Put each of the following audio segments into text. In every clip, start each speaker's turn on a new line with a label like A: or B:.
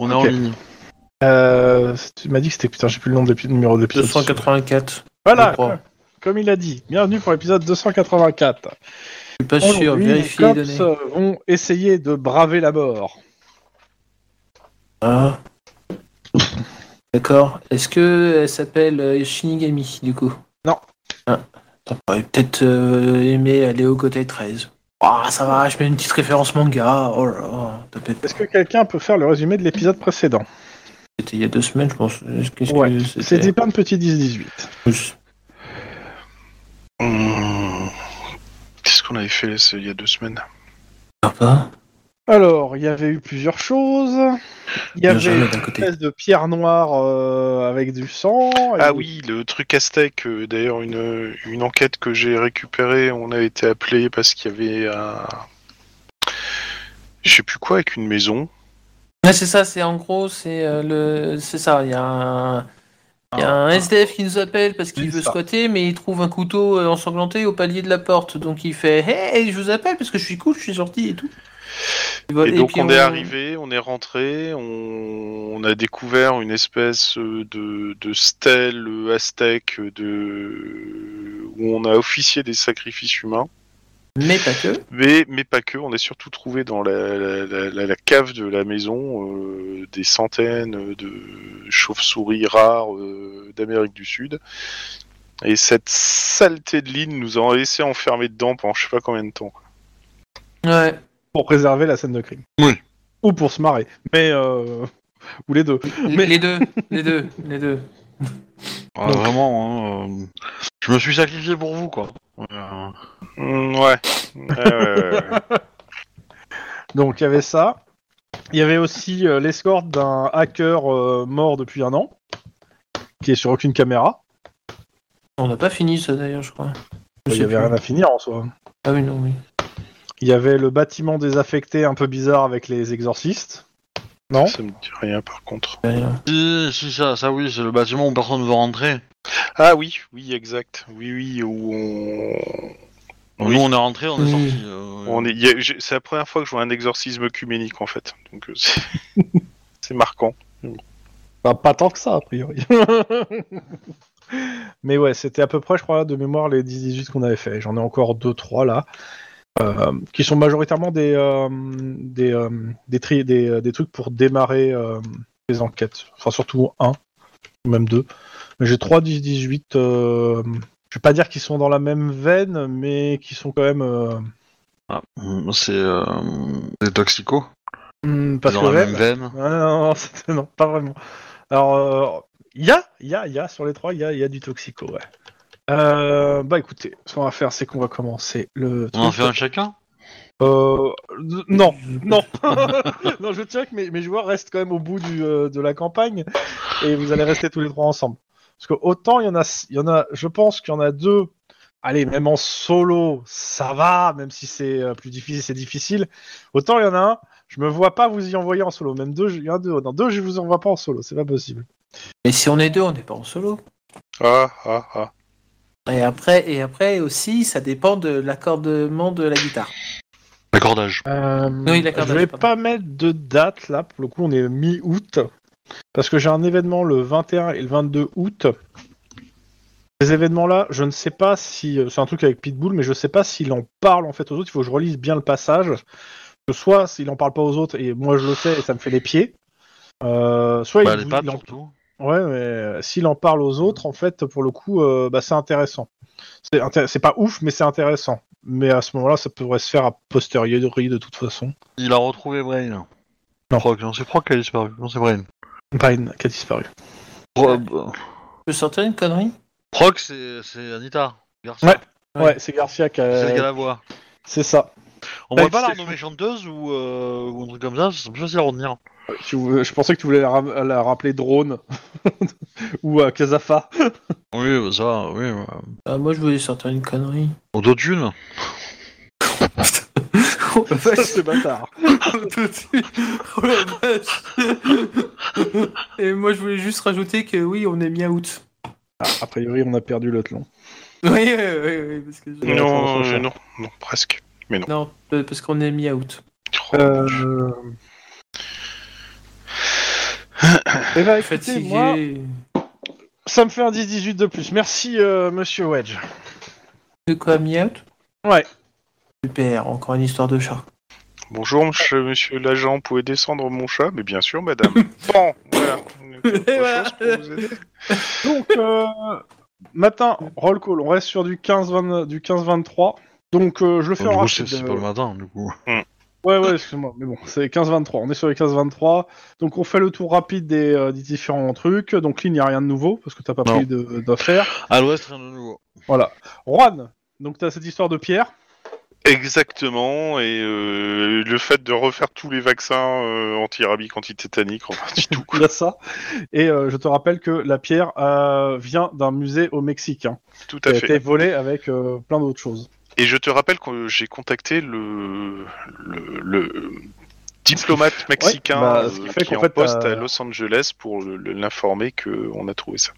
A: ligne.
B: Euh, tu m'as dit que c'était putain, j'ai plus le nom de l'épi- numéro de l'épisode.
C: 284.
B: Voilà,
C: je crois.
B: comme, comme il a dit. Bienvenue pour l'épisode 284.
C: Je suis pas sûr,
B: Aujourd'hui,
C: vérifiez les
B: les cops euh,
C: données.
B: vont essayer de braver la mort.
C: Ah. D'accord. Est-ce que elle s'appelle euh, Shinigami, du coup
B: Non.
C: Ah. J'aurais peut-être euh, aimé aller au côté 13. Ah, ça va, je mets une petite référence manga. Oh là là, t'as peut-être-
B: Est-ce que quelqu'un peut faire le résumé de l'épisode précédent
C: C'était il y a deux semaines, je pense. Est-ce que- est-ce
B: Ouais,
C: que
B: C'est dit plein de petits 10-18.
A: Hmm. Qu'est-ce qu'on avait fait c'est il y a deux semaines
C: Ah, pas.
B: Alors, il y avait eu plusieurs choses. Il y
C: Bien
B: avait
C: joué,
B: une
C: d'un côté.
B: espèce de pierre noire euh, avec du sang.
A: Ah
B: Et-
A: oui, le truc aztèque. euh, D'ailleurs, une, une enquête que j'ai récupérée, on a été appelé parce qu'il y avait un. Je sais plus quoi avec une maison.
C: Ouais, c'est ça, c'est en gros, c'est euh, le, c'est ça. Il y a un, il y a un SDF qui nous appelle parce qu'il
B: Oui,
C: veut
B: ça.
C: squatter, mais il trouve un couteau euh, ensanglanté au palier de la porte, donc il fait, hey, je vous appelle parce que je suis cool, je suis sorti et tout. Et, voilà,
A: et,
C: et
A: donc,
C: puis
A: on, est arrivé, on est rentré, on, on a découvert une espèce euh, de, de stèle euh, aztèque de... où on a officié des sacrifices humains.
C: Mais pas que.
A: Mais, mais pas que, on a surtout trouvé dans la, la- la- la- la cave de la maison euh, des centaines de chauves-souris rares euh, d'Amérique du Sud. Et cette saleté de l'île nous a laissé enfermés dedans pendant je sais pas combien de temps. quoi.
C: Ouais.
B: Pour préserver la scène de crime.
A: Oui.
B: Ou pour se marrer. Mais. euh, Ou les deux. Mais-
C: Les- Les deux, les deux, les deux.
D: Ouais,
B: Donc-
D: Ah, Vraiment, hein, euh, je me suis sacrifié pour vous, quoi. Euh,
A: Mm, ouais. Ouais, ouais, ouais, ouais.
B: Donc, il y avait ça. Il y avait aussi euh, l'escorte d'un hacker euh, mort depuis un an, qui est sur aucune caméra.
C: On n'a pas fini ça d'ailleurs, je crois.
B: Il
C: Je sais
B: y avait
C: plus.
B: rien à finir en soi.
C: Ah oui, non, oui.
B: Il y avait le bâtiment désaffecté un peu bizarre avec les exorcistes. Non
A: Ça me dit rien par contre.
C: Rien.
D: Si, si, ça, ça oui, c'est le bâtiment où personne ne veut rentrer.
A: Ah oui, oui, exact. Oui, oui, où on. Oui.
D: Nous, on est rentré, on
C: Oui.
D: est sorti. euh,
A: on est... il y a- j'ai- C'est la première fois que je vois un exorcisme œcuménique en fait. Donc euh, c'est c'est marquant.
B: Bah, pas tant que ça, a priori. Mais ouais, c'était à peu près, je crois, de mémoire, les 10-18 qu'on avait fait. J'en ai encore 2-3 là. euh, qui sont majoritairement des, euh, des, euh, des, tri- des, euh, des trucs pour démarrer euh, les enquêtes. Enfin, surtout un, ou même deux. Mais j'ai 3 10-18. euh, je vais pas dire qu'ils sont dans la même veine, mais qui sont quand même. euh,
D: Ah, mm, c'est euh, des toxicos.
B: hmm, parce
D: dans
B: que
D: la
B: même-
D: même veine.
B: Non, non, non, non, c'était- non, pas vraiment. Alors, il y a, il y a, il y a, sur les trois, il y a, il y a du toxico, ouais. Euh, bah écoutez, ce qu'on va faire, c'est qu'on va commencer le
D: On en fait
B: truc.
D: un chacun
B: Euh, d- non, non, non, je tiens que mes, mes joueurs restent quand même au bout du, euh, de la campagne et vous allez rester tous les trois ensemble. Parce que autant il y en a, il y en a, je pense qu'il y en a deux. Allez, même en solo, ça va, même si c'est euh, plus difficile, c'est difficile. Autant il y en a un, je me vois pas vous y envoyer en solo. Même deux, je- il y en a deux. Non, deux, je vous envoie pas en solo, c'est pas possible.
C: Mais si on est deux, on n'est pas en solo.
A: Ah, ah, ah.
C: Et après, et après aussi, ça dépend de l'accordement de la guitare.
D: L'accordage.
B: Euh,
C: Oui, d'accord,
B: je vais
C: d'accord.
B: pas mettre de date là, pour le coup on est mi-août, parce que j'ai un événement le 21 et le 22 août. Ces événements là, je ne sais pas si. euh, C'est un truc avec Pitbull, mais je sais pas s'il en parle en fait aux autres, il faut que je relise bien le passage. Que soit s'il en parle pas aux autres et moi je le sais et ça me fait les pieds. Euh, soit
D: Bah,
B: il,
D: les
B: vous-
D: pattes,
B: il en
D: surtout.
B: Ouais, mais euh, s'il en parle aux autres, en fait, pour le coup, euh, bah, c'est intéressant. C'est inté- c'est pas ouf, mais c'est intéressant. Mais à ce moment-là, ça pourrait se faire a posteriori de toute façon.
D: Il a retrouvé Brain.
B: Non.
D: Proc, non, c'est Proc qui a disparu. Non, c'est Brain.
B: Brian qui a disparu.
D: Pro- euh,
C: Je peux sortir une connerie
D: Proc, c'est c'est Anita. Garçon.
B: Ouais. Ouais,
C: Ouais.
B: c'est Garcia qui
D: C'est celle qui a
B: a...
D: la voix.
B: C'est ça.
D: On
B: Bah,
D: pourrait pas la
B: c'est-
D: renommer chanteuse ou, euh, ou un truc comme ça, c'est plus facile à retenir.
B: Tu vou- Je pensais que tu voulais la, ra- la rappeler Drone ou euh, Kazafa.
D: Oui, bah, ça, va, oui. ouais.
C: Ah, Moi, je voulais sortir une connerie.
D: Autotune
C: Oh la
B: Ça,
C: vache,
B: c'est bâtard.
C: Autotune. Oh la vache. Et moi, je voulais juste rajouter que oui, on est mi-août.
B: Ah, a priori, on a perdu l'Otlon.
C: Oui, oui, oui, oui, parce que je-
B: Ouais,
A: Non,
B: ça, ça, ça.
A: euh, non, non, presque.
C: Non, euh, parce qu'on est mi-août.
A: Oh,
B: Euh... Eh ben, écoutez, moi,
C: Fatigué.
B: ça me fait un 10-18 de plus. Merci, euh, monsieur Wedge.
C: De quoi, miote
B: Ouais.
C: Super, encore une histoire de chat.
A: Bonjour, monsieur, monsieur l'agent, vous pouvez descendre mon chat Mais bien sûr, madame. bon, voilà.
C: voilà.
A: Autre chose pour vous aider
B: Donc, euh, matin, roll call. On reste sur du 15-20 du 15-23. Donc, euh, je le fais
D: Du
B: en
D: coup,
B: rapide.
D: c'est c'est
B: euh,
D: pas Oh, le matin, du coup.
B: Ouais, ouais, excuse-moi, mais bon, c'est 15-23, on est sur les 15-23, donc on fait le tour rapide des, euh, des différents trucs, donc Lynn, il n'y a rien de nouveau, parce que t'as pas
D: Non.
B: pris de- d'affaires.
D: À l'ouest, rien de nouveau.
B: Voilà. Juan, donc t'as cette histoire de pierre.
A: Exactement, et euh, le fait de refaire tous les vaccins euh, anti-rabique, anti-tétanique, enfin, dis tout.
B: Il y a ça. Et euh, je te rappelle que la pierre euh, vient d'un musée au Mexique, hein,
A: Tout
B: qui
A: à
B: a
A: fait.
B: été volée avec euh, plein d'autres choses.
A: Et je te rappelle que j'ai contacté le, le, le diplomate mexicain
B: bah, ce qui
A: euh,
B: fait
A: qui est
B: qu'en
A: en
B: fait,
A: poste
B: euh,
A: à Los Angeles pour le- le- l'informer qu'on a trouvé ça.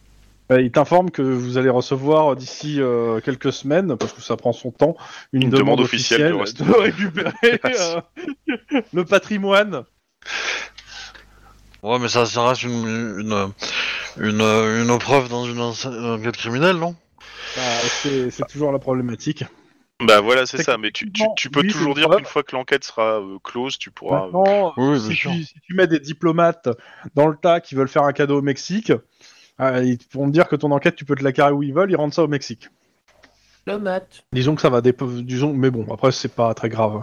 B: Euh, il t'informe que vous allez recevoir euh, d'ici euh, quelques semaines, parce que ça prend son temps, une,
A: Une demande officielle de
B: de récupérer euh, le patrimoine.
D: Ouais, mais ça, ça reste une, une, une, une preuve dans une ense- une enquête criminelle, non
B: Bah, c'est c'est toujours la problématique.
A: Bah voilà, c'est ça,
B: Techniquement,
A: mais tu, tu, tu peux
B: oui,
A: toujours
B: c'est
A: dire
B: vrai.
A: qu'une fois que l'enquête sera euh, close, tu pourras. euh,
B: Maintenant,
D: Oui,
B: si, tu, si tu mets des diplomates dans le tas qui veulent faire un cadeau au Mexique, euh, ils vont te dire que ton enquête, tu peux te la carrer où ils veulent, ils rendent ça au Mexique.
C: Le mat.
B: Disons que ça va, dépe- disons, mais bon, après, c'est pas très grave.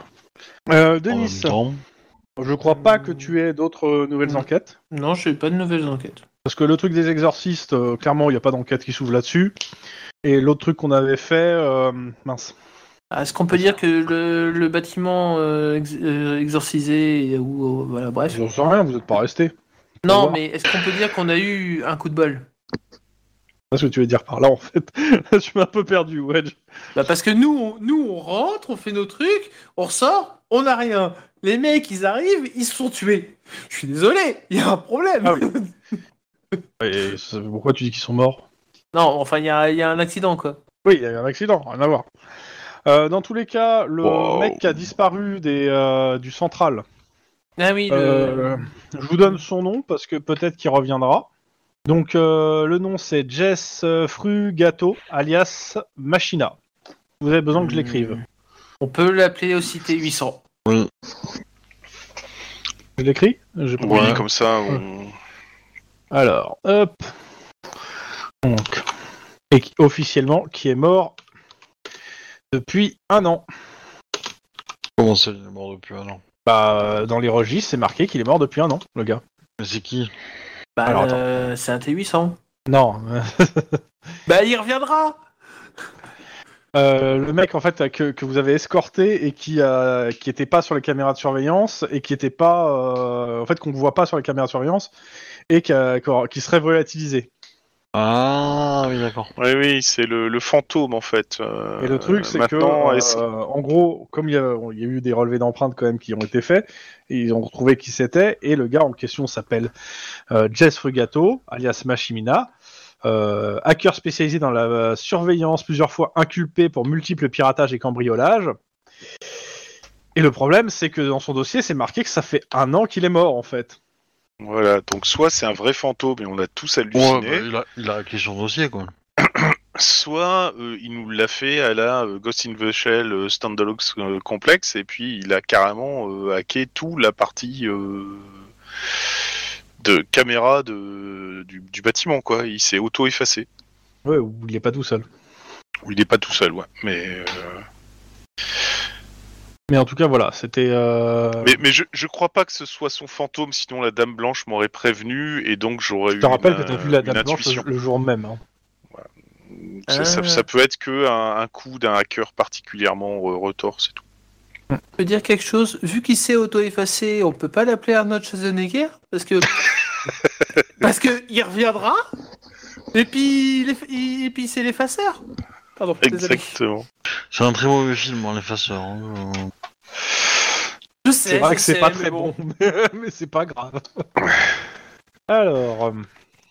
A: Oh,
B: Euh,
D: En
B: Denis,
D: même temps.
B: je crois pas que tu aies d'autres euh, nouvelles
C: Mm.
B: enquêtes.
C: Non, j'ai pas de nouvelles enquêtes.
B: Parce que le truc des exorcistes, euh, clairement, il n'y a pas d'enquête qui s'ouvre là-dessus. Et l'autre truc qu'on avait fait, euh, mince.
C: Ah, Est-ce qu'on peut dire que le, le bâtiment euh, ex- euh, exorcisé et- ou euh, voilà bref
B: J'en sais rien, vous n'êtes pas resté.
C: Non,
B: voir.
C: mais est-ce qu'on peut dire qu'on a eu un coup de bol
B: C'est ce que tu veux dire par là, en fait. je m'ai un peu perdu, Wedge.
C: Bah parce que nous, on, nous, on rentre, on fait nos trucs, on ressort, on n'a rien. Les mecs, ils arrivent, ils se sont tués. Je suis désolé, il y a un problème.
B: Ah oui. Et c'est- pourquoi tu dis qu'ils sont morts
C: non, enfin, il y a, il y a un accident, quoi.
B: Oui, il y a eu un accident, rien à voir. Euh, dans tous les cas, le
A: Wow.
B: mec qui a disparu des, euh, du central,
C: Ah oui, le-
B: euh, je vous donne son nom parce que peut-être qu'il reviendra. Donc euh, le nom c'est Jess euh, Frugato, alias Machina. Vous avez besoin que je l'écrive.
C: on peut l'appeler aussi T800.
B: Je l'écris Je peux
A: euh, Oui,
B: pas.
A: comme ça, on-
B: Alors, hop. Donc, et qui- officiellement qui est mort depuis un an.
D: Comment ça, il est mort depuis un an
B: Bah, euh, dans les registres, c'est marqué qu'il est mort depuis un an, le gars.
D: Mais c'est qui
C: Bah,
B: Alors, attends.
C: euh, c'est un T800.
B: Non,
C: Bah, il reviendra.
B: Euh, le mec en fait que, que vous avez escorté et qui euh, qui était pas sur les caméras de surveillance et qui était pas euh, en fait qu'on ne voit pas sur les caméras de surveillance et qui, a- qu'aura- qui serait volatilisé.
D: Ah, oui, d'accord.
A: Oui, oui, c'est le, le fantôme en fait. euh,
B: et le truc c'est que
A: maintenant, est-ce-
B: euh, en gros comme il y, a, il y a eu des relevés d'empreintes quand même qui ont été faits, et ils ont retrouvé qui c'était et le gars en question s'appelle euh, Jess Frugato alias Machimina. euh, hacker spécialisé dans la euh, surveillance, plusieurs fois inculpé pour multiples piratages et cambriolages. Et le problème, c'est que dans son dossier, c'est marqué que ça fait un an qu'il est mort, en fait.
A: Voilà, donc soit c'est un vrai fantôme et on a tous
D: Ouais,
A: halluciné,
D: bah, il, a, il a écrit son dossier, quoi.
A: soit euh, il nous l'a fait à la euh, Ghost in the Shell euh, Standalone euh, complexe et puis il a carrément euh, hacké tout la partie euh, de caméra de, du, du bâtiment quoi. Il s'est auto effacé.
B: Ouais, ou il est pas tout seul.
A: Il n'est pas tout seul, ouais. Mais euh,
B: Mais en tout cas, voilà, c'était. euh,
A: mais, mais je, je crois pas que ce soit son fantôme, sinon la Dame Blanche m'aurait prévenu et donc j'aurais eu.
B: Je te rappelle
A: une,
B: que t'as vu
A: euh,
B: la
A: une
B: dame blanche euh,
A: intuition.
B: le, le jour même. hein.
A: Ça, ça-
C: Ah.
A: ça peut être que un, un coup d'un hacker particulièrement euh, retors, c'est tout.
C: On peut dire quelque chose. Vu qu'il s'est auto-effacé, on peut pas l'appeler Arnold Schwarzenegger Parce que. Parce que il reviendra. Et puis, il eff- il- et puis c'est l'effaceur. Pardon, désolé.
A: Exactement.
D: C'est un très mauvais film, hein, l'effaceur. hein. Euh,
C: Je sais.
B: C'est vrai
C: je
B: que c'est
C: sais,
B: pas
C: mais
B: très
C: bon.
B: bon, mais c'est pas grave. Alors. euh,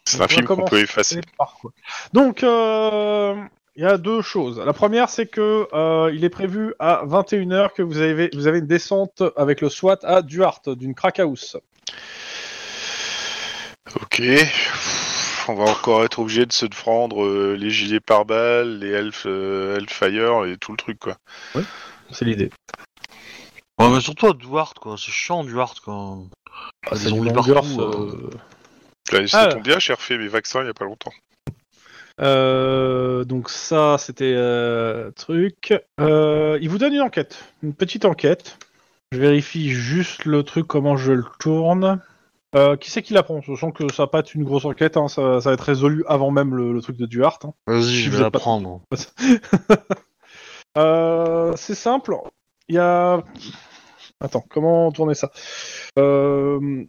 A: C'est
B: Donc,
A: un
B: on
A: film qu'on
B: commence.
A: peut effacer.
B: C'est par quoi. Donc, euh, il y a deux choses. La première, c'est que euh, il est prévu à 21h que vous avez, vous avez une descente avec le SWAT à Duarte, d'une crack house.
E: Ok. On va encore être obligé de se prendre euh, les gilets pare-balles, les elf, euh, Hellfire et tout le truc, quoi.
B: C'est l'idée.
D: Ouais, mais surtout à Duarte, quoi. C'est chiant, Duarte, quoi.
B: Ah,
D: Ils
B: c'est
D: ont
B: du
D: mis
B: longueur,
D: partout,
B: ça.
D: euh.
E: Là,
B: Ah.
E: Ça tombe bien, j'ai refait mes vaccins il n'y a pas longtemps.
B: Euh, donc ça, c'était euh, truc. Euh, il vous donne une enquête, une petite enquête. Je vérifie juste le truc, comment je le tourne. Euh, qui c'est qui la prend Sachant que ça va pas être une grosse enquête, hein, ça, ça va être résolu avant même le, le truc de Duarte. hein.
D: Vas-y, je
B: Vous
D: vais
B: êtes
D: la
B: pas-
D: prendre.
B: Euh, c'est simple. Il y a. Attends, comment tourner ça Euh,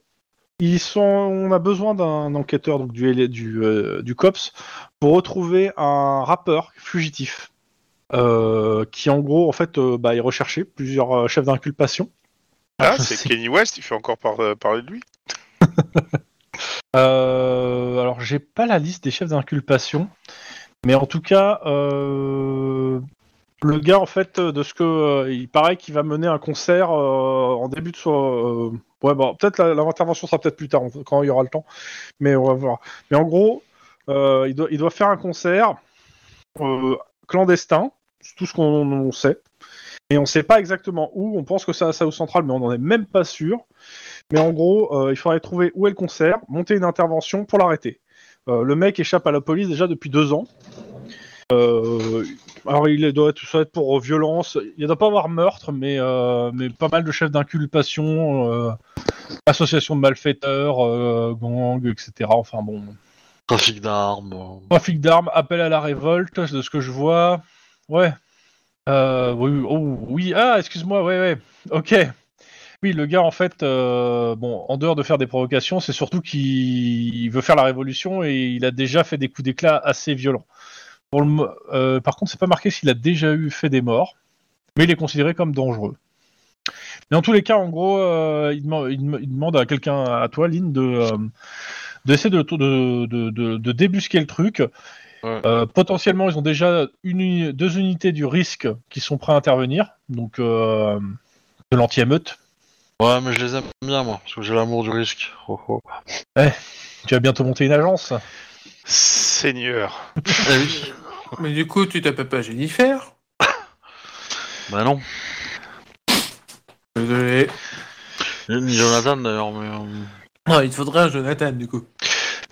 B: Ils sont. On a besoin d'un enquêteur donc du L- du, euh, du cops pour retrouver un rappeur fugitif euh, qui en gros en fait euh, bah, est recherché plusieurs euh, chefs d'inculpation.
E: Ah,
D: je
E: c'est
D: sais.
E: Kenny West, il fait encore par- euh, parler de lui
B: Euh, alors j'ai pas la liste des chefs d'inculpation, mais en tout cas euh, le gars en fait de ce que euh, il paraît qu'il va mener un concert euh, en début de so- euh, ouais bon peut-être la- la- l'intervention sera peut-être plus tard on- quand il y aura le temps, mais on va voir. Mais en gros euh, il, doit, il doit faire un concert euh, clandestin, c'est tout ce qu'on on sait. Et on sait pas exactement où, on pense que c'est à South Central, mais on n'en est même pas sûr. Mais en gros, euh, il faudrait trouver où est le concert, monter une intervention pour l'arrêter. Euh, le mec échappe à la police déjà depuis deux ans. Euh, alors il doit être, ça doit être pour violence. Il ne doit pas avoir meurtre, mais, euh, mais pas mal de chefs d'inculpation, euh, association de malfaiteurs, euh, gang, etc. Enfin bon,
D: Trafic d'armes.
B: trafic d'armes, appel à la révolte, de ce que je vois. Ouais. Euh, oui, oui, oh, oui. Ah, excuse-moi, ouais, ouais. Ok. Oui, le gars, en fait, euh, bon, en dehors de faire des provocations, c'est surtout qu'il il veut faire la révolution et il a déjà fait des coups d'éclat assez violents. Pour le mo- euh, par contre, c'est pas marqué s'il a déjà eu fait des morts, mais il est considéré comme dangereux. Mais en tous les cas, en gros, euh, il, deman- il dem- il demande à quelqu'un, à toi, Lynn, de, euh, d'essayer de, de, de, de- de débusquer le truc.
D: Ouais.
B: Euh, potentiellement, ils ont déjà une, uni- deux unités du risque qui sont prêts à intervenir, donc euh, de l'anti-émeute.
D: Ouais, mais je les aime bien, moi, parce que j'ai l'amour du risque. Oh, oh.
B: Tu vas bientôt monter une agence.
E: Seigneur.
D: Eh oui.
C: Mais du coup, tu t'appelles pas Jennifer
D: Bah non.
C: Désolé.
D: Ni Jonathan, d'ailleurs, mais... euh,
C: Non, il te faudrait un Jonathan, du coup.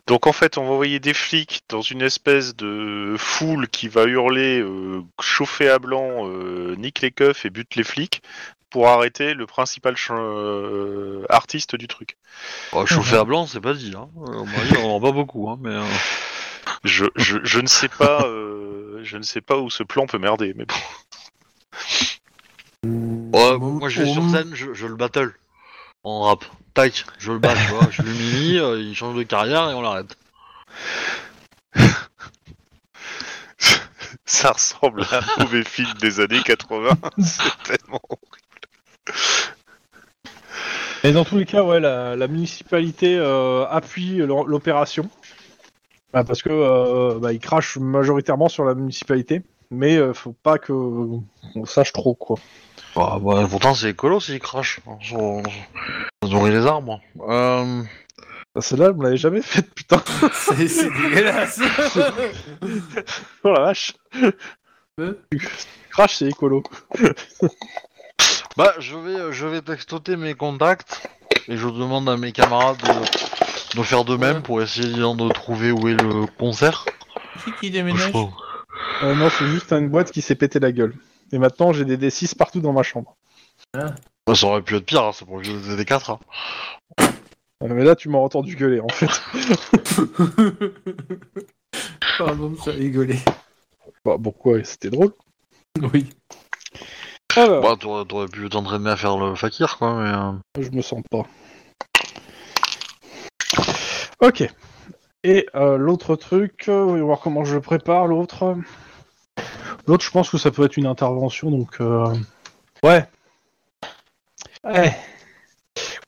E: Donc en fait, on va envoyer des flics dans une espèce de foule qui va hurler, euh, chauffer à blanc, euh, nique les keufs et bute les flics pour arrêter le principal ch- euh, artiste du truc.
D: bah, chauffer à blanc, c'est pas dit, hein. Euh, à mon avis, on en vend pas beaucoup, hein, mais... euh,
E: Je, je, je ne sais pas, euh, je ne sais pas où ce plan peut merder, mais bon.
D: Ouais,
C: Au-
D: moi je vais sur
C: au-
D: scène, je, je le battle en rap. Tac, je le bats, tu vois, je l'humilie, euh, il change de carrière et on l'arrête.
E: ça ressemble à un mauvais film des années 80. C'est tellement.
B: Mais dans tous les cas, ouais, la, la municipalité euh, appuie l'o- l'opération Bah, parce que euh, bah, ils crachent majoritairement sur la municipalité, mais euh, faut pas que on sache trop quoi.
D: Bah, bah, pourtant c'est écolo s'il crache. Ils ont les arbres. Euh,
B: Bah, Celle-là, vous l'avez jamais faite, putain.
C: C'est c'est dégueulasse
B: Oh la vache.
C: Euh.
B: Crash, c'est écolo.
D: bah je vais je vais textoter mes contacts et je demande à mes camarades de, de faire de même pour essayer de trouver où est le concert.
C: Qui qui
D: Je
C: déménage
D: crois.
B: Euh, non, c'est juste une boîte qui s'est pété la gueule. Et maintenant, j'ai des D6 partout dans ma chambre.
D: Bah, ça aurait pu être pire, hein, ça pourrait être des 4. Hein.
B: Euh, Mais là, tu m'as entendu gueuler, en fait.
C: Pardon, ça rigolé.
B: Bah, pourquoi C'était drôle.
C: Oui.
B: Alors,
D: Bah, t'aurais t'aurais pu t'entraîner à faire le fakir quoi, mais. euh,
B: je me sens pas. Ok. Et euh, l'autre truc, euh, voyons voir comment je le prépare, l'autre. L'autre, je pense que ça peut être une intervention, donc... euh, Ouais. Ouais.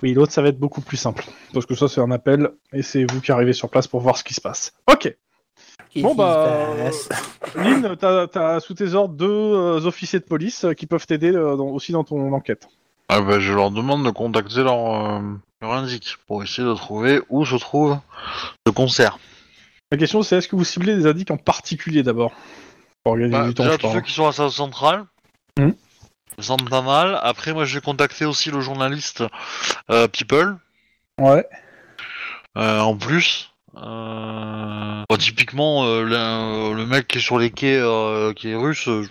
B: Oui, l'autre, ça va être beaucoup plus simple. Parce que ça, c'est un appel, et c'est vous qui arrivez sur place pour voir ce qui se passe. Ok.
C: Qu'est-ce
B: Bon,
C: qui se
B: bah,
C: passe
B: Lynn, t'as as sous tes ordres deux euh, officiers de police euh, qui peuvent t'aider euh, dans- aussi dans ton enquête.
D: Ah bah, je leur demande de contacter leur, euh, leur indique pour essayer de trouver où se trouve le concert.
B: La question, c'est est-ce que vous ciblez des indices en particulier d'abord Pour organiser
D: Bah,
B: du temps,
D: déjà,
B: je hein.
D: tous
B: parle.
D: ceux qui sont à South Central.
B: Mhm.
D: Ça me semble pas mal. Après, moi, j'ai contacté aussi le journaliste euh, People,
B: hein. Ouais.
D: euh, en plus. Euh, bon, typiquement, euh, le, le mec qui est sur les quais, euh, qui est russe, euh,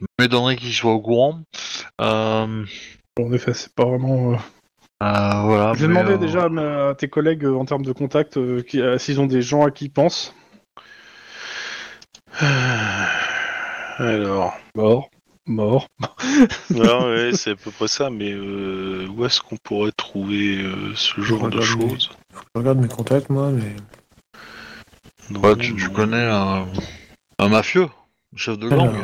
D: je m'étonnerais qu'il soit au courant. Euh,
B: Bon, en effet, c'est pas vraiment. euh,
D: euh, voilà.
B: je vais
D: mais,
B: demander
D: euh,
B: déjà à ma- à tes collègues euh, en termes de contact euh, qui- euh, s'ils ont des gens à qui ils pensent.
E: Alors.
B: Mort. Mort.
E: Non, ouais, c'est à peu près ça, mais euh, où est-ce qu'on pourrait trouver euh, ce genre de
A: Regarde,
E: choses
A: Je regarde mes contacts, moi, mais.
E: Non,
D: Ouais, tu,
E: non.
D: tu connais un, un mafieux, chef
B: Euh,
D: de gang.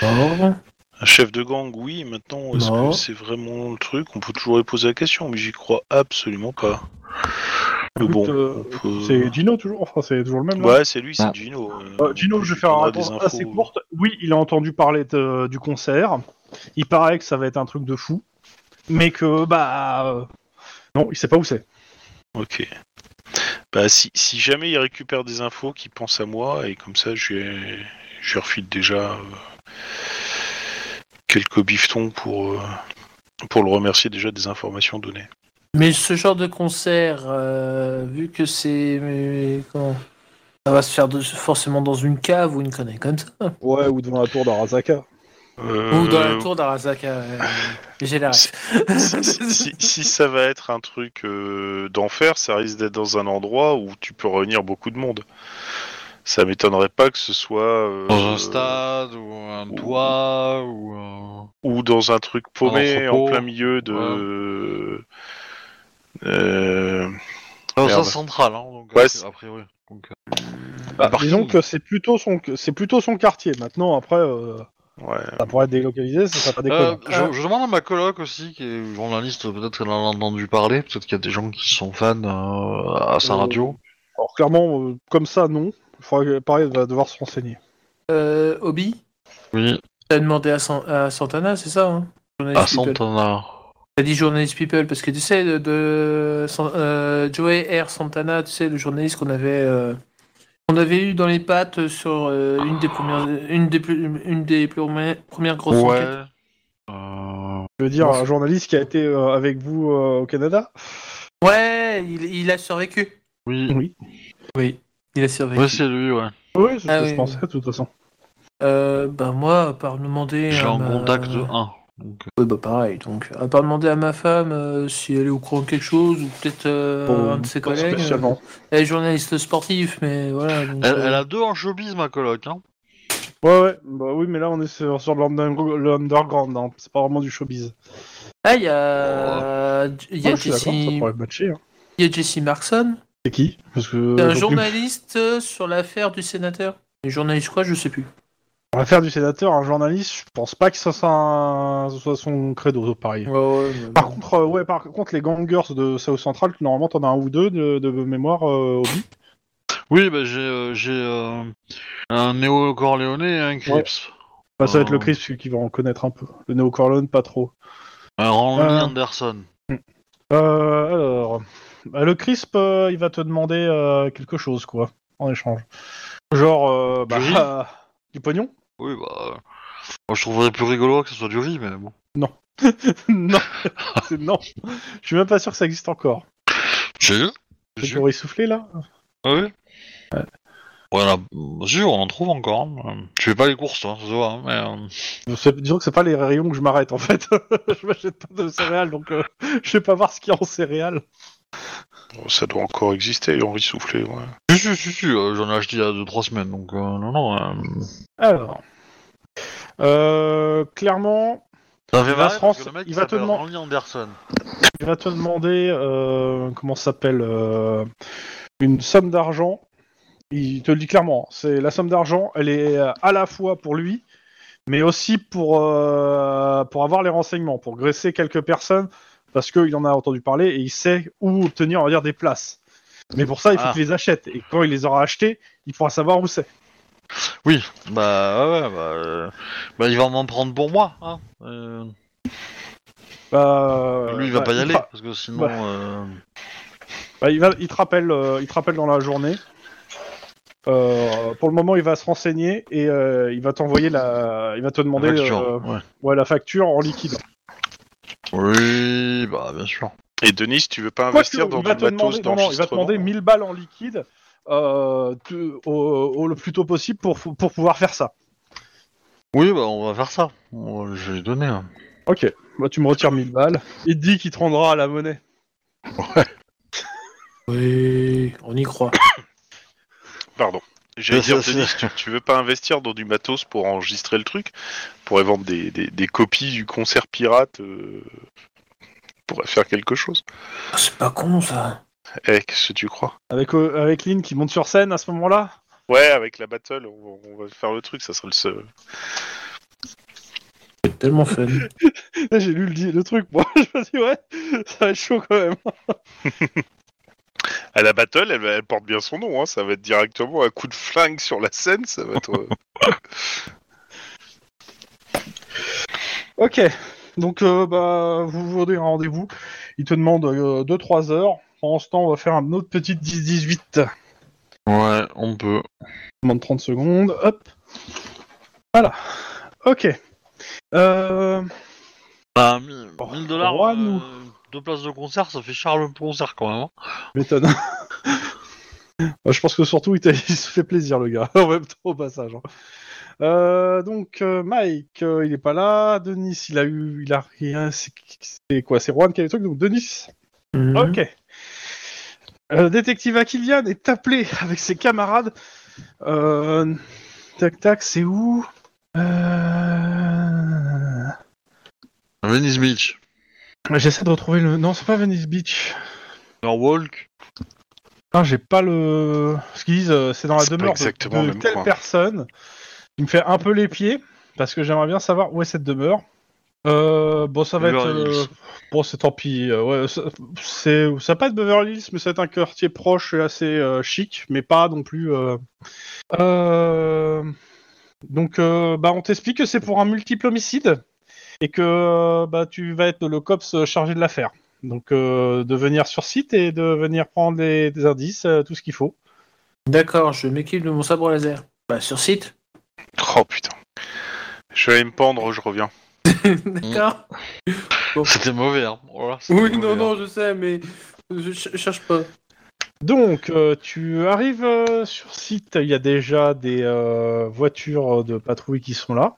A: Alors. Mort.
E: Un chef de gang, oui, maintenant, est-ce
A: Non.
E: que c'est vraiment le truc On peut toujours lui poser la question, mais j'y crois absolument pas. Mais
B: Écoute,
E: bon,
B: euh,
E: on peut-
B: C'est Gino toujours. Enfin, c'est toujours le même. là
E: Ouais, c'est lui, c'est
D: Ah.
E: Gino. euh,
B: Euh, Gino, je vais
E: tu
B: faire un
E: donneras des
B: réponse
E: infos.
B: assez courte. Oui, il a entendu parler de- du concert. Il paraît que ça va être un truc de fou, mais que bah euh, non, il sait pas où c'est.
E: Ok. Bah, si, si jamais il récupère des infos, qu'il pense à moi, et comme ça, je, lui- je lui refile déjà euh, quelques bifetons pour, euh, pour le remercier déjà des informations données.
C: Mais ce genre de concert, euh, vu que c'est. mais comment Ça va se faire de- forcément dans une cave ou une connerie comme ça.
B: Ouais, ou devant la tour d'Arasaka.
C: Ou dans la
E: Euh,
C: tour d'Arasaka. euh, J'ai la ref.
E: si, si- si ça va être un truc euh, d'enfer, ça risque d'être dans un endroit où tu peux réunir beaucoup de monde. Ça m'étonnerait pas que ce soit euh,
D: Dans un stade, ou un
E: ou-
D: toit, ou... un-
E: ou dans un truc paumé
D: Un
E: en
D: entrepôt.
E: plein milieu de. Euh,
D: Dans
E: Merde.
D: un central, hein, donc,
E: Ouais,
D: a-
E: c'est-
D: a priori. Donc, euh,
B: Bah, disons que c'est plutôt son c'est plutôt son quartier. Maintenant, après, euh,
E: ouais.
B: ça pourrait être délocalisé, ça serait pas
D: euh,
B: déconnant.
D: je, je demande à ma coloc aussi, qui est journaliste, peut-être qu'elle en a entendu parler, peut-être qu'il y a des gens qui sont fans euh, à sa
B: Euh,
D: radio.
B: Alors clairement, euh, comme ça, non. Il faudra que- pareil, elle va devoir se renseigner.
C: Euh, Obi,
D: Oui,
C: t'as demandé à, San- à Santana, c'est ça hein
D: à
C: Journalist People.
D: Santana.
C: T'as dit journaliste people parce que tu sais, de, de- San- euh, Joey R. Santana, tu sais, le journaliste qu'on avait, euh, qu'on avait eu dans les pattes sur euh, une des premières, une des plus, une des plus premières- premières grosses enquêtes.
D: Ouais. Euh,
B: Je veux dire,
C: Ouf.
B: un journaliste qui a été euh, avec vous euh, au Canada.
C: Ouais, il, il a survécu.
D: oui,
C: Oui, il a survécu.
D: Ouais, c'est lui, ouais.
B: Oui, c'est ce
C: Ah
B: que
C: oui.
B: je pensais de toute façon.
C: Euh, bah moi, par demander.
D: J'ai
C: à
D: en
B: euh,
C: ma-
D: contact un. Donc, euh,
C: Ouais, bah pareil. Donc, à part demander à ma femme euh, si elle est au courant de quelque chose ou peut-être euh,
B: Bon,
C: un de ses
B: pas
C: collègues.
B: spécialement.
C: Elle est journaliste sportif, mais voilà. donc,
D: Elle,
C: euh,
D: elle a deux en showbiz, ma coloc. Hein.
B: Ouais, ouais, bah oui, mais là on est sur, sur de l'under- l'underground, hein. c'est pas vraiment du showbiz.
C: Ah, il y a, il y a
B: Ouais, Oh. Ah, je suis
C: Jesse,
B: d'accord, ça Euh, pourrait matcher. hein.
C: il y a Jesse Markson,
B: C'est qui Parce que.
C: C'est un
B: donc,
C: journaliste euh, sur l'affaire du sénateur. Et journaliste quoi, je sais plus.
B: Dans l'affaire du sénateur, un journaliste, je pense pas que ça soit, un- ce soit son credo, pareil. Par contre, euh, ouais, par contre, les gangers de South Central, normalement t'en as un ou deux de, de mémoire euh, au bip.
D: Oui, bah, j'ai euh, j'ai, euh, un néo-corléonais hein, et un Crips.
B: Ouais. Bah, ça va être
D: Euh.
B: le Chris celui qui va en connaître un peu. Le Neo Corleone, pas trop.
D: Un Randy
B: Euh.
D: Anderson.
B: Euh, alors, Bah, le crisp, euh, il va te demander euh, quelque chose, quoi, en échange. Genre, euh, bah,
D: Du riz
B: euh, du pognon
D: Oui, bah. euh, moi, je trouverais plus rigolo que ce soit du riz, mais bon.
B: Non, c'est non. Je suis même pas sûr que ça existe encore.
D: Si
B: Tu
D: Si.
B: pourrais souffler là
D: Ah oui Voilà, si, on en trouve encore. hein. Tu fais pas les courses, toi, ça se voit. hein, mais, euh,
B: C'est- Disons que c'est pas les rayons que je m'arrête en fait. je m'achète pas de céréales, donc euh, je vais pas voir ce qu'il y a en céréales.
E: Bon, ça doit encore exister, Henri Soufflé. Ouais.
D: Si, si, si, si, euh, j'en ai acheté il y a 2-3 semaines, donc euh, non, non. euh,
B: Alors, euh, clairement,
D: Ça fait
B: va
D: marrer
B: se
D: parce que
B: rense-
D: le mec
B: il
D: il
B: va te
D: s'appelle
B: demand-
D: Randy Anderson.
B: il va te demander euh, comment ça s'appelle euh, une somme d'argent. Il te le dit clairement. hein. C'est la somme d'argent. Elle est euh, à la fois pour lui, mais aussi pour euh, pour avoir les renseignements, pour graisser quelques personnes, parce qu'il en a entendu parler et il sait où obtenir on va dire des places. Mais pour ça, il faut
D: Ah.
B: qu'il les achète. Et quand il les aura achetées, il pourra savoir où c'est.
D: Oui, bah ouais, ouais, bah, euh, bah il va m'en prendre pour moi. Hein. Euh,
B: Bah, euh,
D: Lui, il va
B: bah,
D: pas y aller,
B: te ra-
D: parce que sinon...
B: bah.
D: euh,
B: bah, il, va, il, te rappelle, euh, il te rappelle dans la journée. Euh, pour le moment, il va se renseigner et euh, il va t'envoyer la. Il va te demander
D: la facture,
B: euh,
D: ouais.
B: ouais, la facture en liquide.
D: Oui, bah bien sûr.
E: Et Denis, tu veux pas
B: Quoi que,
E: investir dans
B: il va
E: du
B: te demander,
E: matos
B: non, non, il va te
E: d'enregistrement
B: demander 1000 balles en liquide euh, de- au, au- le plus tôt possible pour, pour pouvoir faire ça.
D: Oui, bah on va faire ça. On va- Je vais donner. hein.
B: Ok, bah, tu me retires 1000 balles. Il te dit qu'il te rendra la monnaie.
A: Oui, on y croit.
E: Pardon. J'allais
D: Bah, Ça,
E: dire,
D: c'est-
E: Denis, tu, tu veux pas investir dans du matos pour enregistrer le truc Pour vendre des, des- des copies du concert pirate euh, Pour faire quelque chose
A: Ah, C'est pas con ça.
E: Eh, qu'est-ce que tu crois
B: Avec, euh, avec Lynn qui monte sur scène à ce moment-là
E: Ouais, avec la battle, on, va- on va faire le truc, ça serait le seul.
A: C'est tellement fun.
B: Là, J'ai lu le, di- le truc, moi. je me suis dit, ouais, ça va être chaud quand même.
E: À la battle, elle, elle porte bien son nom, hein, ça va être directement un coup de flingue sur la scène, ça va être... euh,
B: Ok, donc euh, bah, vous vous donnez un rendez-vous. Il te demande 2-3 heures. Pendant ce temps, on va faire un autre petit 10-18.
D: Ouais, on peut.
B: Demande 30 secondes, hop. Voilà. Ok. Euh,
D: Bah, 1000
B: Oh,
D: dollars,
B: Juan,
D: euh, deux places de concert, ça fait Charles concert quand même. hein.
B: m'étonne. Bah, Je pense que surtout, il, t'a- il se fait plaisir, le gars, en même temps, au passage. hein. Euh, donc, euh, Mike, euh, il est pas là. Denis, il a eu. Il a rien. C'est c'est quoi C'est Juan qui a les trucs, donc Denis.
A: Mhm.
B: Ok. Euh, détective Akilian est appelé avec ses camarades. Euh, tac tac, c'est où Euh,
D: À Venice Beach.
B: J'essaie de retrouver le. Non, c'est pas Venice Beach.
D: Norwalk.
B: Non, j'ai pas le. Ce qu'ils disent, euh, c'est dans la
E: C'est pas
B: demeure
E: exactement
B: de-
E: le
B: de,
E: même
B: telle
E: coin.
B: personne. Il me fait un peu les pieds parce que j'aimerais bien savoir où est cette demeure. Euh, bon, ça va être.
D: Beverly
B: euh,
D: Hills.
B: Bon, c'est tant pis. euh, ouais, ça- c'est ça va pas être Beverly Hills, mais ça va être un quartier proche et assez euh, chic, mais pas non plus. euh. Euh, Donc, euh, bah, on t'explique que c'est pour un multiple homicide et que euh, bah, tu vas être le cops euh, chargé de l'affaire. Donc, euh, de venir sur site et de venir prendre les- des indices, euh, tout ce qu'il faut.
C: D'accord, je m'équipe de mon sabre laser. Bah, sur site.
E: Oh putain. Je vais aller me pendre, je reviens.
B: Mmh.
C: D'accord.
D: C'était mauvais, hein. Oh là, c'était
C: Oui, non,
D: mauvais, hein.
C: non, je sais, mais je ch- cherche pas.
B: Donc, euh, tu arrives euh, sur site, il y a déjà des euh, voitures de patrouille qui sont là.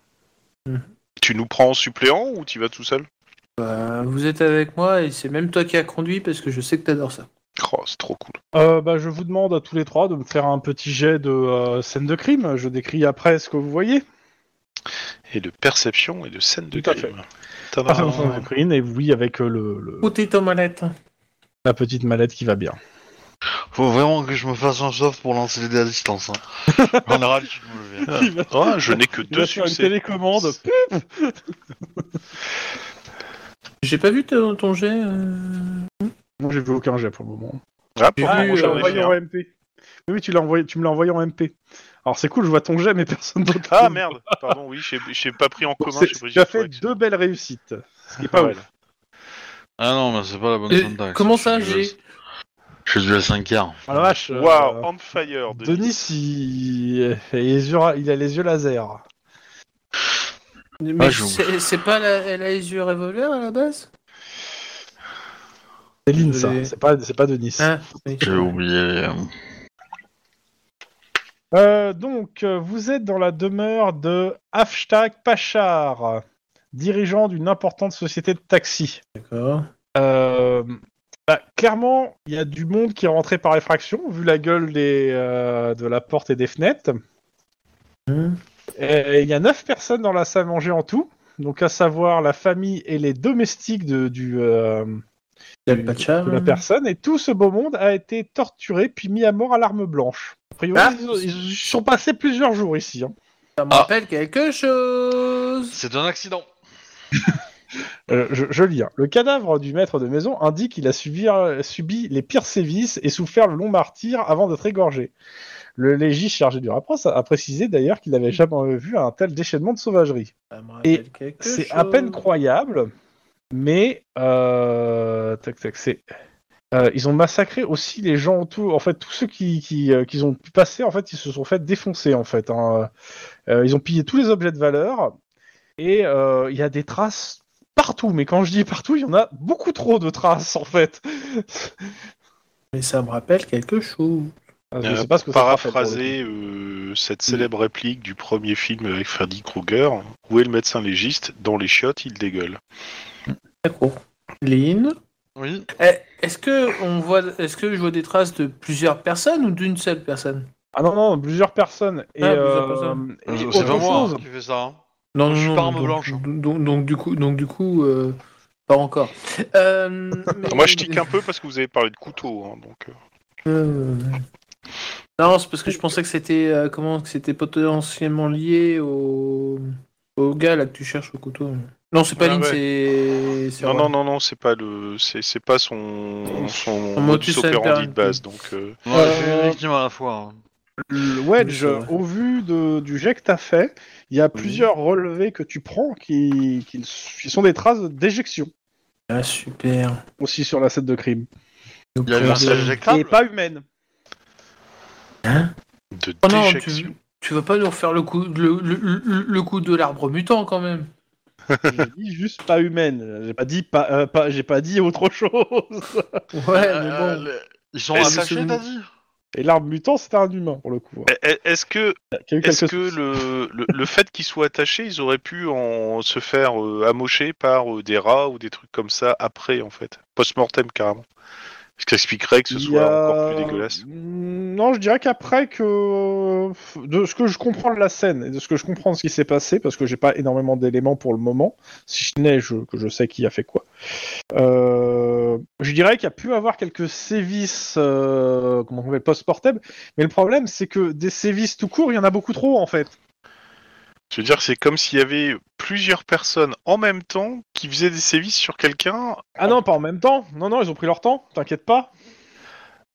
E: Tu nous prends en suppléant ou tu vas tout seul
C: Bah, vous êtes avec moi et c'est même toi qui as conduit parce que je sais que t'adores ça.
E: Oh, c'est trop cool.
B: Euh, bah, je vous demande à tous les trois de me faire un petit jet de euh, scène de crime. Je décris après ce que vous voyez.
E: Et de perception et de scène de
B: Tout à
E: crime.
B: Ah,
E: Tadam.
B: scène de crime, et oui, avec euh, le, le-
C: Outille ton mallette.
B: la petite mallette qui va bien.
D: Faut vraiment que je me fasse un soft pour lancer les dés à distance. Hein. en général, tu me le fais.
B: Il va,
E: Ah, je n'ai que
B: il va
E: deux
B: se faire une
E: succès.
B: télécommande.
C: J'ai pas vu ton, ton jet. euh.
B: Non, j'ai vu aucun jet pour le moment.
E: Ah,
C: J'ai
E: pourtant,
C: vu, euh,
E: moi, j'en ai
C: envoyé
E: fait un.
B: en MP. Oui, oui, tu l'as envoyé, tu me l'as envoyé en MP. Alors c'est cool, je vois ton jet, mais personne d'autre.
E: Ah merde, pardon, oui, je n'ai pas pris en commun.
B: C'est-
E: j'ai pris
B: Tu as
E: juste
B: fait
E: correction.
B: deux belles réussites. Ce qui est pas
E: Ouais.
B: mal.
D: Ah non, mais c'est pas la bonne
C: Euh,
D: syntaxe.
C: comment ça,
D: Je suis
C: j'ai
D: Je suis dû à 5 quarts.
B: Ah la vache. euh,
E: Waouh, on fire, Denis.
B: Denis, il... il a les yeux, il a les yeux laser.
C: Mais
D: je-
C: c'est c'est pas la, elle a les yeux revolver à la base
B: C'est Lynn, ça.
C: Désolé.
B: C'est pas, c'est pas Denis.
C: Ah, oui.
D: J'ai oublié. euh,
B: Euh, donc, euh, vous êtes dans la demeure de Hafstag Pachar, dirigeant d'une importante société de taxi.
A: D'accord.
B: Euh, bah, clairement, il y a du monde qui est rentré par effraction, vu la gueule des, euh, de la porte et des fenêtres. Hein
A: Hmm.
B: Et Il y a neuf personnes dans la salle à manger en tout, donc à savoir la famille et les domestiques de, du, euh,
A: Y'a pas de char,
B: de
C: Ah.
B: la
A: hein
B: personne. Et tout ce beau monde a été torturé puis mis à mort à l'arme blanche. A priori,
C: Ah.
B: ils, ont- ils sont passés plusieurs jours ici. hein.
C: Ça me
D: Ah.
C: rappelle quelque chose.
D: C'est un accident.
B: Euh, je, je lis. hein. Le cadavre du maître de maison indique qu'il a subi, euh, subi les pires sévices et souffert le long martyr avant d'être égorgé. Le légiste chargé du rapproche a, a précisé d'ailleurs qu'il n'avait jamais vu un tel déchaînement de sauvagerie.
C: Ça me
B: Et
C: rappelle quelque
B: C'est à peine
C: chose.
B: croyable, Mais euh, tac tac, c'est euh, ils ont massacré aussi les gens autour. En fait, tous ceux qui qui euh, qu'ils ont pu passer, en fait, ils se sont fait défoncer. En fait, hein. Euh, ils ont pillé tous les objets de valeur et euh, il y a des traces partout. Mais quand je dis partout, il y en a beaucoup trop de traces en fait.
F: Mais ça me rappelle quelque chose.
B: Je
A: Euh,
B: sais pas ce que ça rappelle, pour le coup.
A: paraphraser euh, cette célèbre réplique du premier film avec Freddy Krueger Où est le médecin légiste Dans les chiottes, il dégueule.
F: D'accord. Lynn
D: Oui.
C: Eh, Est-ce que on voit, est-ce que je vois des traces de plusieurs personnes ou d'une seule personne
B: Ah non, non, plusieurs personnes. Et,
C: Ah, plusieurs
B: euh,
C: personnes.
B: et
D: Euh,
B: autre
D: pas moi
B: chose,
D: qui fais ça. hein.
F: Non,
D: Je suis pas arme
F: donc-
D: blanche.
F: Donc, donc du coup, donc, du coup euh, pas encore. Euh, mais-
A: Moi, je tique un peu parce que vous avez parlé de couteau. hein, donc, euh.
F: Euh,
C: Non, c'est parce que je pensais que c'était euh, comment, que c'était potentiellement lié au au gars là que tu cherches au couteau. Non, c'est pas
A: Ah
C: Lynn,
A: ouais.
C: c'est c'est
A: non,
C: Rowan.
A: non, non, non, c'est pas le, c'est c'est pas son, son
C: Son motus
A: operandi
C: operandi.
A: de base. Donc, euh,
D: On a fait
B: Euh,
D: une victime à la fois. hein.
B: le Wedge,
F: Oui, c'est vrai.
B: au vu de- du jet que t'as fait, il y a plusieurs relevés que tu prends qui, qui, qui sont des traces d'éjection
F: Ah, super.
B: aussi sur la scène de crime.
F: Donc,
D: Il a eu
F: euh,
D: un stage éjectable.
B: Et pas humaine.
A: de
C: Oh non,
A: déjection.
C: tu, tu vas pas nous refaire le coup, le, le- le- le coup de l'arbre mutant quand même.
B: J'ai dit juste pas humaine. J'ai pas dit pas, euh, pas- j'ai pas dit autre chose.
F: Ouais,
B: Ah,
D: Euh,
F: mais bon.
D: le- Ils sont
A: Et
D: attachés,
A: c'est-
D: t'as dit
B: Et l'arbre mutant, c'était un humain pour le coup.
A: Eh, eh, Est-ce que,
B: Il y a eu
A: est-ce
B: quelques-
A: que le, le, le fait qu'ils soient attachés, ils auraient pu en se faire euh, amocher par euh, des rats ou des trucs comme ça après, en fait, post-mortem carrément. Ce qui expliquerait que ce
B: Il
A: soit
B: y a-
A: encore plus dégueulasse.
B: Mm, Non, je dirais qu'après que de ce que je comprends de la scène et de ce que je comprends de ce qui s'est passé, parce que j'ai pas énormément d'éléments pour le moment, si ce n'est je- que je sais qui a fait quoi. euh, Je dirais qu'il y a pu avoir quelques sévices, euh, comment on appelle, post-portable, mais le problème c'est que des sévices tout court, il y en a beaucoup trop en fait.
A: Je veux dire, c'est comme s'il y avait plusieurs personnes en même temps qui faisaient des sévices sur quelqu'un.
B: Ah non, pas en même temps. Non, non, ils ont pris leur temps. T'inquiète pas.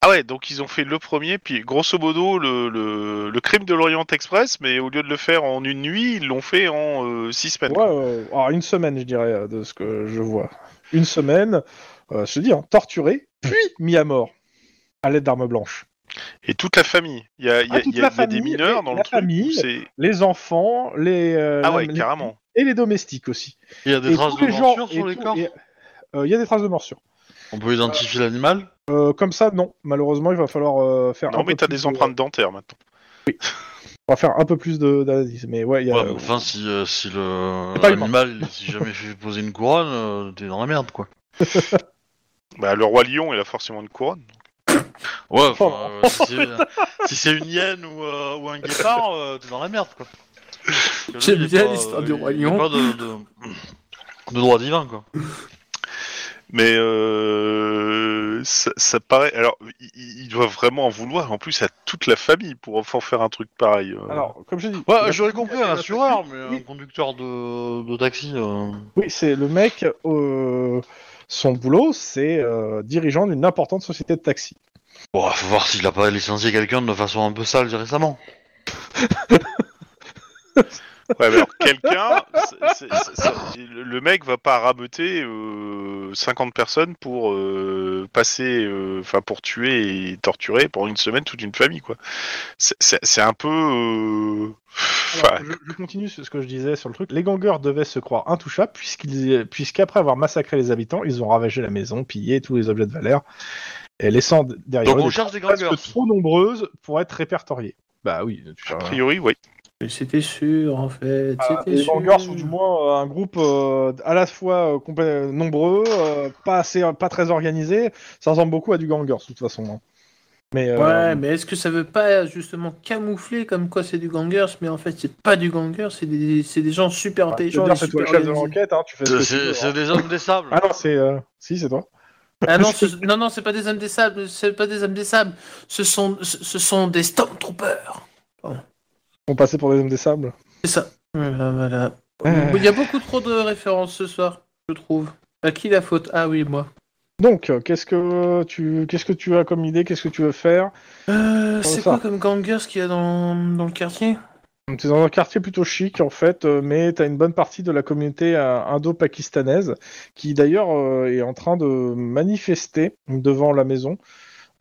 A: Ah ouais, donc ils ont fait le premier, puis grosso modo, le, le, le crime de l'Orient Express, mais au lieu de le faire en une nuit, ils l'ont fait en euh, six semaines.
B: Ouais, euh, alors une semaine, je dirais, euh, de ce que je vois. Une semaine, euh, je te dis, hein, torturé, puis mis à mort à l'aide d'armes blanches.
A: Et toute la famille. Il y a, il y a-
B: Ah, toute
A: il y a-
B: la
A: il y a des
B: famille,
A: mineurs
B: et
A: dans
B: la
A: le truc.
B: famille.
A: où c'est-
B: Les enfants, les, euh,
A: Ah
B: la-
A: ouais,
B: les-
A: carrément.
B: et les domestiques aussi.
D: Il y a des
B: Et
D: traces
B: tous
D: de
B: les gens-
D: morsures
B: et
D: sur les
B: tout-
D: corps
B: et, euh, Il y a des traces de morsures.
D: On peut identifier l'animal
B: Euh, comme ça, non. Malheureusement, il va falloir euh, faire. un
A: Non, mais
B: peu
A: t'as
B: plus
A: des
B: de-
A: empreintes dentaires maintenant.
B: On va faire un peu plus de- d'analyse. Mais ouais, il y a.
D: Ouais, mais enfin, si, euh, si le
B: C'est pas humain.
D: l'animal il s'est jamais fait poser une couronne, euh, t'es dans la merde, quoi.
A: Bah, le roi lion, il a forcément une couronne.
D: Ouais, enfin,
B: Oh,
D: euh, si c'est- si c'est une hyène ou, euh, ou un guépard, euh, t'es dans la merde, quoi. Parce que lui,
F: J'aime
D: il est
F: bien
D: pas,
F: l'histoire
D: euh,
F: du roi
D: il est
F: lion.
D: pas de, de- de droit divin, quoi.
A: Mais euh, ça, ça paraît. Alors, il- il il doit vraiment en vouloir, en plus, à toute la famille pour enfin faire un truc pareil. euh.
B: Alors, comme je dis.
D: Ouais,
B: la-
D: j'aurais compris un
B: la-
D: assureur, mais un
B: Oui.
D: conducteur de, de taxi. euh,
B: Oui, c'est le mec. euh, son boulot, c'est euh, dirigeant d'une importante société de taxi.
D: Bon, faut voir s'il a pas licencié quelqu'un de façon un peu sale récemment.
A: Ouais, mais alors, quelqu'un, c'est- c'est- c'est- c'est- le le mec va pas rameuter euh, 50 personnes pour euh, passer, euh, enfin pour tuer et torturer pendant une semaine toute une famille, quoi. C'est- C'est c'est un peu. euh,
B: Alors,
A: enfin,
B: je, je continue sur ce que je disais sur le truc. Les gangers devaient se croire intouchables puisqu'ils- puisqu'après avoir massacré les habitants, ils ont ravagé la maison, pillé tous les objets de valeur, et laissant d- derrière
D: Donc
B: eux
D: on
B: des
D: cherche des gangers.
B: traces trop nombreuses pour être répertoriées. Bah oui, tu
A: a priori, oui.
F: Mais C'était sûr, en fait.
B: Ah,
F: c'était
B: les
F: sûr.
B: gangers sont du moins euh, un groupe euh, à la fois euh, complè- nombreux, euh, pas assez, pas très organisé. Ça ressemble beaucoup à du gangers de toute façon. hein. Mais euh,
C: Ouais, mais est-ce que ça veut pas justement camoufler comme quoi c'est du gangers, mais en fait c'est pas du gangers, c'est des, c'est des gens super
B: bah, je veux
C: intelligents.
B: dire,
C: et
B: c'est toi le
C: super
B: chef de
C: organisés.
B: l'enquête, hein, tu fais ce que
D: C'est-
B: tu
D: C'est
B: veux,
D: c'est
B: hein.
D: des hommes des sables.
B: Ah non, c'est euh, si c'est toi.
C: Ah non, ce- non, non, c'est pas des hommes des sables, c'est pas des hommes des sables, ce sont, ce, ce sont des stormtroopers.
B: On passait pour des hommes des sables.
C: C'est ça.
A: bah,
F: Voilà, voilà.
B: Euh.
C: Il y a beaucoup trop de références ce soir, je trouve. À qui la faute Ah oui, moi.
B: Donc, euh, qu'est-ce que tu qu'est-ce que tu as comme idée Qu'est-ce que tu veux faire
C: Euh,
B: ça.
C: c'est quoi comme gangers qu'il y a dans, dans le quartier
B: Donc, T'es dans un quartier plutôt chic en fait, euh, mais t'as une bonne partie de la communauté euh, indo-pakistanaise qui d'ailleurs euh, est en train de manifester devant la maison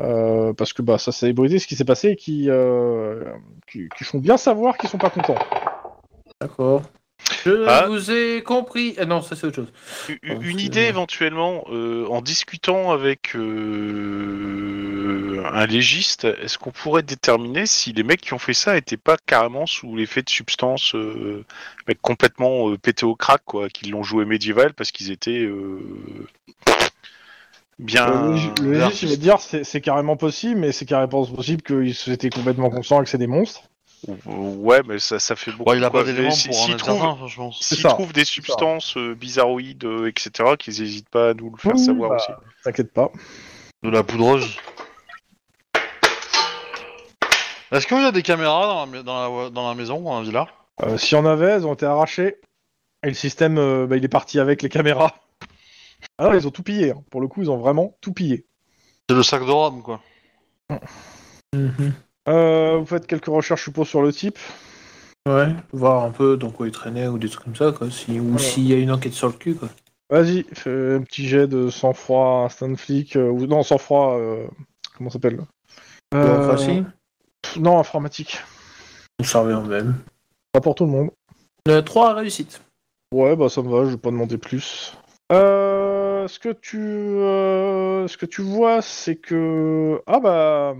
B: euh, parce que bah ça s'est ébruité ce qui s'est passé et qui, euh, qui qui font bien savoir qu'ils sont pas contents.
A: D'accord.
C: Je
E: Ah.
C: vous ai compris. Ah non, ça c'est autre chose.
E: U-
B: Ah,
A: Donc,
E: Une
A: euh,
E: idée éventuellement, euh, en discutant avec euh, un légiste, est-ce qu'on pourrait déterminer si les mecs qui ont fait ça n'étaient pas carrément sous l'effet de substances euh, mecs complètement euh, pétés au crack, quoi, qu'ils l'ont joué médiéval parce qu'ils étaient euh, bien.
A: Ah,
B: Le lég- le légiste il va
E: artistes.
B: dire c'est c'est carrément possible, mais c'est carrément possible qu'ils étaient complètement conscients que c'est des monstres.
E: Ouais, mais ça, ça fait beaucoup.
D: Bon, il a
E: quoi.
D: pas d'éléments
E: Si-
D: pour en
E: s'ils
D: être
E: trouvent-
D: certain, franchement.
B: C'est
E: S'ils
B: ça,
E: trouvent des
B: ça.
E: substances euh, bizarroïdes, euh, etc., qu'ils n'hésitent pas à nous le faire
B: Oui,
E: savoir
B: bah,
E: aussi.
B: T'inquiète pas.
D: De la poudreuse. Est-ce que vous avez des caméras dans la, dans la, dans la maison, dans la villa
B: Euh, S'il y en avait, elles ont été arrachées. Et le système, euh, bah, il est parti avec les caméras. Alors, ils ont tout pillé. hein. Pour le coup, ils ont vraiment tout pillé.
D: C'est le sac de rame, quoi.
A: Mhm.
B: Euh, vous faites quelques recherches, je suppose, sur le type.
A: Ouais, voir un peu dans quoi il traînait ou des trucs comme ça, quoi. Si... Ou
B: Ouais.
A: s'il y a une enquête sur le cul, quoi.
B: Vas-y, fais un petit jet de sang-froid, instant flic. euh, ou non, sang-froid. euh, comment ça s'appelle
C: Euh,
B: Euh,
A: Ou enfin, si,
B: pff, Non, informatique.
A: Ou surveillant même.
B: Pas pour tout le monde.
A: On
C: Euh,
A: a trois réussites.
B: Ouais, bah ça me va, je vais pas demander plus. Euh, ce que tu, euh, ce que tu vois, c'est que ah bah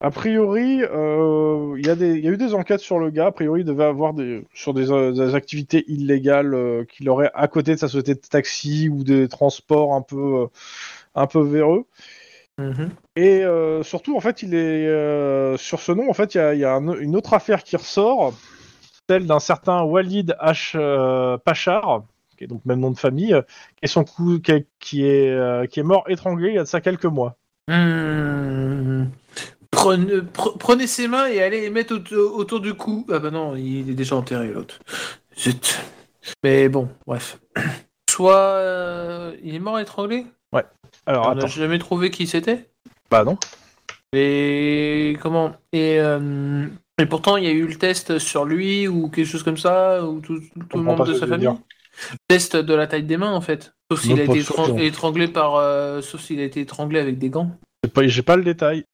B: a priori, euh, il y a des, il y a eu des enquêtes sur le gars. A priori, il devait avoir des sur des, euh, des activités illégales euh, qu'il aurait à côté de sa société de taxi ou des transports un peu, euh, un peu véreux.
A: Mhm.
B: Et euh, surtout, en fait, il est euh, sur ce nom. En fait, il y a, il y a un- une autre affaire qui ressort, celle d'un certain Walid H. euh, Pachar, qui est donc même nom de famille, euh, et son cou qui est qui est, euh, qui est mort étranglé il y a de ça quelques mois.
A: Mhm.
C: Hmm. Prenez, pre- prenez ses mains et allez les mettre autour, autour du cou. Ah bah non, il est déjà enterré l'autre. Zut. Mais bon, bref. Soit euh, il est mort étranglé.
B: Alors
C: On n'a
B: attends,
C: jamais trouvé qui c'était.
B: Ah, bah non.
C: Et comment Et, euh, et pourtant, il y a eu le test sur lui ou quelque chose comme ça, ou tout, tout
B: comprends
C: le
B: pas
C: membre de
B: ce
C: sa
B: que tu veux
C: famille. Test de la taille des mains en fait. Sauf s'il
B: Même
C: a
B: pas
C: été
B: sûr,
C: étran-
B: non.
C: étranglé par, euh, sauf s'il a été étranglé avec des gants.
B: J'ai pas, j'ai pas le détail.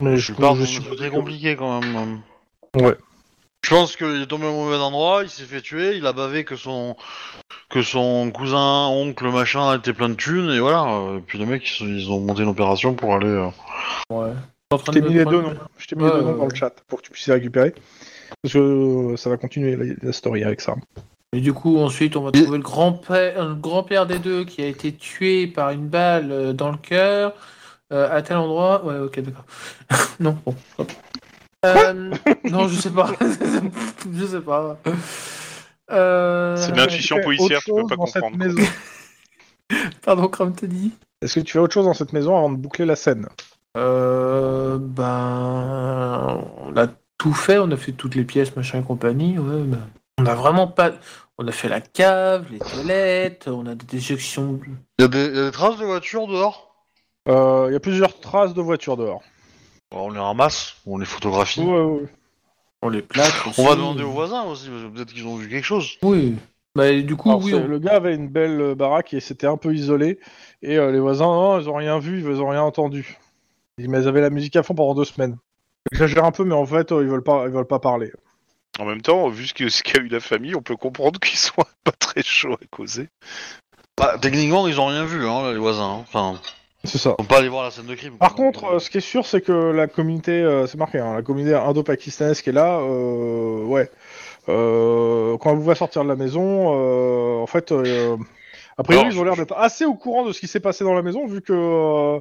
B: Mais je,
D: Pardon,
B: je
D: c'est
B: suppose
D: très
B: que-
D: compliqué quand même. euh.
B: Ouais.
D: Je pense qu'il est tombé au mauvais endroit, il s'est fait tuer, il a bavé que son que son cousin, oncle, machin était plein de thunes, et voilà. euh, Et puis les mecs, ils, sont- ils ont monté une opération pour aller... euh,
A: Ouais.
B: Je t'ai mis les deux noms. Je t'ai mis les
A: Ouais,
B: deux noms
A: ouais,
B: dans le
A: ouais.
B: chat pour que tu puisses les récupérer. Parce que euh, ça va continuer la, la story avec ça.
C: Et du coup, ensuite, on va trouver le grand-père le grand-père des deux qui a été tué par une balle euh, dans le cœur euh, à tel endroit. Ouais, ok, d'accord. non, bon. hop. Euh, non, je sais pas. je sais pas. Euh,
E: C'est l'intuition
B: Est-ce que tu fais
E: policière,
B: autre
E: tu peux
B: chose
E: pas
B: dans cette
E: comprendre.
B: maison
C: Pardon, comme t'as dit.
B: Est-ce que tu fais autre chose dans cette maison avant de boucler la scène
C: Euh, ben, on a tout fait, on a fait toutes les pièces, machin et compagnie. ouais, ben, on a vraiment pas. On a fait la cave, les toilettes, on a des déjections.
D: Il y, a des- il y a des traces de voiture dehors
B: Il Euh, y a plusieurs traces de voitures dehors.
D: Bon, On les ramasse, on les photographie.
C: On les plâtre.
D: On va
C: aussi.
D: demander aux voisins aussi, parce que peut-être qu'ils ont vu quelque chose.
C: Oui. Bah, et du coup,
B: Alors,
C: oui.
B: c'est-
C: on-
B: Le gars avait une belle euh, baraque et c'était un peu isolé. Et euh, les voisins, non, ils ont rien vu, ils ont rien entendu. Ils- Mais ils avaient la musique à fond pendant deux semaines. J'exagère un peu, mais en fait, euh, ils veulent pas, ils veulent pas parler.
E: En même temps, vu ce que- ce qu'a eu la famille, on peut comprendre qu'ils soient pas très chauds à causer.
D: Bah, techniquement, ils ont rien vu, hein, là, les voisins. hein. Enfin,
B: C'est ça.
D: ils vont pas aller voir la scène de crime.
B: Par
D: quoi.
B: contre, euh, ce qui est sûr, c'est que la communauté, euh, c'est marqué, hein, la communauté indo-pakistanaise qui est là, euh, ouais. Euh, quand elle vous voit sortir de la maison, euh, en fait, euh, a priori,
D: Non,
B: ils ont l'air
D: je-
B: d'être assez au courant de ce qui s'est passé dans la maison, vu que euh,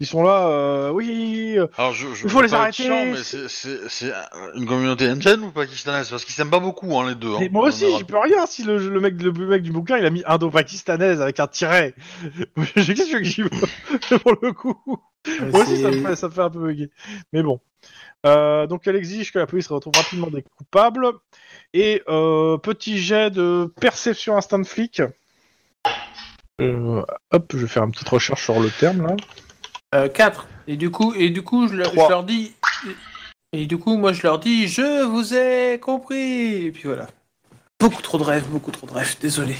B: ils sont là, euh, oui, euh,
D: Alors, je, je
B: Il faut
D: veux
B: les
D: pas être
B: arrêter,
D: chiant, mais c'est- c'est c'est une communauté indienne ou pakistanaise Parce qu'ils s'aiment pas beaucoup, hein, les deux. hein.
B: mais moi aussi,
D: On verra.
B: j'y peux rien si le, le mec, le mec du bouquin, il a mis indo-pakistanaise avec un tiret. J'ai qu'est-ce que j'y veux, pour le coup. Moi aussi, ça me, fait, ça me fait un peu bugger. Mais bon. Euh, donc, elle exige que la police retrouve rapidement des coupables. Et euh, petit jet de perception instinct de flic. Euh, hop, je vais faire une petite recherche sur le terme là.
C: Euh, 4. Et du coup, et du coup je, le-
D: Trois.
C: je leur dis. Et du coup, moi, je leur dis, je vous ai compris. Et puis voilà. Beaucoup trop de rêves, beaucoup trop de rêves. Désolé.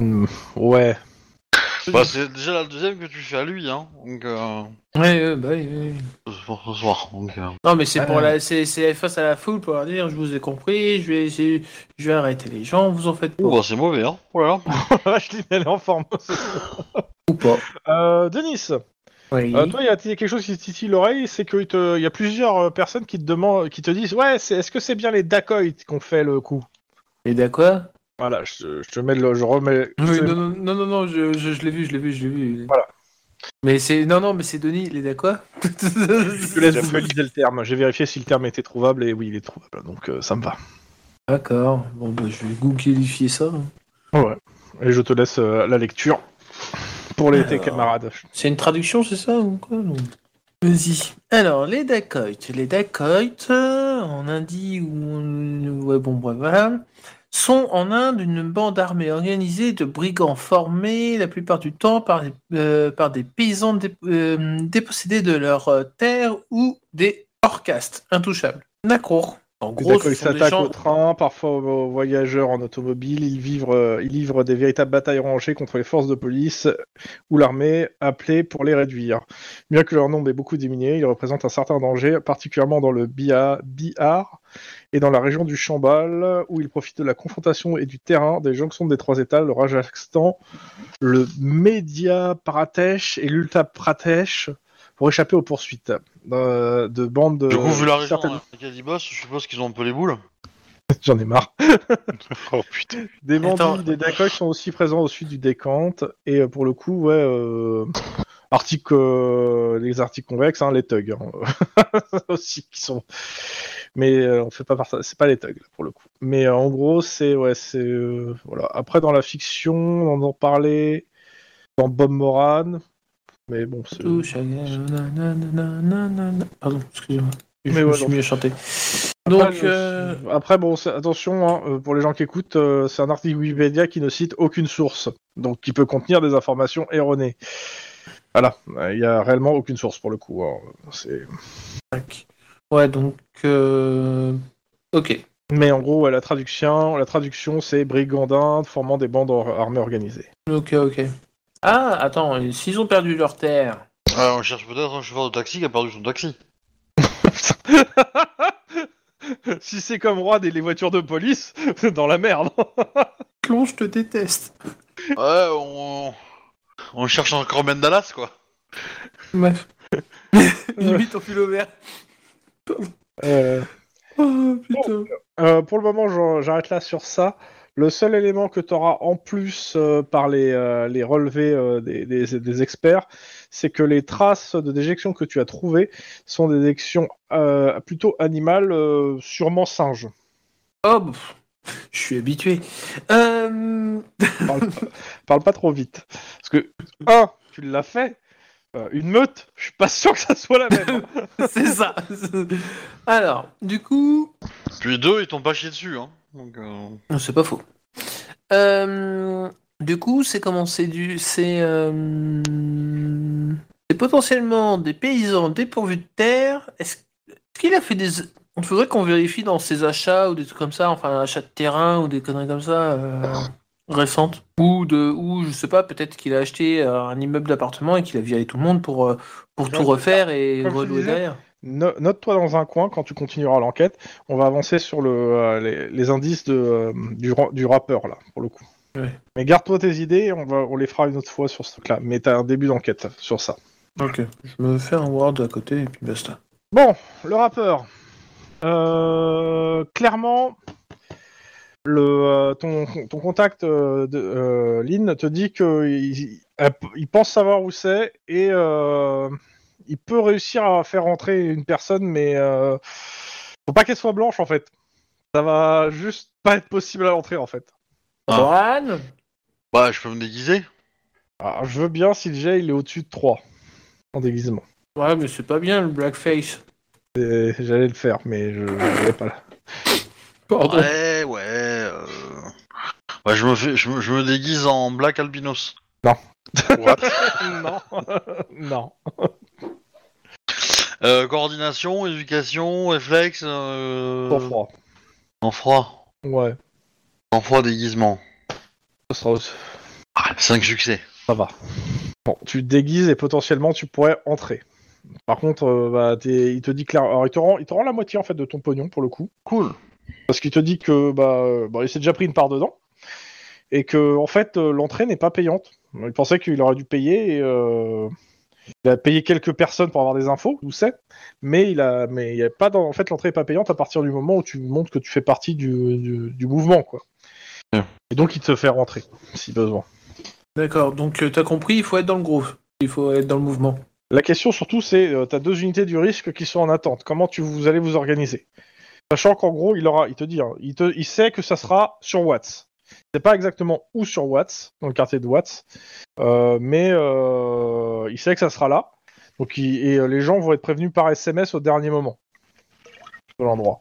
B: Ouais.
D: Bah, c'est déjà la deuxième que tu fais à lui, hein. Donc, euh,
A: Ouais, ouais, bah, oui, oui, oui.
D: pour ce soir. Donc, euh,
C: Non, mais c'est pour
A: Euh.
C: la, c'est, c'est face à la foule pour leur dire, je vous ai compris, je vais, je, je vais arrêter les gens, vous en faites pas.
D: ouh, bah, c'est mauvais, hein. Voilà.
B: Vacheline, elle est en forme.
A: Ou pas.
B: Euh, Denis,
A: Oui.
B: euh, toi, il y a t- quelque chose qui te titille l'oreille, c'est qu'il te- il y a plusieurs euh, personnes qui te demandent, qui te disent, ouais, c'est- est-ce que c'est bien les dacoits qu'on fait le coup
A: Et d'accord
B: Voilà, je, te- je te mets, le, je remets.
A: Oui,
B: c'est-
A: non, non, non, non, non, je, je, je l'ai vu, je l'ai vu, je l'ai vu.
B: Voilà.
A: Mais c'est. Non, non, mais c'est Denis, les d'accord
B: Je te laisse valider le terme. J'ai vérifié si le terme était trouvable et oui, il est trouvable, donc euh, ça me va.
A: D'accord. Bon, bah, je vais googlifier ça.
B: Ouais. Et je te laisse euh, la lecture pour les tes
C: Alors.
B: camarades.
C: C'est une traduction, c'est ça ou quoi ou- Vas-y. Alors, les dacoits. Les dacoits, euh, en Indie ou en- ouais, bon, bref, voilà, sont en Inde une bande armée organisée de brigands formés la plupart du temps par, des- euh, par des paysans dé- euh, dépossédés de leurs euh, terres ou des hors-castes, intouchables. D'accord. En
B: Les
C: gros,
B: Dacoits
C: ce sont des
B: s'attaquent
C: gens...
B: au train, parfois aux voyageurs en automobile. Ils, vivent, euh, ils livrent des véritables batailles rangées contre les forces de police ou l'armée appelée pour les réduire. Bien que leur nombre ait beaucoup diminué, ils représentent un certain danger, particulièrement dans le Bia- Bihar et dans la région du Chambal, où ils profitent de la confrontation et du terrain des jonctions des trois États, le Rajasthan, le Média Pradesh et l'Ulta Pradesh, pour échapper aux poursuites euh, de bandes de...
D: Du coup, vu la région hein,
B: certaines-
D: dans laquelle ils bossent, je suppose qu'ils ont un peu les boules.
B: J'en ai marre.
E: Oh putain.
B: Des bandits,
C: Attends.
B: des dacoits sont aussi présents au sud du décompte. Et euh, pour le coup, ouais, euh, article, euh, les articles convexes, hein, les thugs hein, aussi qui sont. Mais euh, on fait pas partie, c'est pas les thugs là, pour le coup. Mais euh, en gros, c'est ouais, c'est euh, voilà. Après, dans la fiction, on en parlait dans Bob Moran. Mais bon, c'est-
C: Tout chacun- nananananana. Pardon, excusez-moi. Je
B: Mais
C: me
B: ouais,
C: suis
B: donc-
C: mis à chanter.
B: Après,
C: Donc,
B: je-
C: euh,
B: après, bon, c'est- attention, hein, euh, pour les gens qui écoutent, euh, c'est un article Wikipédia qui ne cite aucune source, donc qui peut contenir des informations erronées. Voilà, Euh, il y a réellement aucune source pour le coup. hein. C'est-
C: Tac. Ouais, donc. euh, Ok.
B: Mais en gros, ouais, la traduction, la traduction, c'est brigandins formant des bandes or- armées organisées.
C: Ok, ok. Ah, attends, et s'ils ont perdu leur terre.
D: Euh, on cherche peut-être un chauffeur de taxi qui a perdu son taxi.
B: si c'est comme roi des les voitures de police, dans la merde.
C: Clon, je te déteste.
D: Ouais, on... on cherche un Corben Dallas, quoi.
C: Bref. Limite en fil vert. Oh putain.
B: Euh, pour le moment, j'en- j'arrête là sur ça. Le seul élément que tu auras en plus euh, par les, euh, les relevés euh, des, des- des experts, c'est que les traces de déjection que tu as trouvées sont des déjections euh, plutôt animales, euh, sûrement singes.
C: Oh, pff, je suis habitué. Euh...
B: Parle, pas- parle pas trop vite. Parce que, un, tu l'as fait. euh, une meute, je suis pas sûr que ça soit la même.
C: C'est ça. Alors, du coup.
D: Puis deux, ils t'ont pas chié dessus, hein. Donc, euh,
C: Non, c'est pas faux. Euh, du coup, c'est comment c'est du, c'est, euh, c'est potentiellement des paysans dépourvus de terre. Est-ce est-ce qu'il a fait des, on faudrait qu'on vérifie dans ses achats ou des trucs comme ça, enfin achats de terrain ou des conneries comme ça euh, récentes. Ou de, ou je sais pas, peut-être qu'il a acheté euh, un immeuble d'appartement et qu'il a viré tout le monde pour euh, pour tout
B: Comme-
C: refaire et
B: comme je
C: relouer
B: disais.
C: derrière.
B: No- Note-toi dans un coin quand tu continueras l'enquête. On va avancer sur le, euh, les, les indices de, euh, du, ra- du rappeur, là, pour le coup.
C: Ouais.
B: Mais garde-toi tes idées, et on, va, on les fera une autre fois sur ce truc-là. Mais t'as un début d'enquête sur ça.
C: Ok, je me fais un word à côté et puis basta.
B: Bon, le rappeur. Euh, clairement, le, euh, ton, ton contact, euh, de, euh, Lynn, te dit qu'il il pense savoir où c'est et euh, il peut réussir à faire entrer une personne, mais euh, faut pas qu'elle soit blanche en fait. Ça va juste pas être possible à l'entrée en fait.
C: Juan
D: Bah, je peux me déguiser.
B: Alors, je veux bien si le jet il est au-dessus de 3 en déguisement.
C: Ouais, mais c'est pas bien le blackface.
B: Et J'allais le faire, mais je n'allais pas là.
C: Pardon.
D: Ouais, ouais. euh. Bah, je me, fais... je, me... je me déguise en Black Albinos.
E: What
B: non, non.
D: Euh, coordination, éducation, réflexe. Euh...
B: Sans froid.
D: En froid.
B: Ouais,
D: En froid déguisement.
B: ça sera aussi-
D: 5 succès.
B: Ça va. Bon, tu te déguises et potentiellement tu pourrais entrer. Par contre, euh, bah, t'es- il te dit clairement, alors il te, rend, il te rend la moitié en fait de ton pognon pour le coup,
D: Cool.
B: parce qu'il te dit que bah, euh, bon, il s'est déjà pris une part dedans et que en fait euh, l'entrée n'est pas payante. Il pensait qu'il aurait dû payer. Et, euh, il a payé quelques personnes pour avoir des infos, où c'est, mais il a, mais il y a pas dans, en fait l'entrée est pas payante à partir du moment où tu montres que tu fais partie du, du- du mouvement quoi.
D: Ouais.
B: Et donc il te fait rentrer si besoin.
A: D'accord, donc euh, t'as compris, il faut être dans le groupe. Il faut être dans le mouvement.
B: La question surtout, c'est euh, t'as deux unités du risque qui sont en attente. Comment tu vous allez vous organiser Sachant qu'en gros, il aura, il te dit, hein, il, te, il sait que ça sera sur Watts. C'est pas exactement où sur Watts, dans le quartier de Watts, euh, mais euh, il sait que ça sera là. Donc il- et euh, les gens vont être prévenus par SMS au dernier moment de l'endroit.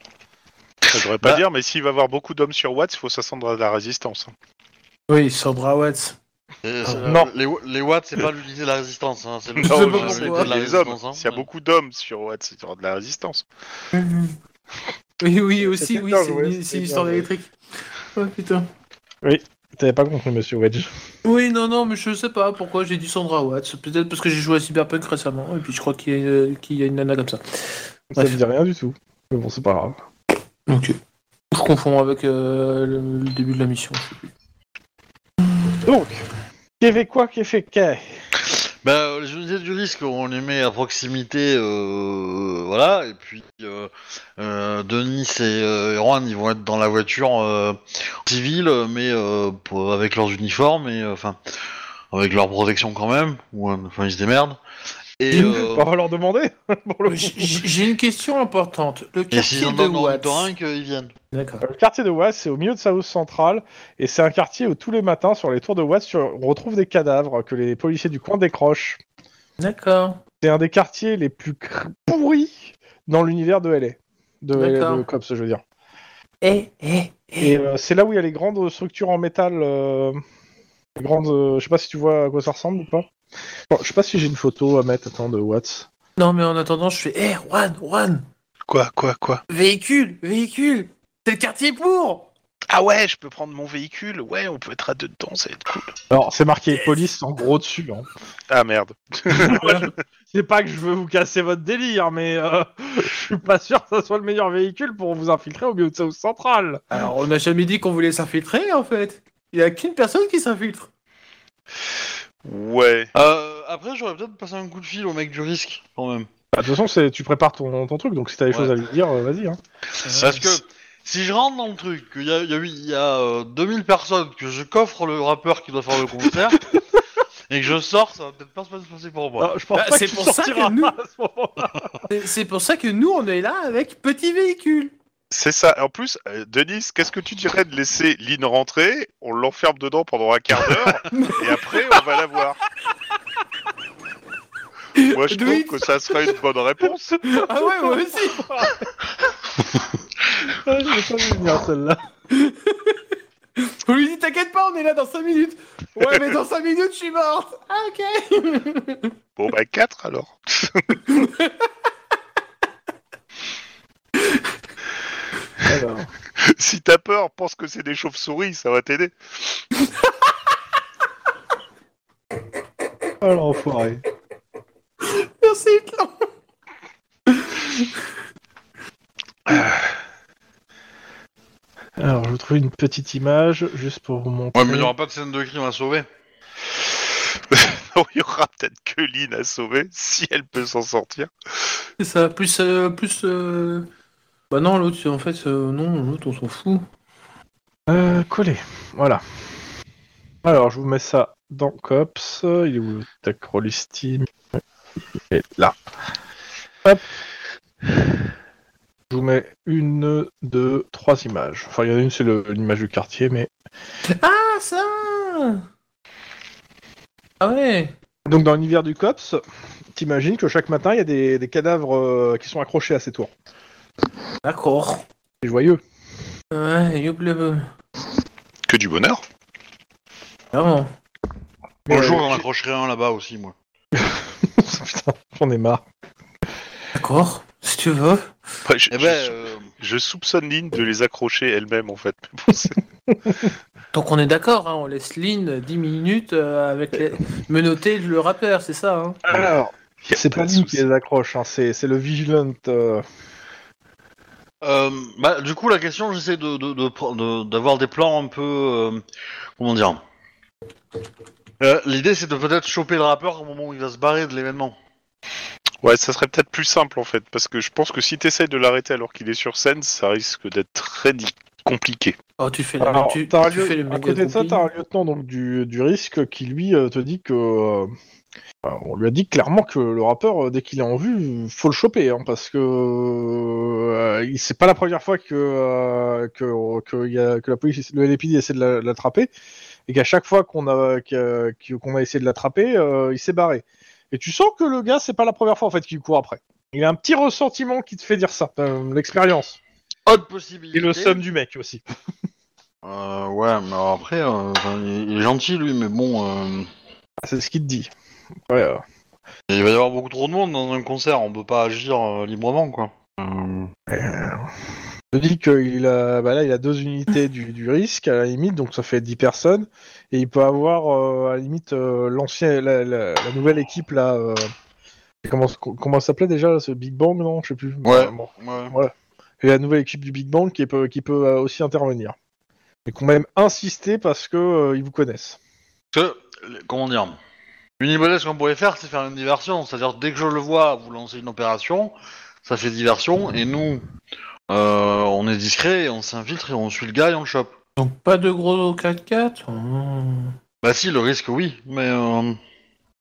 E: Je devrais pas
D: Bah.
E: dire, mais s'il va y avoir beaucoup d'hommes sur Watts, il faut s'attendre à de la résistance. hein.
A: Oui, Sandra Watts.
B: Ah, non.
D: Euh, Les, les watts, c'est pas l'unité de la résistance. Hein. C'est le-
A: Je sais
E: Non,
A: pas
E: je sais,
A: pourquoi.
E: mais les hommes.
D: hein.
E: S'il y a beaucoup d'hommes sur Watts, il y aura de la résistance.
C: Oui, oui, aussi,
A: C'était
C: oui,
A: bien
C: c'est
A: joué,
C: une, c'est
A: c'était
C: une
A: bien
C: histoire
A: joué.
C: électrique. Oh putain.
B: T'avais pas compris, monsieur Wedge.
C: Oui, non, non, mais je sais pas pourquoi j'ai dit Sandra Watts. Peut-être parce que j'ai joué à Cyberpunk récemment, et puis je crois qu'il y, a une- qu'il y a une nana comme ça.
B: Ça
C: Bref.
B: me dit rien du tout. Mais bon, c'est pas grave.
C: Ok. euh, Je confonds avec euh, le, le début de la mission. je sais plus.
B: Donc, Québécois, Québécois.
D: Bah, euh, les unités du risque, on les met à proximité, euh, voilà, et puis euh, euh, Denis et euh, Erwan, ils vont être dans la voiture euh, civile, mais euh, pour- avec leurs uniformes, et euh, enfin, avec leur protection quand même, ou euh, enfin, ils se démerdent. Et, euh,
B: On va leur demander. pour le coup.
C: J- j- J'ai une question importante. Le
D: et s'ils
C: quartier
D: en
C: de
D: donnent dans le
C: Watts.
D: terrain, qu'ils viennent.
C: D'accord.
B: Le quartier de Watts, c'est au milieu de South Central, et c'est un quartier où tous les matins, sur les tours de Watts, sur- on retrouve des cadavres que les policiers du coin décrochent.
C: D'accord.
B: C'est un des quartiers les plus cr- pourris dans l'univers de LA. De,
C: D'accord.
B: de Cops, je veux dire.
C: Eh, eh, eh.
B: Et euh, c'est là où il y a les grandes structures en métal. euh, les grandes, euh, je sais pas si tu vois à quoi ça ressemble ou pas. Bon, je sais pas si j'ai une photo à mettre, attends, de Watts.
C: Non, mais en attendant, je fais Eh, Juan, Juan
E: Quoi, quoi, quoi
C: Véhicule, véhicule C'est le quartier pour
E: Ah ouais, je peux prendre mon véhicule. Ouais, on peut être à deux dedans, ça va être cool.
B: Alors, c'est marqué police en gros dessus. hein.
E: Ah merde.
B: C'est pas que je veux vous casser votre délire, mais euh, je suis pas sûr que ça soit le meilleur véhicule pour vous infiltrer au milieu de South Central.
C: Alors, on n'a jamais dit qu'on voulait s'infiltrer, en fait. Il n'y a qu'une personne qui s'infiltre.
E: Ouais.
D: Euh, après, j'aurais peut-être passé un coup de fil au mec du risque, quand même.
B: Bah, de toute façon, c'est- tu prépares ton, ton truc, donc si t'as des
D: Ouais.
B: choses à lui dire, euh, vas-y. Hein.
D: Parce que si je rentre dans le truc, qu'il y a, il y a, eu- il y a, euh, 2000 personnes, que je coffre le rappeur qui doit faire le concert, et que je sors, ça va peut-être pas se passer pour moi.
B: Non, je pense
C: Bah,
B: pas
C: c'est
B: que tu
C: pour ça
B: sortiras
C: que nous-
B: à ce moment-là.
C: C'est- C'est pour ça que nous, on est là avec petit véhicule.
E: C'est ça. En plus, euh, Denis, qu'est-ce que tu dirais de laisser Lynn rentrer On l'enferme dedans pendant un quart d'heure et après on va la voir. Moi, je
C: Oui.
E: trouve que ça serait une bonne réponse.
C: Ah ouais, moi aussi
B: Ouais, je vais pas venir celle-là.
C: On lui dit T'inquiète pas, on est là dans 5 minutes Ouais, mais dans 5 minutes, je suis morte Ah, ok
E: Bon, bah, 4 alors.
B: Alors,
E: Si t'as peur, pense que c'est des chauves-souris, ça va t'aider.
B: alors enfoiré.
C: Merci, Clan.
B: Alors, je vous trouve une petite image juste pour vous montrer.
D: Ouais, mais il n'y aura pas de scène de crime à sauver.
E: Non, Il y aura peut-être que Lynn à sauver si elle peut s'en sortir.
C: C'est ça, plus. euh, plus euh, Bah non, l'autre, c'est- en fait, euh, non, l'autre, on s'en fout.
B: Euh, collé. Voilà. Alors, je vous mets ça dans Cops. Il est où le tag roll Steam Et là. Hop. Je vous mets une, deux, trois images. Enfin, il y en a une, c'est le- l'image du quartier, mais.
C: Ah, ça Ah ouais
B: Donc, dans l'univers du Cops, t'imagines que chaque matin, il y a des, des cadavres euh, qui sont accrochés à ces tours.
C: D'accord.
B: C'est joyeux.
C: Ouais, youp le bum.
E: Que du bonheur.
C: Vraiment.
D: Un jour,
B: Ouais,
D: j'en accrocherai un là-bas aussi, moi.
B: Putain, j'en ai marre.
C: À D'accord, si tu veux.
E: Bah, je,
D: Eh
E: je
D: ben,
E: sou-
D: euh,
E: je soupçonne Lynn de les accrocher elle-même, en fait. Mais bon, c'est-
C: Donc on est d'accord, hein, on laisse Lynn 10 minutes euh, avec les... menotter le rappeur, c'est ça hein
E: Ah,
B: Alors,
E: y a
B: c'est pas
E: de
B: lui
E: souci.
B: qui les accroche, hein, c'est c'est le vigilant. euh,
D: euh, bah, du coup, la question, j'essaie de, de- de pr- de- d'avoir des plans un peu. euh, comment dire Euh, L'idée, c'est de peut-être choper le rappeur au moment où il va se barrer de l'événement.
E: Ouais, ça serait peut-être plus simple, en fait, parce que je pense que si t'essayes de l'arrêter alors qu'il est sur scène, ça risque d'être très di- compliqué.
C: Oh, tu fais le,
B: Alors,
C: tu,
B: t'as un
C: tu
B: lieu-
C: fais le
B: à
C: méga
B: côté de ça,
C: compi.
B: t'as un lieutenant donc du, du risque qui lui euh, te dit que euh, euh, on lui a dit clairement que le rappeur euh, dès qu'il est en vue, euh, faut le choper hein, parce que euh, il- c'est pas la première fois que euh, que, que il y a- que la police, le LPD essaie de la- de l'attraper et qu'à chaque fois qu'on a qu'a- qu'on a essayé de l'attraper, euh, il s'est barré. Et tu sens que le gars, c'est pas la première fois en fait qu'il court après. Il a un petit ressentiment qui te fait dire ça, euh, l'expérience
D: Autre possibilité.
B: et le somme du mec aussi.
D: Euh, ouais, mais alors après, euh, enfin, il il est gentil lui, mais bon, euh,
B: C'est ce qu'il te dit. Ouais, euh,
D: il va y avoir beaucoup trop de monde dans un concert, on peut pas agir euh, librement quoi. Euh,
B: Je dis qu'il a, bah là, il a deux unités du, du risque à la limite, donc ça fait 10 personnes. Et il peut avoir euh, à la limite euh, l'ancien, la, la- la nouvelle équipe là. euh, comment comment ça s'appelait déjà ce Big Bang non Je sais plus.
D: Ouais.
B: Bon.
D: ouais.
B: Et la nouvelle équipe du Big Bang qui peut qui peut euh, aussi intervenir. Et qu'on va même insister parce que euh, ils vous connaissent.
D: Parce que, les- comment dire Une hypothèse qu'on pourrait faire, c'est faire une diversion. C'est-à-dire, dès que je le vois, vous lancez une opération, ça fait diversion, et nous, euh, on est discret, et on s'infiltre, et on suit le gars, et on le chope.
C: Donc pas de gros 4x4 Hmm.
D: Bah si, le risque, oui, mais... euh,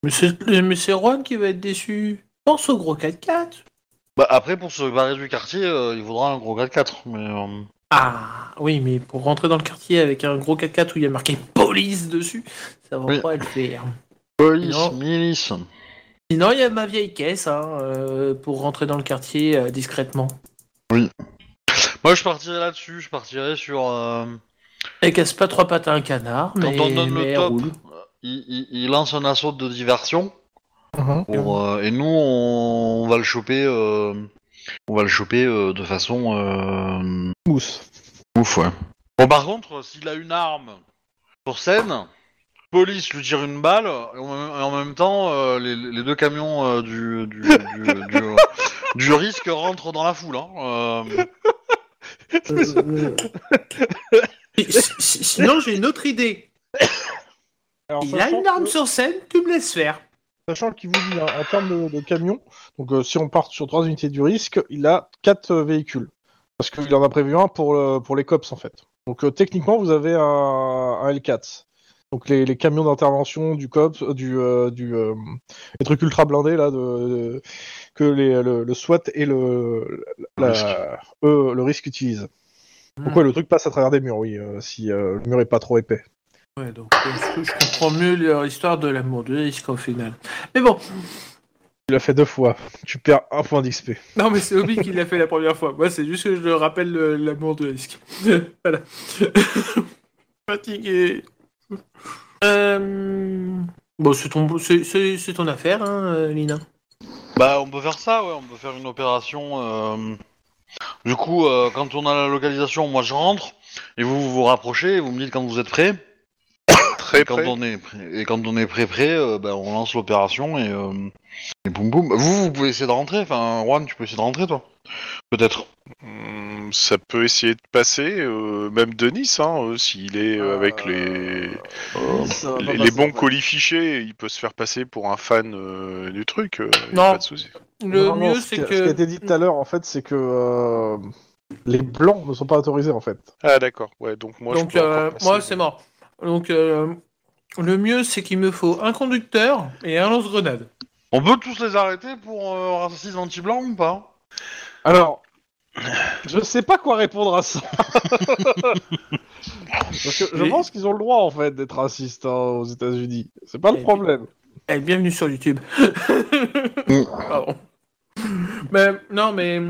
C: Mais c'est- Mais c'est Ron qui va être déçu. Pense au gros 4x4.
D: Bah après, pour se barrer du quartier, euh, il vaudra un gros 4 mais... euh,
C: Ah oui, mais pour rentrer dans le quartier avec un gros 4x4 où il y a marqué police dessus, ça va
D: Oui.
C: pas le faire.
D: Police,
C: Non.
D: milice...
C: Sinon, il y a ma vieille caisse hein, euh, pour rentrer dans le quartier euh, discrètement.
D: Moi, je partirais là-dessus, je partirais sur... euh,
C: Elle casse pas trois pattes à un canard,
D: Quand
C: mais,
D: on donne
C: mais
D: le
C: elle
D: top,
C: roule.
D: euh, il, il- il lance un assaut de diversion pour, euh, et nous on, on va le choper, euh, on va le choper euh, de façon euh,
B: Mousse.
D: ouf ouais. Bon par contre, s'il a une arme sur scène, police lui tire une balle et en, et en même temps euh, les, les deux camions euh, du du, du, du, euh, du risque rentrent dans la foule. Hein, euh.
C: Si- si- si- Sinon, j'ai une autre idée.
B: Alors,
C: Il a
B: sachant
C: une arme
B: que-
C: sur scène, tu me laisses faire.
B: Sachant qu'il vous dit hein, en termes de, de camions, donc euh, si on part sur trois unités du risque, il a quatre euh, véhicules. Parce qu'il en a prévu un pour, le- pour les cops en fait. Donc euh, techniquement vous avez un, un L4. Donc les, les camions d'intervention du cops, euh, du, euh, du euh, les trucs ultra blindés là de, de- que les, le, le SWAT et le la- eux, le risque Hmm. utilisent. Donc ouais, le truc passe à travers des murs, oui, euh, si euh, le mur est pas trop épais.
C: Ouais, donc euh, je, je comprends mieux leur histoire de l'amour de risque au final. Mais bon,
B: Tu l'as fait deux fois, tu perds un point d'XP.
C: non, mais c'est Obi qui l'a fait la première fois. Moi, c'est juste que je le rappelle le- l'amour de risque. voilà. Fatigué. Euh, Bon, c'est ton, c'est- c'est- c'est ton affaire, hein, euh, Lina.
D: Bah, on peut faire ça, ouais, on peut faire une opération. euh, Du coup, euh, quand on a la localisation, moi je rentre, et vous vous, vous rapprochez, et vous me dites quand vous êtes prêt.
E: Très
D: et, quand
E: près.
D: on est prêt- et quand on est prêt, prêt, euh, bah, on lance l'opération et, euh, et boum boum. Vous, vous pouvez essayer de rentrer, enfin, Juan, tu peux essayer de rentrer toi Peut-être.
E: Hmm, Ça peut essayer de passer, euh, même Denis, hein, euh, s'il est euh, avec les, les, les bons colis fichés, il peut se faire passer pour un fan euh, du truc. euh, y a
C: Non.
E: Pas de souci.
C: Le
B: Non, non,
C: mieux,
B: ce
C: c'est
B: qui- Ce qui a
C: que.
B: été dit tout à l'heure, en fait, c'est que euh, les blancs ne sont pas autorisés, en fait.
E: Ah d'accord. Ouais, donc moi
C: Donc,
E: je peux encore
C: euh,
E: passer.
C: moi, c'est mort. Donc, euh, le mieux, c'est qu'il me faut un conducteur et un lance-grenade.
D: On peut tous les arrêter pour euh, racisme anti-blanc ou pas
B: Alors, je sais pas quoi répondre à ça. Parce que je
C: Mais-
B: pense qu'ils ont le droit, en fait, d'être racistes hein, aux États-Unis. C'est pas le
C: Et-
B: problème.
C: Eh, bienvenue sur YouTube.
E: Mm.
C: Pardon. Mais, non, mais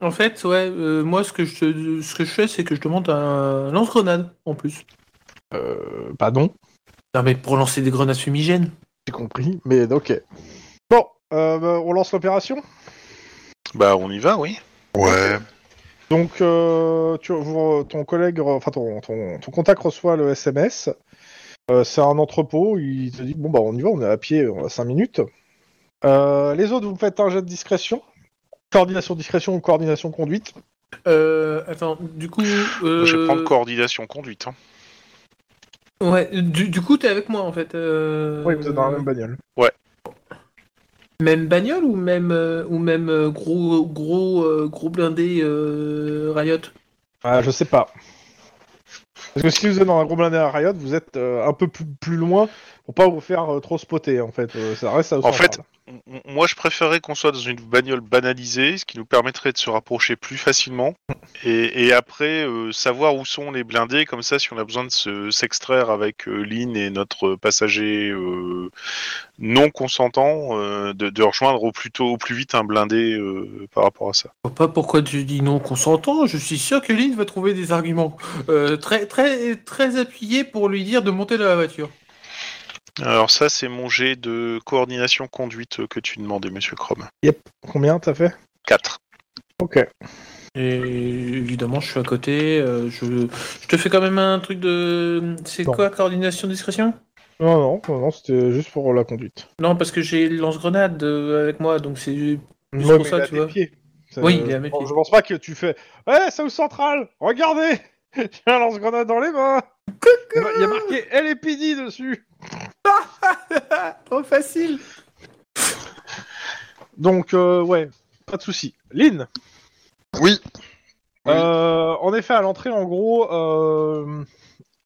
C: en fait, ouais, euh, moi, ce que, je, te- ce que je fais, c'est que je demande un lance-grenade en plus.
B: Euh, bah non,
C: Non, mais pour lancer des grenades fumigènes.
B: j'ai compris, mais ok. Bon, euh, bah, on lance l'opération
E: Bah, on y va, oui.
D: Ouais.
B: Donc, euh, tu- vous- ton collègue, re- enfin ton, ton- ton contact reçoit le SMS. Euh, c'est un entrepôt. Il te dit bon bah on y va, on est à pied, on a 5 minutes. Euh, les autres, vous me faites un jet de discrétion, coordination discrétion ou coordination conduite.
A: Euh, attends, du coup. euh,
E: Je vais prendre coordination conduite. hein.
A: Ouais, du, du coup, t'es avec moi en fait. euh,
B: Oui, vous êtes dans la même bagnole.
A: Même bagnole ou même, euh, ou même euh, gros, gros, euh, gros blindé euh, Riot
B: Ah, je sais pas. Parce que si vous êtes dans un gros blindé à Riot, vous êtes euh, un peu plus, plus loin pour pas vous faire euh, trop spotter en fait. Euh, ça reste à
E: En fait, M- m- Moi, je préférais qu'on soit dans une bagnole banalisée, ce qui nous permettrait de se rapprocher plus facilement. Et, et après, euh, savoir où sont les blindés, comme ça, si on a besoin de se- s'extraire avec euh, Lynn et notre passager euh, non consentant, euh, de, de rejoindre au plus, tôt, au plus vite un blindé euh, par rapport à ça.
C: Je vois pas pourquoi tu dis non consentant. Je suis sûr que Lynn va trouver des arguments euh, très, très, très appuyés pour lui dire de monter dans la voiture.
E: Alors ça, c'est mon jet de coordination conduite que tu demandais, Monsieur Chrome.
B: hein. combien t'as fait
E: 4.
B: Ok.
C: Et évidemment, je suis à côté. euh, je... je te fais quand même un truc de. C'est
B: Bon.
C: quoi, coordination, discrétion
B: Non non non, non, c'était juste pour la conduite.
C: Non, parce que j'ai le lance-grenade euh, avec moi, donc c'est. Juste
B: Ouais,
C: pour
B: mais
C: ça,
B: il a
C: tu
B: des
C: vois.
B: pieds. Ça-
C: Oui, il est à mes
B: je pense-
C: pieds.
B: Je pense pas que tu fais. Ouais, South Central, regardez J'ai un lance-grenade dans les mains Il y a marqué LPD dessus
C: Trop facile
B: Donc, euh, ouais, pas de souci. Lynn
D: Oui. Oui.
B: euh, En effet, à l'entrée, en gros, euh,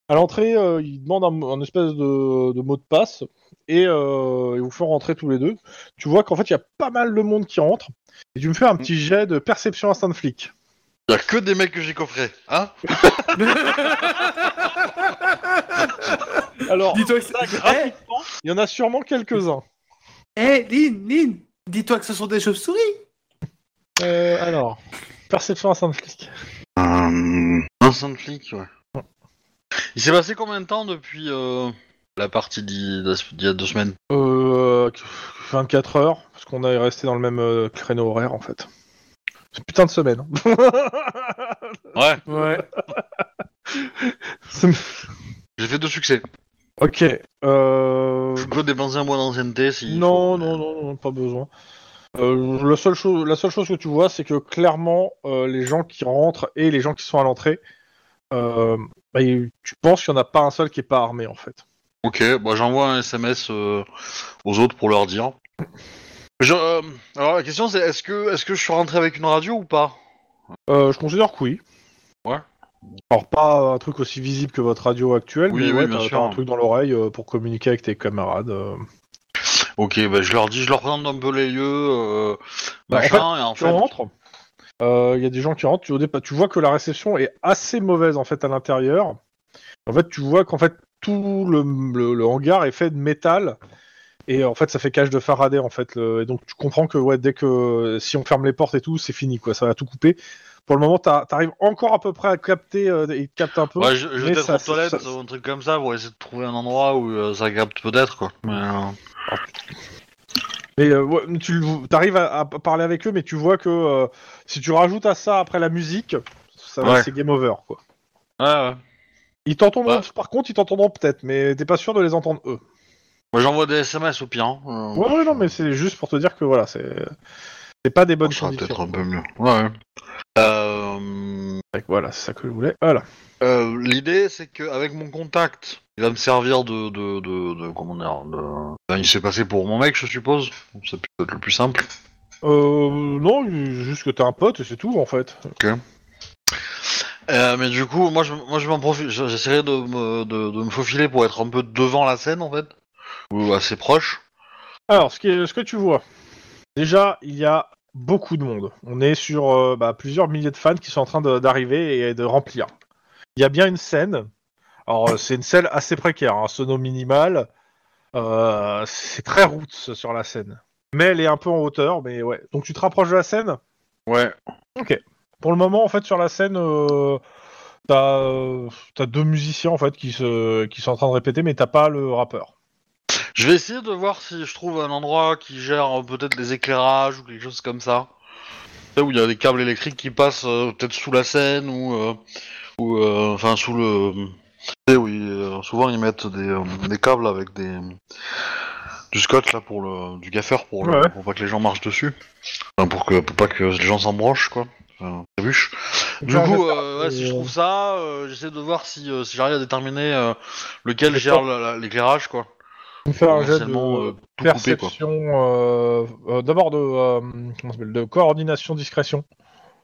B: à l'entrée, euh, il demande un, un espèce de, de mot de passe et euh, ils vous font rentrer tous les deux. Tu vois qu'en fait, il y a pas mal de monde qui rentre. Et tu me fais
D: Mm.
B: un petit jet de perception instant flic.
D: Y a que des mecs que j'ai coffrés, hein
B: Alors,
C: Dis-toi que c'est. Eh,
B: il y en a sûrement quelques-uns.
C: eh, Lynn, Lynn Dis-toi que ce sont des chauves-souris
B: Euh, alors, perception instant flic.
D: Un instant flic, ouais. Il s'est passé combien de temps depuis euh, la partie d'il d'il y a deux semaines
B: Euh, 24 heures, parce qu'on est resté dans le même euh, créneau horaire en fait. C'est putain de semaine. hein.
D: Ouais,
C: Ouais.
B: C'est-
D: j'ai fait deux succès.
B: ok. euh,
D: Je peux dépenser un mois d'ancienneté si.
B: Non, non, non, non, pas besoin. Euh, la, seule chose, la seule chose que tu vois, c'est que clairement, euh, les gens qui rentrent et les gens qui sont à l'entrée, euh, bah, il- tu penses qu'il n'y en a pas un seul qui est pas armé en fait.
D: Ok, bah j'envoie un SMS euh, aux autres pour leur dire. Je, euh, alors la question c'est est-ce que est-ce que je suis rentré avec une radio ou pas
B: Euh, je considère que oui.
D: Ouais.
B: Alors pas euh, un truc aussi visible que votre radio actuelle,
D: Oui,
B: mais
D: oui,
B: ouais,
D: bien
B: t'as-
D: sûr.
B: t'as un truc dans l'oreille euh, pour communiquer avec tes camarades. euh.
D: Ok, bah je leur dis, je leur présente un peu les lieux, euh,
B: Bah, en
D: machin, et en
B: Tu
D: fait,
B: rentres, Euh, il y a des gens qui rentrent, tu, au départ- tu vois que la réception est assez mauvaise en fait à l'intérieur. En fait, tu vois qu'en fait tout le, le- le hangar est fait de métal. Et en fait, ça fait cage de Faraday, en fait. le- et donc, tu comprends que ouais, dès que si on ferme les portes et tout, c'est fini, quoi. Ça va tout couper. Pour le moment, t'as- t'arrives encore à peu près à capter euh, et capte un peu.
D: ouais, je, je vais
B: mais
D: peut-être
B: ça-
D: aux toilettes
B: ça-
D: ou un truc comme ça pour essayer de trouver un endroit où euh, ça capte peut-être quoi. Mais, euh,
B: Mais euh, ouais, mais tu arrives à, à parler avec eux, mais tu vois que euh, si tu rajoutes à ça après la musique, ça va,
D: Ouais.
B: c'est game over. Quoi.
D: ouais, ouais.
B: Ils t'entendront,
D: Bah.
B: par contre, ils t'entendront peut-être, mais t'es pas sûr de les entendre eux.
D: Moi j'envoie des SMS au pire. hein, euh,
B: Ouais, ouais, non, mais c'est juste pour te dire que voilà, c'est c'est pas des bonnes
D: ça sera peut-être
B: conditions.
D: un peu mieux. Ouais. ouais. Euh,
B: Fait que Voilà, c'est ça que je voulais. Voilà.
D: Euh, L'idée, c'est qu'avec mon contact, il va me servir de. de, de, de- comment dire de- Ben, Il s'est passé pour mon mec, je suppose. Ça peut être le plus simple.
B: Euh, non, juste que t'es un pote et c'est tout en fait.
D: Euh, mais du coup, moi, je, moi, je m'en profite. je- J'essaierai de me, de, de me faufiler pour être un peu devant la scène, en fait. Ou assez proche.
B: Alors, ce, qui est- ce que tu vois, déjà, il y a beaucoup de monde. On est sur euh, bah, plusieurs milliers de fans qui sont en train de- d'arriver et de remplir. Il y a bien une scène. Alors, euh, c'est une scène assez précaire, un sono minimal. Euh, c'est très roots sur la scène. Mais elle est un peu en hauteur, mais ouais. Donc, tu te rapproches de la scène
D: Ouais.
B: pour le moment, en fait, sur la scène, euh, t'as euh, t'as deux musiciens en fait qui se qui sont en train de répéter, mais t'as pas le rappeur.
D: Je vais essayer de voir si je trouve un endroit qui gère euh, peut-être les éclairages ou quelque chose comme ça. Là où il y a des câbles électriques qui passent euh, peut-être sous la Seine ou. euh, ou euh, enfin, sous le. Tu sais, où ils, euh, souvent ils mettent des, euh, des câbles avec des. Du scotch là pour le. Du gaffeur pour, le-
B: Ouais.
D: pour pas que les gens marchent dessus. Enfin, pour, que, pour pas que les gens s'embrochent quoi. Enfin, la bûche. Du
B: Enfin,
D: coup,
B: j'espère-
D: euh, ouais, si
B: euh,
D: je trouve ça, euh, j'essaie de voir si, euh, si j'arrive à déterminer euh, lequel
B: Les
D: gère la- la- l'éclairage, quoi.
B: on fait un jet de
D: euh, Potentiellement, euh, tout coupé, quoi.
B: perception, euh, euh, d'abord de, euh, comment ça s'appelle, de coordination discrétion.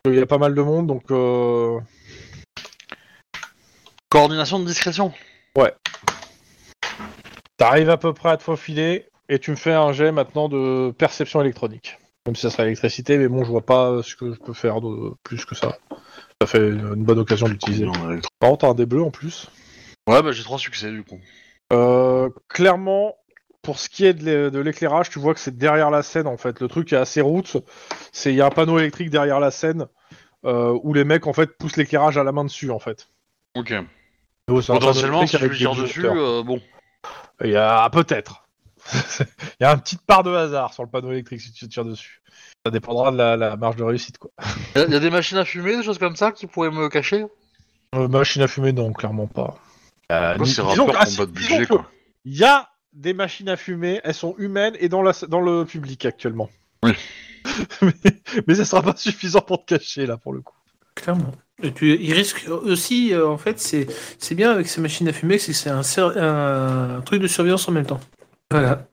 B: Il y a pas mal de monde, donc euh,
D: Coordination de discrétion.
B: t'arrives à peu près à te faufiler et tu me fais un jet maintenant de perception électronique. Même si ça serait l'électricité, mais bon, je vois pas euh, ce que je peux faire de plus que ça. Ça fait une une bonne occasion d'utiliser. Par contre, t'as un dé bleu en plus.
D: Ouais, bah j'ai trois succès du coup.
B: Euh, clairement, pour ce qui est de l'é- de l'éclairage, tu vois que c'est derrière la scène en fait. Le truc qui est assez route, c'est il y a un panneau électrique derrière la scène euh, où les mecs en fait poussent l'éclairage à la main dessus en fait.
D: Ok.
B: Donc, Oh, c'est un panneau
D: Potentiellement,
B: électrique
D: si je
B: avec
D: lui
B: des
D: tire dessus,
B: projecteurs.
D: euh, bon.
B: Il y a peut-être. Il y a une petite part de hasard sur le panneau électrique si tu tires dessus. Ça dépendra de la, la marge de réussite quoi.
D: Il y, a des machines à fumer, des choses comme ça qui pourraient me cacher
B: Euh, machine à fumer, non, clairement pas.
D: Moi,
B: dis-
D: Bah, C'est
B: disons
D: rappeur
B: que- ah,
D: qu'on
B: si,
D: pas de
B: disons
D: budget,
B: que-
D: quoi.
B: Il y a des machines à fumer, elles sont humaines et dans, la, dans le public actuellement.
D: Oui.
B: mais, mais ça sera pas suffisant pour te cacher là pour le coup.
C: Clairement. Et tu, il risque aussi, euh, en fait, c'est c'est bien avec ces machines à fumer, c'est que c'est un, ser- un truc de surveillance en même temps. Voilà.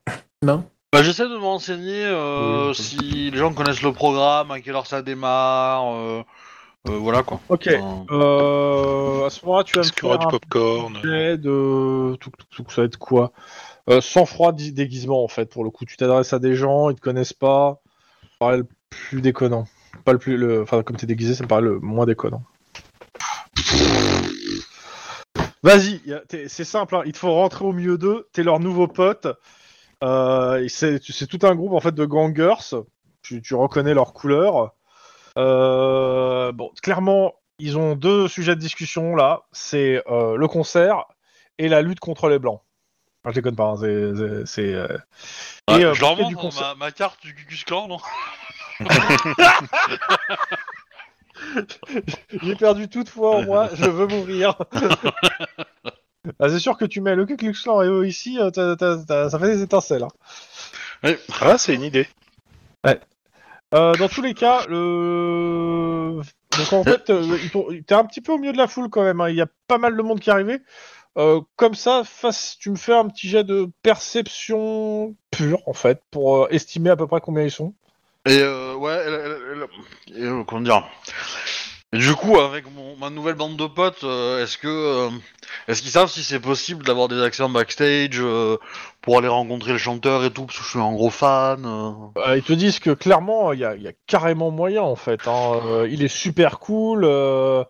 D: Bah, j'essaie de me renseigner euh,
B: Oui.
D: si les gens connaissent le programme, à quelle heure ça démarre, euh, euh, voilà quoi.
B: Ok.
D: Enfin,
B: Euh, à ce moment-là, tu vas me
E: Est-ce qu'il y aura
B: faire
E: du
B: un euh,
E: popcorn
B: jet de tout, ça va être quoi euh, Sans froid dé- déguisement en fait pour le coup. Tu t'adresses à des gens, ils te connaissent pas. Ça paraît le plus déconnant. Pas le plus, le... enfin comme t'es déguisé, ça me paraît le moins déconnant. Vas-y, y a- t'es- c'est simple, hein, il te faut rentrer au milieu d'eux, t'es leur nouveau pote. Euh, et c'est c'est tout un groupe en fait de gangers. Tu, tu reconnais leur couleur. Euh, bon, clairement, ils ont deux sujets de discussion là. C'est euh, le concert et la lutte contre les blancs. Ah, je déconne pas. hein, c'est- c'est- c'est. euh,
D: ouais,
B: et, euh,
D: bah, je leur
B: pour ce qui est
D: montre hein,
B: du concert-
D: ma, ma carte du Cucus Clan, non
B: J'ai perdu toute foi en moi, je veux mourir. Ah, c'est sûr que tu mets le Ku Klux Klan et eux ici, euh, t'as- t'as- t'as- ça fait des étincelles. hein.
E: Ah, c'est une idée.
B: Euh, dans tous les cas, le... Donc en fait, euh, ils t'ont- t'es un petit peu au milieu de la foule quand même. hein. Il y a pas mal de monde qui est arrivé. Euh, comme ça, face, tu me fais un petit jet de perception pure en fait pour euh, estimer à peu près combien ils sont.
D: Et euh, ouais, elle- elle- elle- et, euh, comment dire Et Du coup, avec mon, ma nouvelle bande de potes, euh, est-ce que euh, est-ce qu'ils savent si c'est possible d'avoir des accès en backstage euh, pour aller rencontrer le chanteur et tout Parce que je suis un gros fan. euh.
B: Euh, ils te disent que clairement, il y, a- il y a carrément moyen en fait. hein. Euh, il est super cool. euh,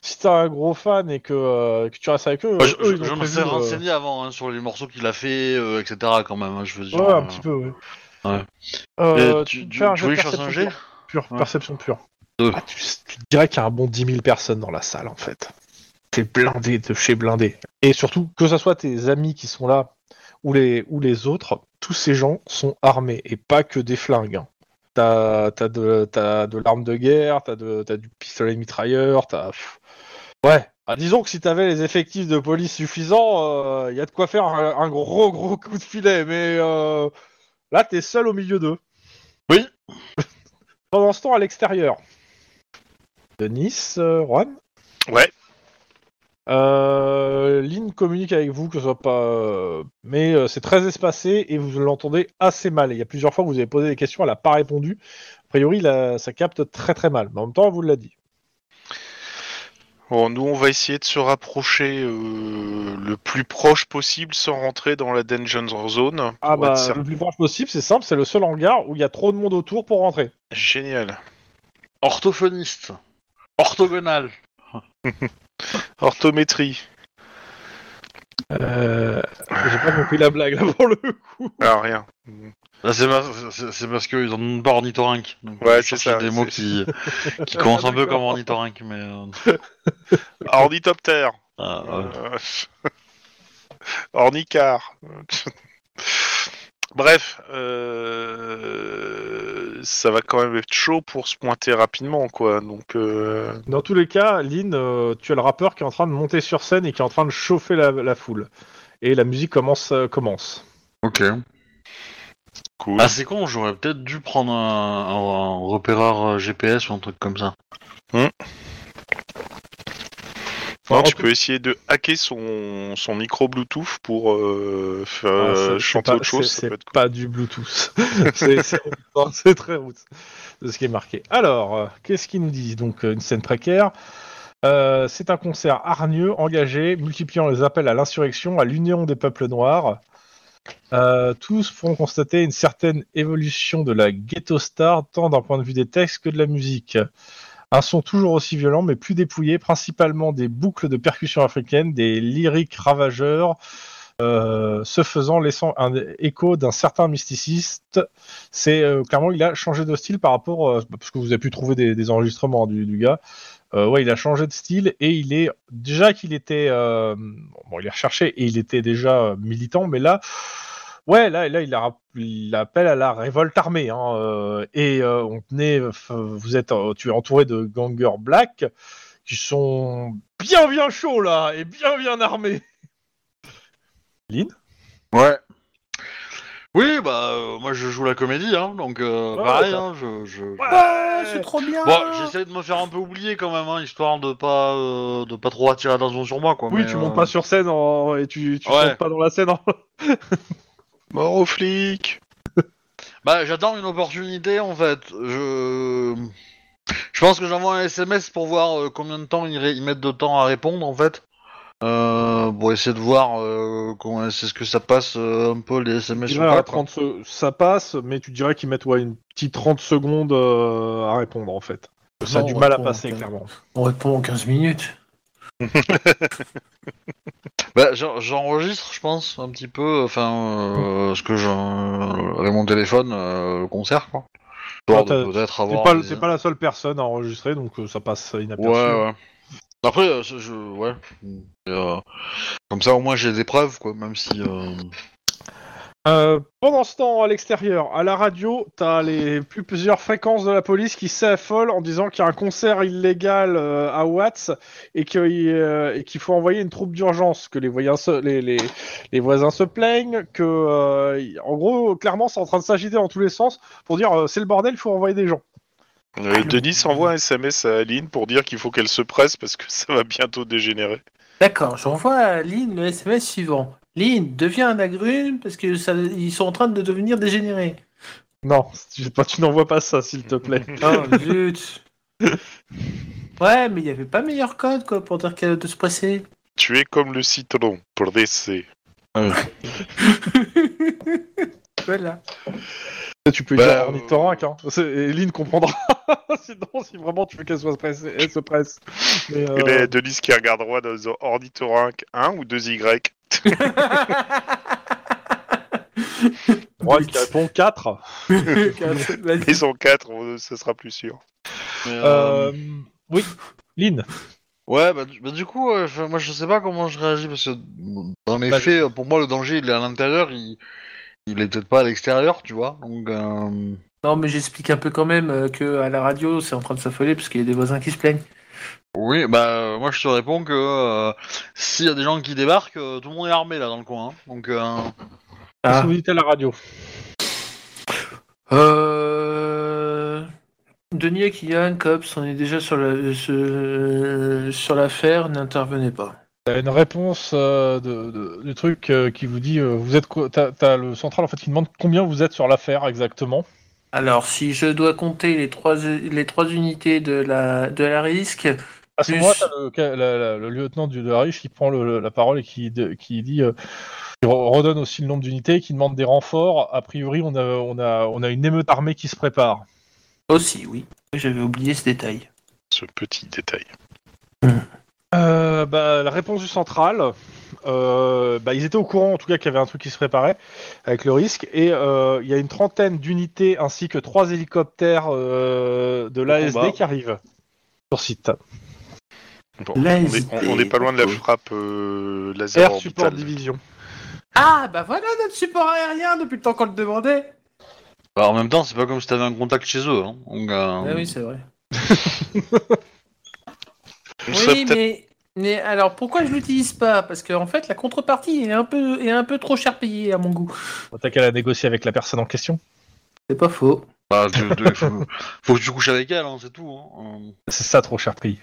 B: Si t'es un gros fan et que, euh, que tu restes avec eux,
D: Moi, je
B: eux, ils
D: je-
B: ont
D: je me
B: prévu,
D: suis
B: euh,
D: renseigné avant hein, sur les morceaux qu'il a fait, euh, etc. Quand même, hein, je veux dire.
B: Ouais,
D: euh.
B: un petit peu, ouais.
D: Ouais.
B: Euh,
D: Et
B: tu, tu
D: tu, tu-
B: fais un jet
D: tu
B: de
D: voulais que je fasse un
B: perception
D: jet
B: pure, pure,
D: Ouais.
B: perception pure.
D: Deux.
B: Ah, tu, tu dirais qu'il y a un bon 10 000 personnes dans la salle, en fait. T'es blindé de chez blindé. Et surtout, que ce soit tes amis qui sont là ou les, ou les autres, tous ces gens sont armés et pas que des flingues. hein. T'as t'as de, t'as de l'arme de guerre, t'as de- t'as du pistolet mitrailleur, t'as. pff. Ouais. Ah, disons que si t'avais les effectifs de police suffisants, il y a de quoi faire un, un gros gros coup de filet. Mais euh, là, t'es seul au milieu d'eux.
D: Oui.
B: Pendant ce temps, à l'extérieur. De Nice, euh, Juan
E: Ouais.
B: Euh, Lynn communique avec vous que ce soit pas. euh, mais euh, c'est très espacé et vous l'entendez assez mal. Il y a plusieurs fois que vous avez posé des questions, elle n'a pas répondu. A priori, là, ça capte très très mal. Mais en même temps, elle vous l'a dit.
E: Bon, nous, on va essayer de se rapprocher euh, le plus proche possible sans rentrer dans la danger zone.
B: Ah
E: pour
B: bah,
E: être certain.
B: le plus proche possible, c'est simple, c'est le seul hangar où il y a trop de monde autour pour rentrer.
E: Génial.
D: Orthophoniste, orthogonal.
E: Orthométrie.
B: Euh... J'ai pas compris la blague là pour le coup.
E: Ah, rien.
D: Là, c'est ma- c'est- c'est parce qu'ils en ont pas ornithorynque. Donc,
E: Ouais,
D: je
E: c'est
D: cherchais
E: ça,
D: Des mots qui,
E: c'est-
D: qui commencent un peu
B: D'accord.
D: comme ornithorynque, mais. euh,
E: Ornithoptère.
D: ah, ouais.
E: Euh, Ornicar. Bref, euh, ça va quand même être chaud pour se pointer rapidement, quoi. Donc, euh,
B: Dans tous les cas, Lynn, euh, tu as le rappeur qui est en train de monter sur scène et qui est en train de chauffer la, la foule. Et la musique commence. euh, commence.
D: Ok.
E: cool.
D: Ah, c'est con, j'aurais peut-être dû prendre un, un- un repéreur euh, GPS ou un truc comme ça.
B: Enfin,
E: Non,
B: en
E: tu
B: tout-
E: peux essayer de hacker son, son micro Bluetooth pour euh, faire,
B: Ah, c'est- c'est
E: chanter
B: pas-
E: autre chose.
B: c'est-
E: ça
B: C'est
E: peut être cool.
B: pas du Bluetooth. C'est- c'est non, c'est très route de ce qui est marqué. Alors, euh, qu'est-ce qu'ils nous disent Donc, euh, une scène précaire. Euh, c'est un concert hargneux, engagé, multipliant les appels à l'insurrection, à l'union des peuples noirs. Euh, tous pourront constater une certaine évolution de la ghetto star, tant d'un point de vue des textes que de la musique. Un son toujours aussi violent, mais plus dépouillé, principalement des boucles de percussions africaines, des lyriques ravageurs, euh, ce faisant laissant un écho d'un certain mysticiste. C'est euh, clairement il a changé de style par rapport euh, parce que vous avez pu trouver des, des enregistrements hein, du, du gars. Euh, ouais, il a changé de style et il est déjà qu'il était euh, bon, il est recherché et il était déjà euh, militant, mais là. Ouais, là, là, il, a, rapp- il appelle à la révolte armée, hein, euh, et euh, on tenait, f- vous êtes, euh, tu es entouré de gangers black qui sont bien, bien chauds là, et bien, bien armés.
D: Ouais. Oui, bah, euh, moi je joue la comédie, hein, donc euh,
B: Ouais,
D: pareil,
B: ouais.
D: hein, je. je-
C: Ah, c'est trop bien.
D: Bon, j'essaie de me faire un peu oublier quand même, hein, histoire de pas euh, de pas trop attirer l'attention sur moi, quoi.
B: Oui,
D: mais,
B: tu
D: euh,
B: montes pas sur scène en- et tu, tu
D: Ouais.
B: sautes pas dans la scène. en-
E: Mort aux flics
D: Bah, j'attends une opportunité en fait. Je je pense que j'envoie un SMS pour voir euh, combien de temps ils, ré- ils mettent de temps à répondre en fait. Euh, pour essayer de voir euh, comment est-ce que ça passe euh, un peu les SMS
B: Il
D: ou
B: va
D: pas,
B: à
D: quoi.
B: 30 se- Ça passe, mais tu dirais qu'ils mettent ouais, une petite 30 secondes euh, à répondre en fait. Ça a
C: Non,
B: du
C: on
B: mal à
C: répond,
B: passer,
C: putain.
B: clairement.
C: On répond en 15 minutes.
D: Bah, j'en- j'enregistre, je pense, un petit peu, enfin, euh, ce que j'ai avec mon téléphone, euh, le concert, quoi.
B: Ouais,
D: Histoire
B: Ah, t'as-
D: de peut-être
B: T'es
D: avoir.
B: pas,
D: des-
B: t'es pas la seule personne à enregistrer, donc euh, ça passe
D: Ouais,
B: inaperçu.
D: ouais. Après, euh, je, je- ouais. Et, euh, comme ça, au moins, j'ai des preuves, quoi, même si. euh,
B: Euh, pendant ce temps, à l'extérieur, à la radio, t'as les plus- plusieurs fréquences de la police qui s'affolent en disant qu'il y a un concert illégal euh, à Watts et que, euh, et qu'il faut envoyer une troupe d'urgence, que les voisins se, les, les- les voisins se plaignent, que euh, y- en gros, clairement, c'est en train de s'agiter dans tous les sens pour dire euh, c'est le bordel, il faut envoyer des gens.
E: Euh, Denis envoie un SMS à Aline pour dire qu'il faut qu'elle se presse parce que ça va bientôt dégénérer.
C: D'accord, j'envoie à Lynn le SMS suivant. Lynn, deviens un agrume parce que ça- ils sont en train de devenir dégénérés.
B: Non, tu, pas- tu n'envoies pas ça, s'il te plaît.
C: Oh zut Ouais, mais il n'y avait pas meilleur code quoi pour dire qu'elle de se presser.
E: Tu es comme le citron pour laisser.
C: voilà.
B: tu peux
D: Bah,
B: dire en ornithorynque, hein. C'est- et Lynn comprendra. Sinon, si vraiment tu veux qu'elle soit pressée, elle se presse. Mais, euh,
E: Et là, Denis qui regarde droit dans un ornithorynque 1 ou 2 Y.
B: Moi qui répond 4.
C: Vas-y.
E: Ils ont 4, on- ce sera plus sûr.
D: mais, euh,
B: Euh, oui, Lynn.
D: Ouais, bah, du- bah, du coup, euh, je- moi, je sais pas comment je réagis, parce que, dans les
B: Bah,
D: faits, euh, pour moi, le danger, il est à l'intérieur, il. Il est peut-être pas à l'extérieur, tu vois. Donc, euh,
C: Non, mais j'explique un peu quand même euh, que à la radio, c'est en train de s'affoler parce qu'il y a des voisins qui se plaignent.
D: oui, bah, euh, moi je te réponds que euh, s'il y a des gens qui débarquent, euh, tout le monde est armé là dans le coin. hein. Donc, euh,
B: Qu'est-ce
C: Ah.
B: que vous dites à la radio
C: Euh... Denis et Kylian, Cops, on est déjà sur la- ce- sur l'affaire, n'intervenez pas.
B: T'as une réponse euh, de, de- du truc euh, qui vous dit euh, vous êtes quoi- t'as, t'as le central en fait qui demande combien vous êtes sur l'affaire exactement.
C: Alors, si je dois compter les trois, les trois unités de la, de la risque,
B: À ce
C: Plus-
B: moment-là, t'as le, ca- la- la- le lieutenant du de la Riche qui prend le- le- la parole et qui, de- qui dit euh, qui re- redonne aussi le nombre d'unités, qui demande des renforts. A priori, on a, on a, on a une émeute armée qui se prépare.
C: aussi, oui. J'avais oublié ce détail.
E: Ce petit détail.
B: Euh, bah, la réponse du central, euh, bah, ils étaient au courant en tout cas qu'il y avait un truc qui se préparait avec le risque et euh, il y a une trentaine d'unités ainsi que trois hélicoptères euh, de
D: combat.
B: l'ASD qui arrivent sur site.
E: Bon,
C: Laser.
E: on est- on- on n'est pas loin de la frappe euh, laser
B: Air
E: orbitale.
B: Support Division.
C: Ah, bah voilà notre support aérien depuis le temps qu'on le demandait.
D: Bah, en même temps, c'est pas comme si t'avais un contact chez eux. Hein. Donc, euh,
C: Ah oui, c'est vrai.
E: On serait
C: Oui,
E: peut-être-
C: mais, mais alors pourquoi je l'utilise pas Parce qu'en fait, la contrepartie est un peu, est un peu trop cher payée à mon goût.
B: T'as qu'à la négocier avec la personne en question.
C: C'est pas faux.
D: bah, tu- tu- faut, faut que tu couches avec elle, hein, c'est tout. Hein. Euh,
B: C'est ça trop cher prix.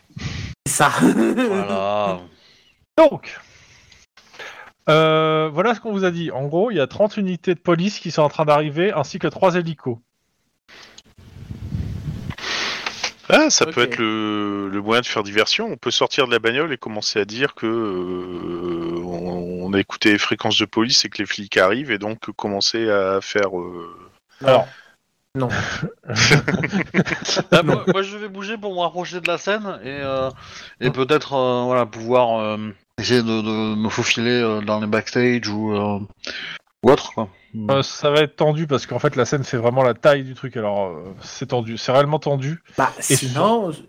C: C'est ça.
D: Voilà.
B: Donc, euh, voilà ce qu'on vous a dit. En gros, il y a 30 unités de police qui sont en train d'arriver, ainsi que 3 hélicos.
E: Ah, ça peut
C: Ok.
E: être le, le moyen de faire diversion. On peut sortir de la bagnole et commencer à dire que euh, on, on a écouté les fréquences de police et que les flics arrivent et donc commencer à faire. euh,
B: Alors,
D: Bah, moi, moi, je vais bouger pour me rapprocher de la scène et, euh, et peut-être euh, voilà, pouvoir euh, essayer de, de me faufiler euh, dans les backstage ou, euh, ou autre. Quoi.
B: euh, ça va être tendu parce qu'en fait, la scène fait vraiment la taille du truc. Alors, euh, c'est tendu, c'est réellement tendu.
C: bah sinon, Bah, je-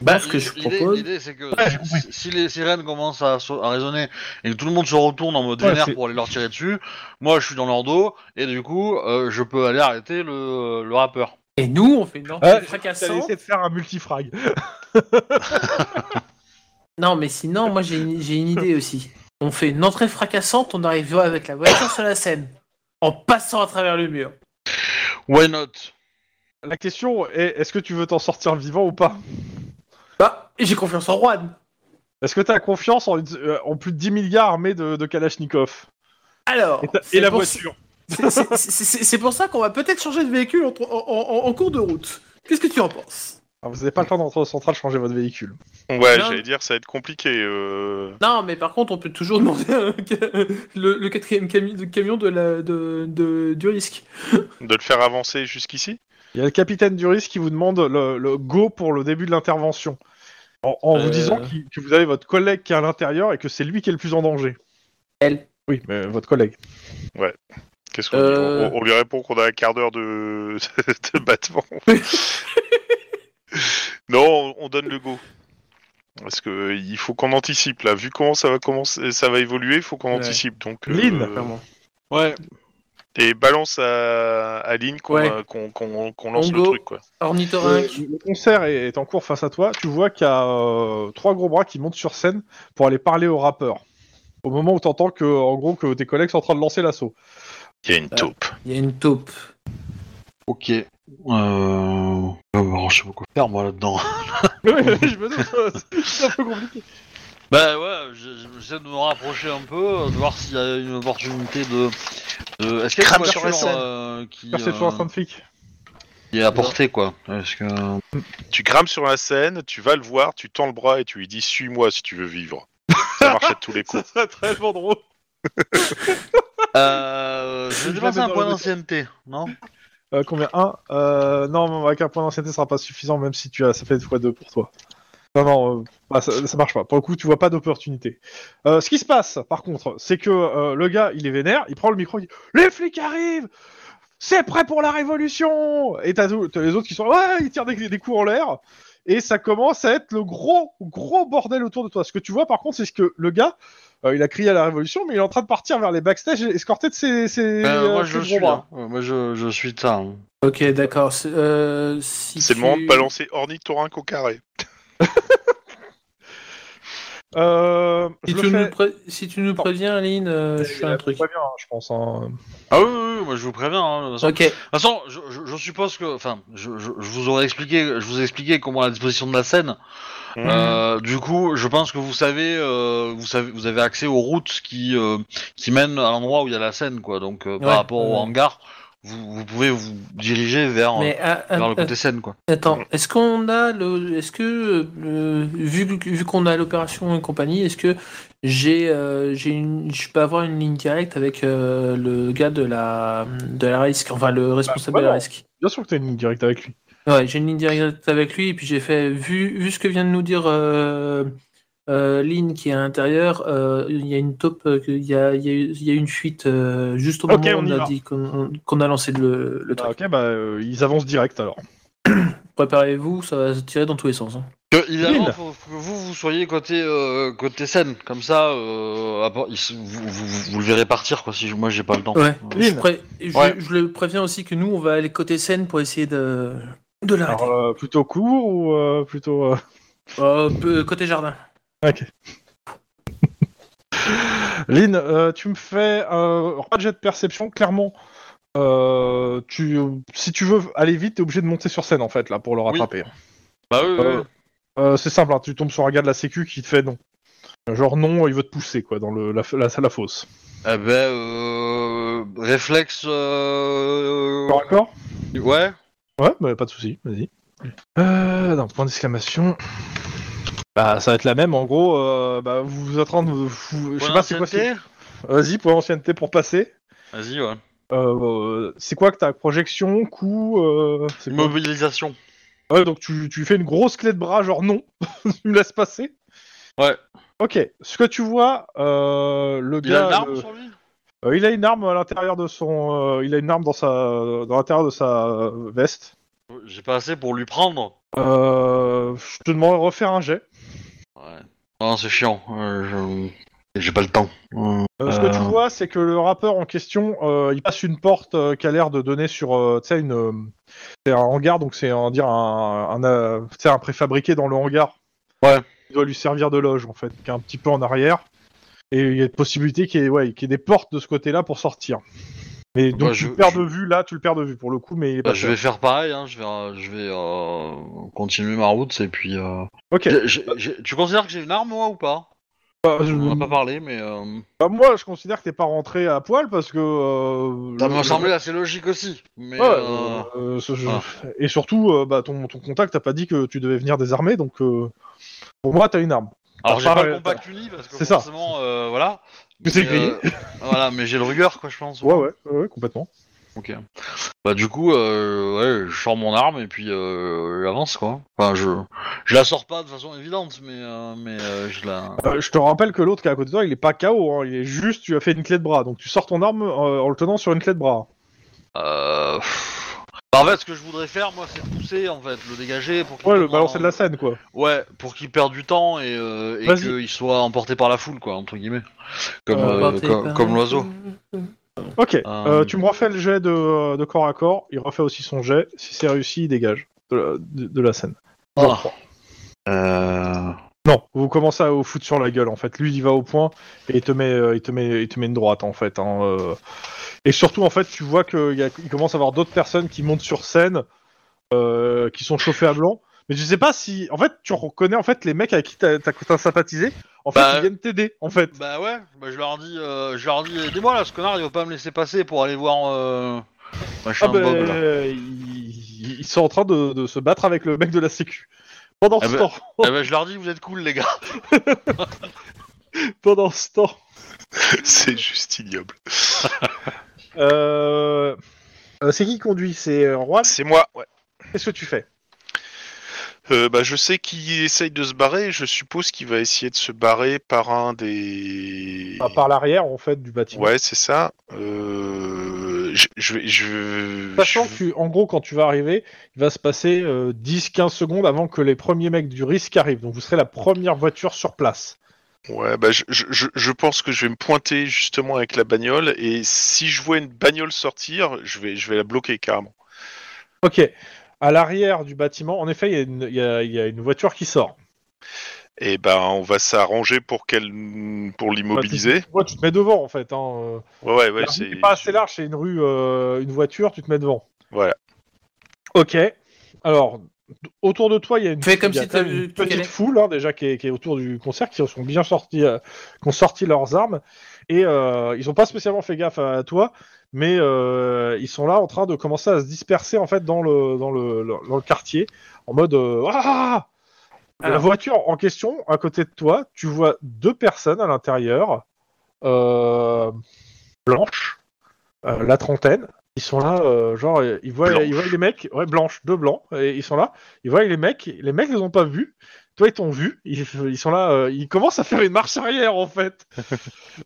C: moi, ce que je
D: L'idée-
C: propose.
D: L'idée, c'est que
B: j'ai compris.
D: si, si les sirènes commencent à, so- à résonner et que tout le monde se retourne en mode
B: Ouais,
D: vénère
B: c'est-
D: pour aller leur tirer dessus, moi, je suis dans leur dos et du coup, euh, je peux aller arrêter le, le rappeur.
C: Et nous, on fait une entrée
B: Ah, T'as
C: fracassante.
B: essayé de faire un multifrag.
C: Non, mais sinon, moi j'ai une, j'ai une idée aussi. On fait une entrée fracassante, on arrive avec la voiture sur la scène, en passant à travers le mur.
D: Why not
B: La question est est-ce que tu veux t'en sortir vivant ou pas
C: Bah, j'ai confiance en Juan.
B: Est-ce que t'as confiance en, une- euh, en plus de 10 milliards armés de, de Kalachnikov
C: Alors,
B: Et, t'as- et
C: c'est
B: la
C: pour-
B: voiture
C: c'est- c'est- c'est- C'est c'est pour ça qu'on va peut-être changer de véhicule en, en- en- en cours de route. Qu'est-ce que tu en
B: Alors,
C: penses
B: Ah, Vous n'avez pas le temps d'entrer au central changer votre véhicule.
E: Ouais,
C: Non.
E: j'allais dire, ça va être compliqué. euh.
C: Non, mais par contre, on peut toujours demander un ca- le, le quatrième cami- de camion de la, de, de- du risque.
E: de le faire avancer jusqu'ici.
B: Il y a le capitaine Duris qui vous demande le, le go pour le début de l'intervention. En, en
C: Euh.
B: vous disant qu'il- que vous avez votre collègue qui est à l'intérieur et que c'est lui qui est le plus en danger.
C: Elle.
B: Oui, mais votre collègue.
E: Qu'est-ce qu'on
C: Euh.
E: dit on, on lui répond qu'on a un quart d'heure de, de battement. non, on, on donne le go. Parce que il faut qu'on anticipe là. Vu comment ça va commencer, ça va évoluer, il faut qu'on
C: Ouais.
E: anticipe. Donc, euh,
B: Lynn,
C: clairement.
D: Ouais.
E: et balance à, à Lynn qu'on
C: Ouais.
E: euh, qu'on- qu'on- qu'on lance
C: On
E: le
C: go.
E: truc quoi.
C: Ornithorynque.
B: Le, le concert est, est en cours face à toi. Tu vois qu'il y a euh, trois gros bras qui montent sur scène pour aller parler au rappeur. Au moment où t'entends que, en gros, que tes collègues sont en train de lancer l'assaut.
E: Il y a une
C: Ah.
E: taupe.
C: Il y a une taupe.
D: Ok. Euh... oh, bah, je sais pas quoi faire moi là-dedans.
B: Oui, oui, je me doute, c'est un peu compliqué.
D: Bah ouais, je- je- j'essaie de me rapprocher un peu, euh, de voir s'il y a une opportunité de. de- Est-ce qu'il y a une
E: Crame sur la
D: voiture,
E: scène.
D: euh, qui,
B: Perception
D: euh,
B: instantique.
D: qui est à portée quoi Est-ce que euh,
E: Tu grimpes sur la scène, tu vas le voir, tu tends le bras et tu lui dis suis-moi si tu veux vivre. Ça marche à tous les coups.
B: serait très drôle.
D: euh, je vais
B: Je
D: dépenser
B: la mets
D: un
B: dans
D: point
B: le-
D: d'ancienneté, non
B: Euh, combien Un euh, Non, avec un point d'ancienneté, ça sera pas suffisant, même si tu as, ça fait fois deux pour toi. Non, non, euh, bah, ça, ça marche pas. Pour le coup, tu vois pas d'opportunité. Euh, ce qui se passe, par contre, c'est que euh, le gars, il est vénère, il prend le micro, il dit Les flics arrivent C'est prêt pour la révolution Et t'as tout- t'as les autres qui sont Ouais, ils tirent des, des coups en l'air. Et ça commence à être le gros, gros bordel autour de toi. Ce que tu vois, par contre, c'est ce que le gars, euh, il a crié à la révolution, mais il est en train de partir vers les backstage, escorté de ses. ses
D: Euh, Moi
B: euh, ses
D: je
B: gros
D: suis
B: bras.
D: là. Euh, Moi je, je suis ça. hein.
C: Ok, d'accord. C'est euh, si
E: C'est le
C: tu-
E: moment de balancer ornithorynque au carré.
B: Euh,
C: Si
B: je
C: tu,
B: le
C: nous
B: fais-
C: pré- si tu nous préviens, Aline, euh, je fais un truc.
B: Très bien, je pense. hein.
D: Ah oui, oui, oui, moi je vous préviens. hein, de toute façon.
C: Ok.
D: De toute façon, je, je- je suppose que, enfin, je, je- je vous aurais expliqué, je vous ai expliqué comment la disposition de la scène.
C: Mmh.
E: Mhm.
D: Euh, du coup, je pense que vous savez, euh, vous savez, vous avez accès aux routes qui euh, qui mènent à l'endroit où il y a la scène, quoi. Donc, euh,
C: Ouais,
D: par rapport au
C: ouais.
D: hangar, vous, vous pouvez vous diriger vers
C: Mais ah,
D: euh, vers
C: ah,
D: le côté scène, quoi.
C: ah, attends,
B: Mm.
C: est-ce qu'on a le, est-ce que euh, vu vu qu'on a l'opération et compagnie, est-ce que j'ai euh, j'ai une, je peux avoir une ligne directe avec euh, le gars de la de la risque, enfin le responsable de la
B: voilà.
C: risque.
B: Bien sûr que t'as une ligne directe avec lui.
C: Ouais, j'ai une ligne directe avec lui et puis j'ai fait vu vu ce que vient de nous dire euh, euh, Lynn qui est à l'intérieur, euh, il y a une taupe, euh, que- il y a il y a, eu- il y a une fuite euh, juste au
B: Ok,
C: moment où
B: on y
C: on a
B: va.
C: dit qu'on qu'on a lancé le, le truc.
B: Ah, ok, bah euh, ils avancent direct alors.
C: Préparez-vous, ça va se tirer dans tous les sens. hein.
D: Que, idéalement,
B: Lynn.
D: faut que vous, vous soyez côté, euh, côté scène, comme ça, euh, à part- il se- vous, vous- vous le verrez partir, quoi, si je- moi j'ai pas le temps.
C: Ouais.
D: Euh,
B: Lynn.
C: Pré- je,
D: Ouais.
C: je le préviens aussi que nous, on va aller côté scène pour essayer de, de l'arrêter.
B: Alors, euh, plutôt court ou euh, plutôt. euh,
C: Euh, peu- côté jardin.
B: Lynn, euh, tu me fais euh, alors, pas de jet de perception, clairement. Euh, tu, si tu veux aller vite, t'es obligé de monter sur scène en fait là pour le rattraper.
D: Bah oui, oui,
B: Euh,
D: oui.
B: Euh, c'est simple, hein, tu tombes sur un gars de la sécu qui te fait non. Genre non, il veut te pousser quoi dans le, la, la, la fosse.
D: Eh ben, euh, réflexe. euh,
B: Encore accord
D: Ouais.
B: Ouais, bah, pas de souci, vas-y. Euh, non, point d'exclamation. Bah ça va être la même en gros. euh, bah vous vous attendez, vous- vous- je sais pas c'est quoi. c'est-
D: Ancienneté
B: Vas-y, point d'ancienneté pour passer.
D: Vas-y, ouais.
B: Euh, euh, c'est quoi que t'as Projection, coup euh, c'est quoi
D: Mobilisation.
B: Ouais, donc tu, tu fais une grosse clé de bras, genre non, tu me laisses passer.
D: Ouais.
B: Ok, ce que tu vois, euh, le
D: Il a
B: gars,
D: une arme
B: euh,
D: sur lui
B: euh, il a une arme à l'intérieur de son, euh, il a une arme dans sa, dans l'intérieur de sa euh, veste.
D: J'ai pas assez pour lui prendre.
B: Euh, je te demande de refaire un jet.
D: Ouais. Non, c'est chiant. euh, je- J'ai pas le temps. Euh,
B: Euh, Ce que tu vois, c'est que le rappeur en question, euh, il passe une porte euh, qui a l'air de donner sur, euh, tu sais, une, euh, c'est un hangar, donc c'est on va dire un, un, euh, tu sais, un préfabriqué dans le hangar.
D: Ouais.
B: Il doit lui servir de loge en fait, qui est un petit peu en arrière. Et il y a une possibilité qu'il y, ait- ouais, qu'il y ait des portes de ce côté-là pour sortir. Mais donc
D: Ouais,
B: tu
D: Bah, je-
B: le perds
D: je-
B: de vue là, tu le perds de vue pour le coup, mais il est
D: bah,
B: pas
D: je vais faire pareil, hein, je vais, euh, je vais euh, continuer ma route et puis. euh,
B: Ok.
D: j'ai- j'ai- j'ai- Tu considères que j'ai une arme moi ou pas
B: Bah, je-
D: On en a pas parlé, mais. euh,
B: bah, moi, je considère que t'es pas rentré à poil parce que. euh,
D: Ça
B: le-
D: me semblait assez logique aussi. Mais.
B: Ouais,
D: euh,
B: euh, ce- je-
D: voilà.
B: Et surtout, euh, bah, ton, ton contact t'as pas dit que tu devais venir désarmé, donc euh, pour moi, t'as une arme.
D: Alors j'ai
B: Par-
D: pas le compact uni parce que
B: C'est ça.
D: forcément, euh, voilà.
B: Mais c'est grillé.
D: euh, voilà, mais j'ai le rigueur quoi, je pense.
B: Ouais, ouais, ouais, ouais, complètement.
D: Ok. Bah du coup, euh, ouais, je sors mon arme et puis euh, j'avance quoi. Enfin, je, je la sors pas de façon évidente, mais euh, mais euh, je la.
B: Euh, je te rappelle que l'autre qui est à côté de toi, il est pas KO, hein, il est juste, tu as fait une clé de bras, donc tu sors ton arme euh, en le tenant sur une clé de bras.
D: Euh... pff. En fait, ce que je voudrais faire, moi, c'est le pousser en fait, le dégager pour qu'il
B: Ouais, le
D: prenne
B: balancer
D: en-
B: de la scène, quoi.
D: Ouais, pour qu'il perde du temps et, euh, et
B: Vas-y.
D: qu'il soit emporté par la foule quoi, entre guillemets, comme
B: Euh,
D: euh, comme, comme l'oiseau.
B: Ok,
D: Euh,
B: euh, tu me refais le jet de, de corps à corps, il refait aussi son jet, si c'est réussi, il dégage de la, de- de la scène. Je
D: Ah.
B: crois.
D: Euh...
B: Non, vous commencez à vous foutre sur la gueule, en fait. Lui, il va au point, et il te met, euh, il te met, il te met une droite, en fait. hein, euh. Et surtout, en fait, tu vois qu'il y a- il commence à avoir d'autres personnes qui montent sur scène, euh, qui sont chauffées à blanc. Mais je sais pas si... En fait, tu reconnais, en fait, les mecs avec qui t'as t'as- t'as sympathisé, en fait,
D: Bah,
B: ils viennent t'aider, en fait.
D: Bah ouais, bah je leur dis, euh, je leur dis, aidez-moi là, ce connard, il va pas me laisser passer pour aller voir euh, machin
B: Ah ben,
D: Bob là.
B: ils, ils sont en train de, de se battre avec le mec de la sécu. Pendant
D: Ah
B: ce
D: ben-
B: temps,
D: Eh ben, je leur dis, vous êtes cool les gars.
B: pendant ce temps,
E: C'est juste ignoble.
B: euh, euh, c'est qui conduit C'est euh, Juan
E: C'est moi, ouais.
B: Qu'est-ce que tu fais
E: Euh, bah, je sais qu'il essaye de se barrer. Je suppose qu'il va essayer de se barrer par un des.
B: Bah, Par l'arrière, en fait, du bâtiment.
E: Ouais, c'est ça. Euh, Je, je vais. Je...
B: Sachant
E: je-
B: que, tu- en gros, quand tu vas arriver, il va se passer euh, 10-15 secondes avant que les premiers mecs du risque arrivent. Donc, vous serez la première voiture sur place.
E: Ouais, bah, je, je- je- je pense que je vais me pointer justement avec la bagnole. Et si je vois une bagnole sortir, je vais, je vais la bloquer carrément.
B: Ok. À l'arrière du bâtiment, en effet, il y, a une- il y a- il y a une voiture qui sort.
E: Et ben, on va s'arranger pour qu'elle. pour l'immobiliser.
B: Ouais, tu te mets devant, en fait. hein, euh.
E: Ouais, ouais, ouais.
B: La rue
E: c'est-
B: n'est pas assez large, c'est une rue, euh, une voiture, tu te mets devant.
E: Voilà.
B: Ok. Alors, d- autour de toi, il y a une,
C: Fais comme
B: il y a
C: si
B: quand même
C: t'avais-
B: une
C: tu
B: petite
C: calais.
B: foule hein, déjà qui est, qui est autour du concert, qui sont bien sortis, euh, qui ont sorti leurs armes et euh, ils n'ont pas spécialement fait gaffe à toi, mais euh, ils sont là en train de commencer à se disperser en fait dans le dans le, le- dans le quartier en mode euh, ah la
C: Alors.
B: voiture en question à côté de toi, tu vois deux personnes à l'intérieur. Euh, blanche, euh, la trentaine. Ils sont là, euh, genre, euh, ils voient,
E: Blanche.
B: ils voient les mecs, ouais, blanche, deux blancs, et ils sont là, ils voient les mecs, les mecs les ont pas vus, toi ils t'ont vu, ils, ils sont là, euh, ils commencent à faire une marche arrière en fait.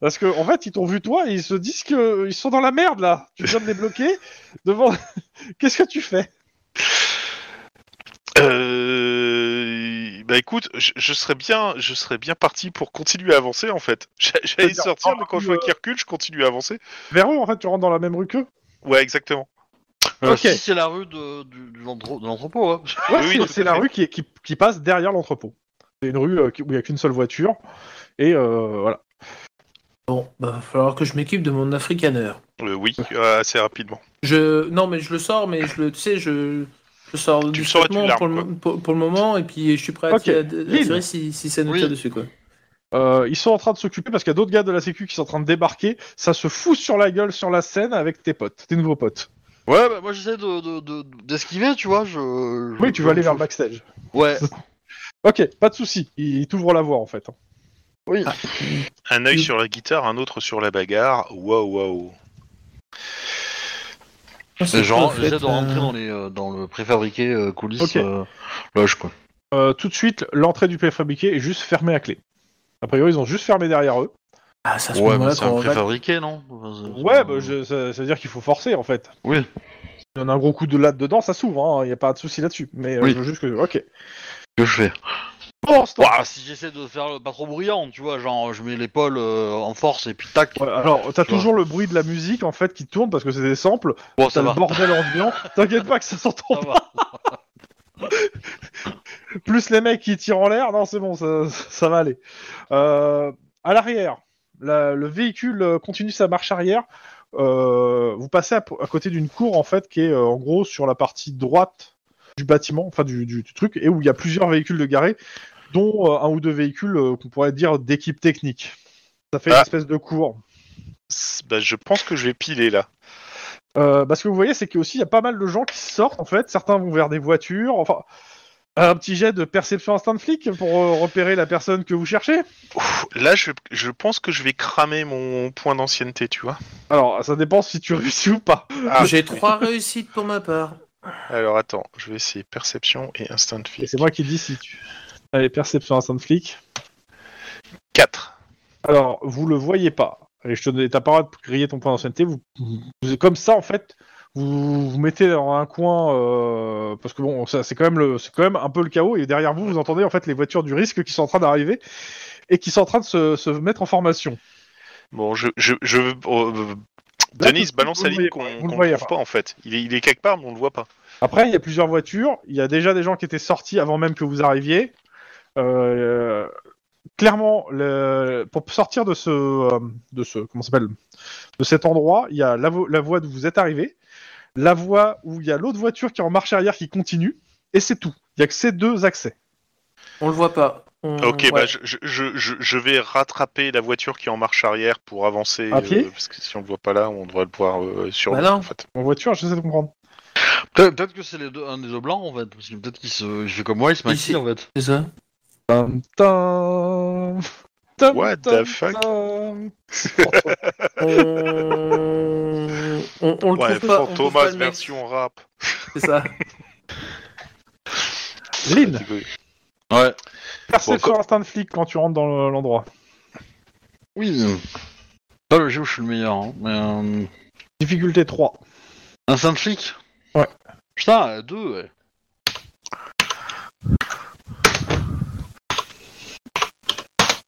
B: Parce que, en fait, ils t'ont vu toi, et ils se disent que ils sont dans la merde là, tu viens de les bloquer, devant. Qu'est-ce que tu fais
E: Euh, bah, Bah écoute, je, je serais bien, je serais bien parti pour continuer à avancer en fait. J'a- J'allais
B: C'est-à-dire,
E: sortir,
B: en
E: mais quand je
B: plus,
D: euh,
E: vois qu'il recule, je continue à avancer.
B: Vers eux, en fait, tu rentres dans la même rue qu'eux.
E: Ouais, exactement.
D: Euh,
B: Ok.
D: Si c'est la rue de, du- de l'entre- de l'entrepôt, hein.
B: Ouais,
E: Oui, oui,
B: c'est-
E: tout à
B: c'est la
E: fait.
B: rue qui, est- qui, qui passe derrière l'entrepôt. C'est une rue euh, qui- où il n'y a qu'une seule voiture. Et euh, voilà.
A: Bon, bah, va falloir que je m'équipe de mon africaner.
E: Euh, oui, euh, assez rapidement.
A: Je non mais je le sors mais je le tu sais je je le sors
E: Tu le sors et tu
A: discrètement
E: l'armes,
A: pour, le, pour, pour le moment et puis je suis prêt à
B: Ok.
A: tirer- à
B: Lynn.
A: tirer si, si ça nous
D: Oui.
A: tire dessus quoi.
B: Euh, ils sont en train de s'occuper parce qu'il y a d'autres gars de la sécu qui sont en train de débarquer. Ça se fout sur la gueule sur la scène avec tes potes, tes nouveaux potes.
D: Ouais, bah, moi j'essaie de, de- de- d'esquiver, tu vois. Je, je-
B: Oui, tu vas aller
D: je-
B: vers le backstage.
D: Ouais.
B: Ok, pas de souci. Ils ils t'ouvrent la voie en fait. hein.
D: Oui.
E: Un œil
A: Mm.
E: sur la guitare, un autre sur la bagarre. Waouh, waouh.
D: C'est genre,
A: Ah, En fait,
D: j'essaie de rentrer
A: euh,
D: dans, les, euh, dans le préfabriqué euh, coulisses
B: Ok.
D: euh, loge, quoi.
B: Euh, tout de suite, l'entrée du préfabriqué est juste fermée à clé. A priori, ils ont juste fermé derrière eux.
A: Ah ça se
D: Ouais, mais
A: là
D: c'est un
A: qu'on va
D: préfabriqué, non Enfin, c'est-
B: Ouais,
D: c'est-
B: bah, je- ça, ça veut dire qu'il faut forcer en fait.
D: Oui.
B: Il y en a un gros coup de latte dedans, ça s'ouvre, hein, il n'y a pas de souci là-dessus. Mais euh,
D: Oui.
B: je veux juste que. Ok.
D: Que je fais
B: Pour ce temps-
D: Ouah, Si j'essaie de faire le- pas trop bruyant, tu vois, genre je mets l'épaule euh, en force et puis tac.
B: Ouais, alors, t'as
D: Tu vois.
B: toujours le bruit de la musique en fait qui tourne parce que c'est des samples.
D: Bon, ça
B: T'as le
D: va.
B: bordel ambiant. T'inquiète pas que ça s'entend
D: Ça va.
B: plus les mecs qui tirent en l'air, non, c'est bon, ça, ça va aller. Euh, à l'arrière, la- le véhicule euh, continue sa marche arrière. Euh, vous passez à, à côté d'une cour en fait qui est euh, en gros sur la partie droite du bâtiment, enfin du, du- du truc, et où il y a plusieurs véhicules de garés, dont euh, un ou deux véhicules euh, qu'on pourrait dire d'équipe technique. Ça fait une
E: Ah.
B: espèce de cour.
E: C'est- Bah, je pense que je vais piler là.
B: Euh, bah, ce que vous voyez, c'est qu'il y a pas mal de gens qui sortent en fait. Certains vont vers des voitures. Enfin, un petit jet de perception instinct de flic pour euh, repérer la personne que vous cherchez.
E: Ouf, là, je, je pense que je vais cramer mon point d'ancienneté, tu vois.
B: Alors, ça dépend si tu réussis ou pas.
A: J'ai trois réussites pour ma part.
E: Alors attends, je vais essayer perception et instinct de
B: Et
E: flic.
B: c'est moi qui dis si tu. Allez, perception instant de flic.
E: 4.
B: Alors, vous le voyez pas. Et je te donne ta parole pour griller ton point d'ancienneté. Vous, vous- comme ça, en fait, vous vous mettez dans un coin euh, parce que bon, ça c'est quand même le, c'est quand même un peu le chaos. Et derrière vous, vous entendez en fait les voitures du risque qui sont en train d'arriver et qui sont en train de se, se mettre en formation.
E: Bon, je. je, je euh,
B: Là,
E: Denis,
B: tout-
E: balance
B: vous
E: la
B: le
E: ligne
B: voyez pas,
E: qu'on
B: vous
E: qu'on
B: le
E: ne
B: voyez
E: trouve pas en fait. Il est, il est quelque part, mais on le voit pas.
B: Après, il y a plusieurs voitures. Il y a déjà des gens qui étaient sortis avant même que vous arriviez. Euh, clairement, le- pour sortir de ce, euh, de ce, comment ça s'appelle, de cet endroit, il y a la, vo- la voie d'où vous êtes arrivé, la voie où il y a l'autre voiture qui est en marche arrière qui continue, et c'est tout. Il y a que ces deux accès.
A: On le voit pas. On-
B: Ah,
E: Ok,
A: ouais.
E: bah je, je, je, je- je vais rattraper la voiture qui est en marche arrière pour avancer. euh,
B: À pied
E: parce que si on le voit pas là, on devrait le voir euh, sur
A: Bah
E: nous,
A: non.
E: en fait.
B: En voiture, j'essaie de comprendre.
D: Peut- Peut-être que c'est les deux, un des deux blancs en fait, parce que peut-être qu'il se, il fait comme moi, il se
A: Ici.
D: maquille en fait.
A: C'est ça.
B: Tam, tam, tam,
E: What
B: tam,
E: the fuck
B: tam.
A: On, on, on le
E: Ouais,
A: trouve pas. on trouve pas
E: Fantomas
A: le mec,
E: version rap.
A: C'est ça.
E: Ah,
B: Lynn,
D: Ouais.
B: perception
E: co-
B: instinct de flic quand tu rentres dans l'endroit.
D: Oui. Pas le jeu où je suis le meilleur, hein, mais. euh,
B: Difficulté 3.
D: Un saint flic
B: Ouais.
D: Putain, à deux, ouais.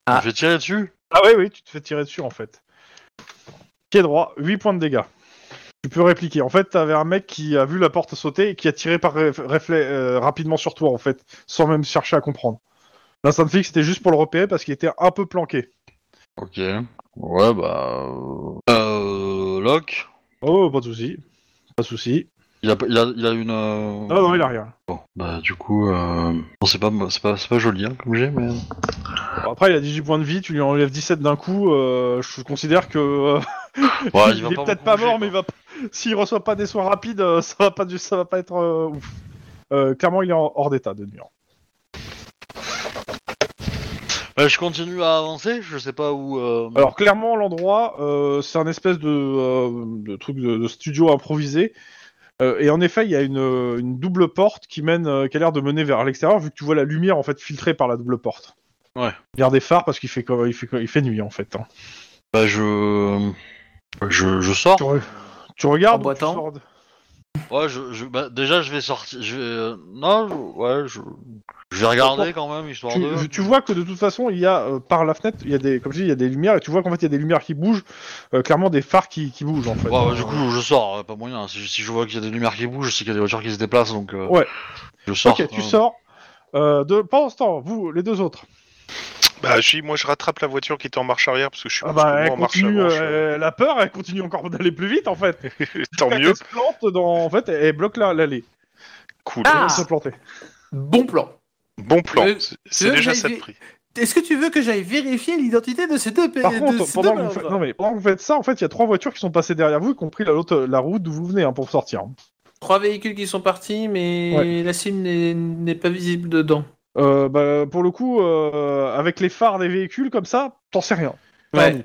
A: Ah.
D: Je vais tirer dessus
B: Ah oui, oui, tu te fais tirer dessus en fait. Pied droit, 8 points de dégâts. Tu peux répliquer. En fait, t'avais un mec qui a vu la porte sauter et qui a tiré par réf- réflexe euh, rapidement sur toi en fait, sans même chercher à comprendre. L'instant de flic, c'était juste pour le repérer parce qu'il était un peu planqué.
D: Ok. Ouais, bah. euh, Euh. Locke
B: Oh, pas de souci. Pas de souci.
D: il a, pas- il a, il a une. euh,
B: Ah Non, non, il a rien.
D: Bon, bah, du coup, euh... Bon, c'est pas, c'est pas, c'est pas joli hein, comme j'ai, mais.
B: Bon, après, il a 18 points de vie, tu lui enlèves 17 d'un coup. euh, je considère que. euh,
D: Ouais,
B: il,
D: va
B: est peut-être
D: pas beaucoup
B: pas
D: bouger,
B: mort,
D: quoi.
B: mais il va. S'il reçoit pas des soins rapides, euh, ça va pas, du... ça va pas être euh, ouf. Euh, clairement, il est en- hors d'état de nuire.
D: Euh, je continue à avancer, je sais pas où. euh,
B: Alors clairement l'endroit, euh, c'est un espèce de, euh, de truc de, de studio improvisé. Euh, et en effet, il y a une, euh, une double porte qui mène, euh, qui a l'air de mener vers l'extérieur, vu que tu vois la lumière en fait filtrée par la double porte.
D: Ouais.
B: Il y a des phares parce qu'il fait quoi il fait quoi- il fait nuit en fait. hein.
D: Bah, je. Je, je sors.
B: Tu, re- tu regardes,
A: En
B: donc tu
A: boitant.
B: sors de-
D: Ouais, je, je- bah, déjà, je vais sortir. Je vais, euh, non, je- ouais, je, je vais regarder quand même, histoire
B: tu,
D: de.
B: tu vois que de toute façon, il y a euh, par la fenêtre, il y a des, comme je dis, il y a des lumières, et tu vois qu'en fait, il y a des lumières qui bougent, euh, clairement des phares qui, qui bougent en fait.
D: Ouais, bah, du coup, je sors, euh, pas moyen. Si, si je vois qu'il y a des lumières qui bougent, c'est qu'il y a des voitures qui se déplacent, donc. euh,
B: Ouais.
D: Je sors.
B: ok, tu
D: euh.
B: sors. Euh, de, pendant ce temps, vous, les deux autres.
E: Bah, je, dis, moi, je rattrape la voiture qui était en marche arrière parce que je suis
B: Ah bah,
E: justement
B: elle
E: en marche
B: continue,
E: avant, je-
B: euh, la peur, elle continue encore d'aller plus vite en fait.
E: Tant mieux,
B: Elle se plante dans, en fait, elle, elle bloque la- l'allée.
E: cool.
C: Ah.
B: Elle se planter.
C: Bon plan.
E: Bon plan,
C: Euh,
E: c'est-
C: veux
E: c'est
C: que
E: déjà
C: j'aille
E: ça de
C: vi-
E: prix.
C: Est-ce que tu veux que j'aille vérifier l'identité de ces deux
B: Par
C: de
B: contre,
C: ces
B: pendant
C: deux
B: que, vous faites...
C: malades
B: non, mais pendant que vous faites ça, en fait, il y a trois voitures qui sont passées derrière vous, y compris la, l'autre- la route d'où vous venez hein, pour sortir.
C: Trois véhicules qui sont partis, mais
B: Ouais.
C: la cible n'est- n'est pas visible dedans.
B: Euh, bah, pour le coup, euh, avec les phares des véhicules comme ça, t'en sais rien.
C: Ouais.
B: Rien.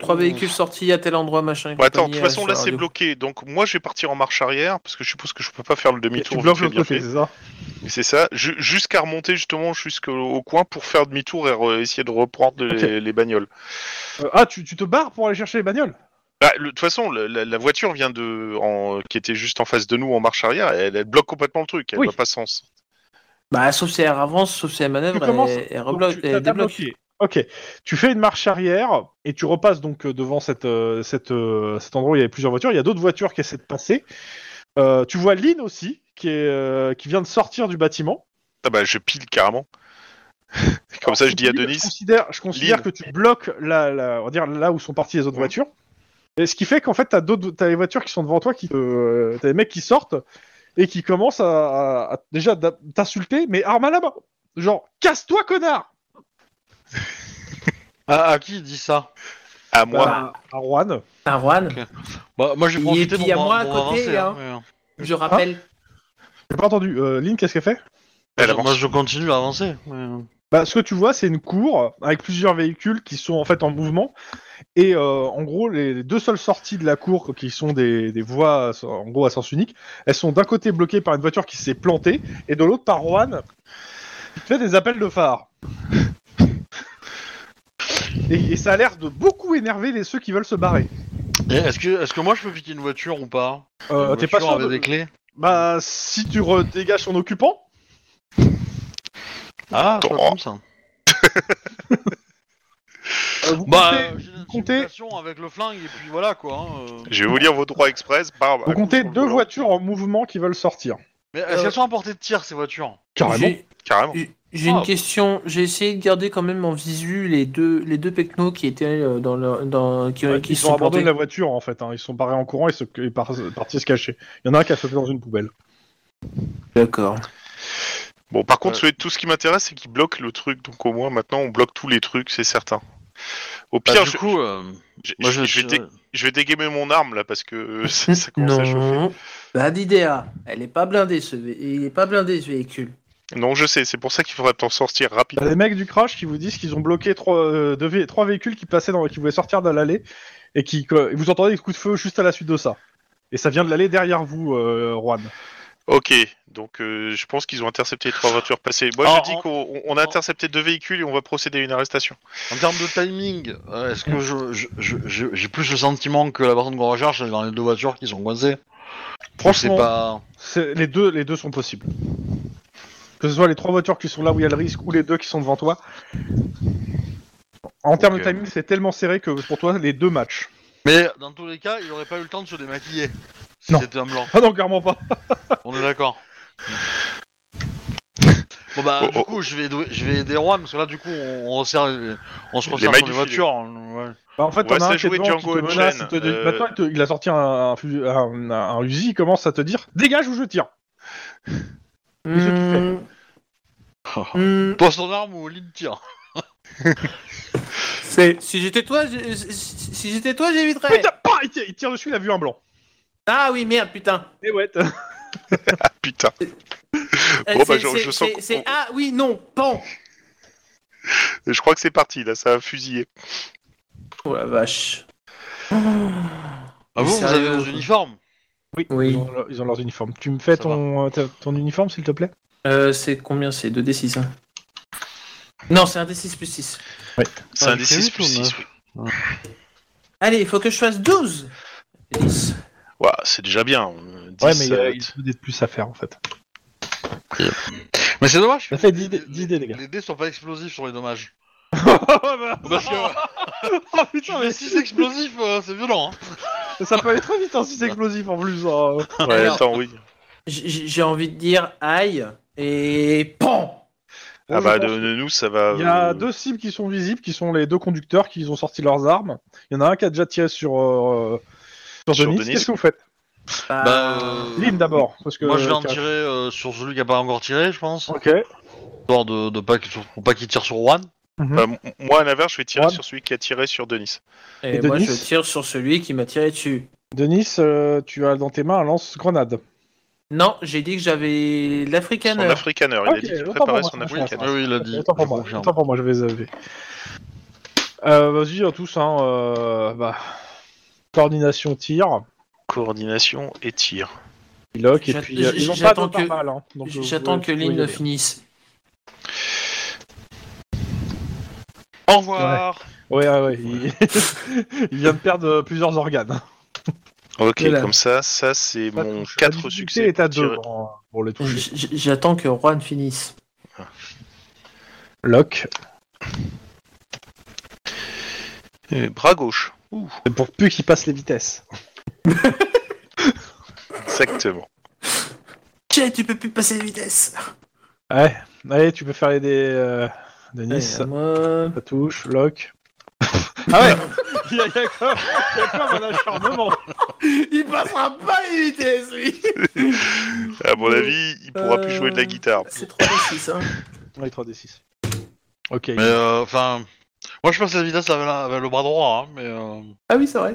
C: Trois véhicules sortis à tel endroit, machin. et
E: Bon, Mmh. attends, de
C: compagnie, euh,
E: toute façon,
C: sur
E: là,
C: la
E: c'est
C: radio.
E: bloqué. Donc, moi, je vais partir en marche arrière parce que je suppose que je peux pas faire le
B: Tu
E: demi-tour.
B: bloques
E: vite fait,
B: l'autre
E: bien
B: côté,
E: fait.
B: c'est ça
E: C'est ça, ju- jusqu'à remonter justement jusqu'au coin pour faire demi-tour et re- essayer de reprendre les,
B: Ok.
E: les bagnoles.
B: Euh, Ah, tu, tu te barres pour aller chercher les bagnoles
E: Bah, le- de toute façon, le- la, la voiture vient de, en- qui était juste en face de nous en marche arrière, elle, elle bloque complètement le truc, elle
B: Oui.
E: n'a pas sens.
C: Bah, sauf si elle avance, sauf si elle manœuvre,
B: Tu commences-
C: elle, elle,
B: Donc,
C: rebloque-
B: tu-
C: elle
B: t'as- t'as
C: débloque.
B: bloqué. Ok, tu fais une marche arrière et tu repasses donc euh, devant cette, euh, cette, euh, cet endroit où il y avait plusieurs voitures. Il y a d'autres voitures qui essaient de passer. Euh, tu vois Lynn aussi, qui, est, euh, qui vient de sortir du bâtiment.
E: Ah bah, je pile carrément. Comme ça, je dis à
B: Lynn,
E: Denis.
B: Je considère, je considère
E: Lynn. Mhm.
B: que tu bloques la, la- on va dire, là où sont parties les autres
E: Ouais.
B: voitures. Et ce qui fait qu'en fait, t'as d'autres, t'as les voitures qui sont devant toi, qui, te- euh, t'as des mecs qui sortent et qui commencent à, à- à- déjà d'a- t'insulter, mais arme à la main. Genre, casse-toi, connard
D: Ah, À, à qui dit ça
E: À moi.
B: À, à Rouen.
C: Ah, Juan,
D: Bah, moi, j'ai
C: Et
D: profité
C: puis,
D: pour,
C: à
D: pour-
C: moi à
D: pour
C: côté,
D: avancer.
C: hein.
D: mais, euh,
C: je rappelle.
B: Ah, J'ai pas entendu. Euh, Lynn, qu'est-ce qu'elle fait
D: moi,
E: Elle avance.
D: Bah, moi, je continue à avancer. mais, euh,
B: Bah, ce que tu vois, c'est une cour avec plusieurs véhicules qui sont en fait en mouvement. Et euh, en gros, les, les deux seules sorties de la cour, qui sont des, des voies euh, en gros à sens unique, elles sont d'un côté bloquées par une voiture qui s'est plantée et de l'autre par Juan qui fait des appels de phare. Et, et ça a l'air de beaucoup énerver les ceux qui veulent se barrer.
D: et Est-ce que, est que moi, je peux piquer une voiture ou pas
B: Euh,
D: Une
B: T'es pas
D: voiture
B: sûr
D: avec
B: de-
D: des clés
B: Bah, si tu redégages son occupant,
D: Ah, c'est pas
E: Oh.
D: con, ça.
B: euh, vous
D: Bah,
B: comptez-
D: euh, j'ai une
B: comptez-
D: intimidation avec le flingue, et puis voilà, quoi. hein, euh.
E: Je vais vous lire vos droits express.
D: Bah,
E: Bam,
B: vous
E: à coup
B: comptez
E: sur le
B: deux
E: volant.
B: voitures en mouvement qui veulent sortir.
D: Mais est-ce
C: Euh.
D: qu'elles sont à portée de tir, ces voitures
B: Carrément.
C: J'ai-
E: Carrément.
C: j'ai- J'ai une
D: Ah.
C: question. J'ai essayé de garder quand même en visu les deux, les deux pecnos qui étaient euh, dans le, dans, qui,
B: Ouais, Euh,
C: qui
B: ils
C: se sont
B: ont abandonné
C: plantés.
B: la voiture en fait, hein. ils sont barrés en courant et se... et par- partis se cacher. Il y en a un qui a sauté dans une poubelle.
C: D'accord.
E: Bon, par contre, celui- tout ce qui m'intéresse, c'est qu'il bloque le truc. Donc, au moins, maintenant, on bloque tous les trucs, c'est certain. Au
D: Bah,
E: pire,
D: Du
E: je,
D: coup, euh,
E: je-
D: moi,
E: je-
D: je euh,
E: je vais dé-
D: vais.
E: je vais dégamer mon arme là parce que euh, ça, ça commence à chauffer.
C: non. Bah, d'idéa. Elle est pas blindée, ce, vé- il est pas blindé, ce véhicule.
E: Non, je sais, c'est pour ça qu'il faudrait t'en sortir
B: Il y
E: rapidement.
B: a des Bah, mecs du crash qui vous disent qu'ils ont bloqué trois, euh, deux vé- trois véhicules qui passaient dans... qui voulaient sortir de l'allée et qui que- et vous entendez des coups de feu juste à la suite de ça. Et ça vient de l'allée derrière vous, euh, Juan.
E: Ok, donc euh, je pense qu'ils ont intercepté les trois voitures passées. Moi,
D: Ah,
E: je dis
D: en-
E: qu'on on- on a intercepté deux véhicules et on va procéder à une arrestation.
D: En termes de timing, euh, est-ce que je- je- je- je- j'ai plus le sentiment que la personne qu'on recherche est dans les deux voitures qui sont coincées
B: Franchement,
D: Ou c'est pas...
B: C'est- Les deux, les deux sont possibles. Que ce soit les trois voitures qui sont là où il y a le risque ou les deux qui sont devant toi. En termes
D: Ok.
B: de timing, c'est tellement serré que pour toi, les deux matchs.
D: Mais dans tous les cas, il aurait pas eu le temps de se démaquiller. Si
B: Non.
D: c'était un blanc,
B: Ah non, clairement pas.
D: on est d'accord. Bon bah,
E: Oh,
D: du
E: oh.
D: coup, je vais, je vais aider Juan, parce que là, du coup, on, on, resserre les- on se
E: Les
D: resserre
E: mailles
D: sur les
E: du filet.
D: voitures. on- ouais.
B: Bah, en fait,
E: On va
B: t'en as un
E: se
B: qui est
E: jouer
B: devant, qui
E: Django
B: te menace,
E: Unchained,
B: il te dit-
E: euh.
B: Maintenant, il, te- il a sorti un, fusil- un, un, un Uzi, il commence à te dire Dégage ou je tire Qu'est-ce que
C: Mmh.
E: Oh.
C: Mmh.
D: Pose ton arme ou ligne tire.
C: C'est- Si j'étais toi, je- si si j'étais toi, j'éviterais.
B: Putain, pah, il, tire, il tire dessus, il a vu un blanc.
C: Ah oui, merde, putain.
D: Eh
B: Et ouais,
E: Ah putain,
C: Euh,
E: Bon, bah,
C: c'est-
E: je-
C: c'est-
E: je sens
C: c'est-
E: qu'on-
C: c'est- ah oui, non, pan.
E: je crois que c'est parti là, ça a fusillé.
C: Oh la vache.
D: Ah
C: Mais
D: vous, vous avez
C: sérieux,
D: vos
C: quoi.
D: uniformes
B: oui,
C: Oui.
B: Ils, ont leur- ils ont leurs uniformes. Tu me fais
D: Ça
B: ton, euh, ta- ton uniforme, s'il te plaît
C: Euh, c'est combien C'est 2d6. hein. Non, c'est un d6 plus 6.
E: C'est
D: Ah,
E: un
D: j'ai
E: des
D: vu
E: 6
D: tout,
E: plus
D: moi.
E: 6.
C: Allez, il faut que je fasse 12. 10.
E: Ouais, c'est déjà bien.
B: Ouais,
E: 10,
B: mais il y a,
E: euh,
B: il y a peut-être plus à faire en fait.
D: Mais c'est dommage.
B: Ça fait 10 dés, 10 dés, les gars.
D: Les dés sont pas explosifs sur les dommages.
B: Parce
D: Parce que
B: Oh putain, mais
D: mais si c'est explosif, euh, c'est violent. hein.
B: ça peut aller trop vite hein, en 6 explosifs en plus. hein.
E: ouais, attends, oui.
C: J- j- J'ai envie de dire aïe et pan.
E: Ah
B: je
E: bah,
B: pense
E: de, de nous, ça va.
B: Il y a
E: euh,
B: deux cibles qui sont visibles, qui sont les deux conducteurs qui ont sorti leurs armes. Il y en a un qui a déjà tiré sur, euh, sur,
E: Sur
B: Denis.
E: Denis.
B: Qu'est-ce que vous faites
D: Bah, euh,
B: Lynn d'abord. Parce que
D: Moi, je vais en tirer euh, sur celui qui a pas encore tiré, je pense.
B: Ok.
D: Histoire de, de pas, qu'il- pour pas qu'il tire sur Juan.
E: bah, m- moi, à l'inverse, je vais tirer
B: Juan.
E: sur celui qui a tiré sur Denis.
C: et
B: et
C: moi
B: Denis
C: je tire sur celui qui m'a tiré dessus.
B: Denis, euh, tu as dans tes mains un lance-grenade.
C: Non, j'ai dit que j'avais
E: Son
C: l'Africaner.
E: africaner.
B: Ok,
E: Il a dit qu'il
B: autant
E: préparait
B: pour
E: son
B: moi,
D: Oui,
B: Africaner.
E: africaner.
D: Ah oui, il a dit.
B: Autant pour,
D: Je
B: moi,
E: hein.
D: confirme.
B: autant pour moi, je vais zaver. Euh, Vas-y, à tous, hein, euh, bah, coordination tir,
E: Coordination et tir.
B: pilote, et
C: J'att-
B: puis euh, ils ont pas
C: j'attends
B: de
C: que-
B: mal, hein, donc, euh,
C: J'attends
B: vous-
C: que
B: vous
C: Lynn
B: y allez.
C: finisse.
D: Au revoir.
B: Ouais, ouais, ouais, il... il vient de perdre euh, plusieurs organes.
E: Ok,
C: Voilà.
E: comme ça, ça c'est mon 4 succès.
B: Et à
E: pour tirer.
B: deux pour, pour les toucher.
C: J- j- J'attends que Juan finisse.
B: Lock.
E: Euh, Bras gauche.
B: C'est pour plus qu'il passe les vitesses.
E: Exactement.
C: Tiens, tu peux plus passer de vitesse.
B: Ouais, allez, tu peux faire les dés, euh, Denis.
C: Allez, à moi.
B: Ça touche, lock. ah ouais Il y a, il y a quand même- il y a quand même un acharnement.
C: Il passera pas les vitesses, lui.
E: À mon avis, il pourra plus
C: Euh,
E: jouer de la guitare.
C: C'est 3 6 hein.
B: Ouais, 3d6. Ok.
D: Mais euh, enfin, moi je passe la vitesse avec, la- avec le bras droit, hein, mais euh,
C: Ah oui, c'est vrai.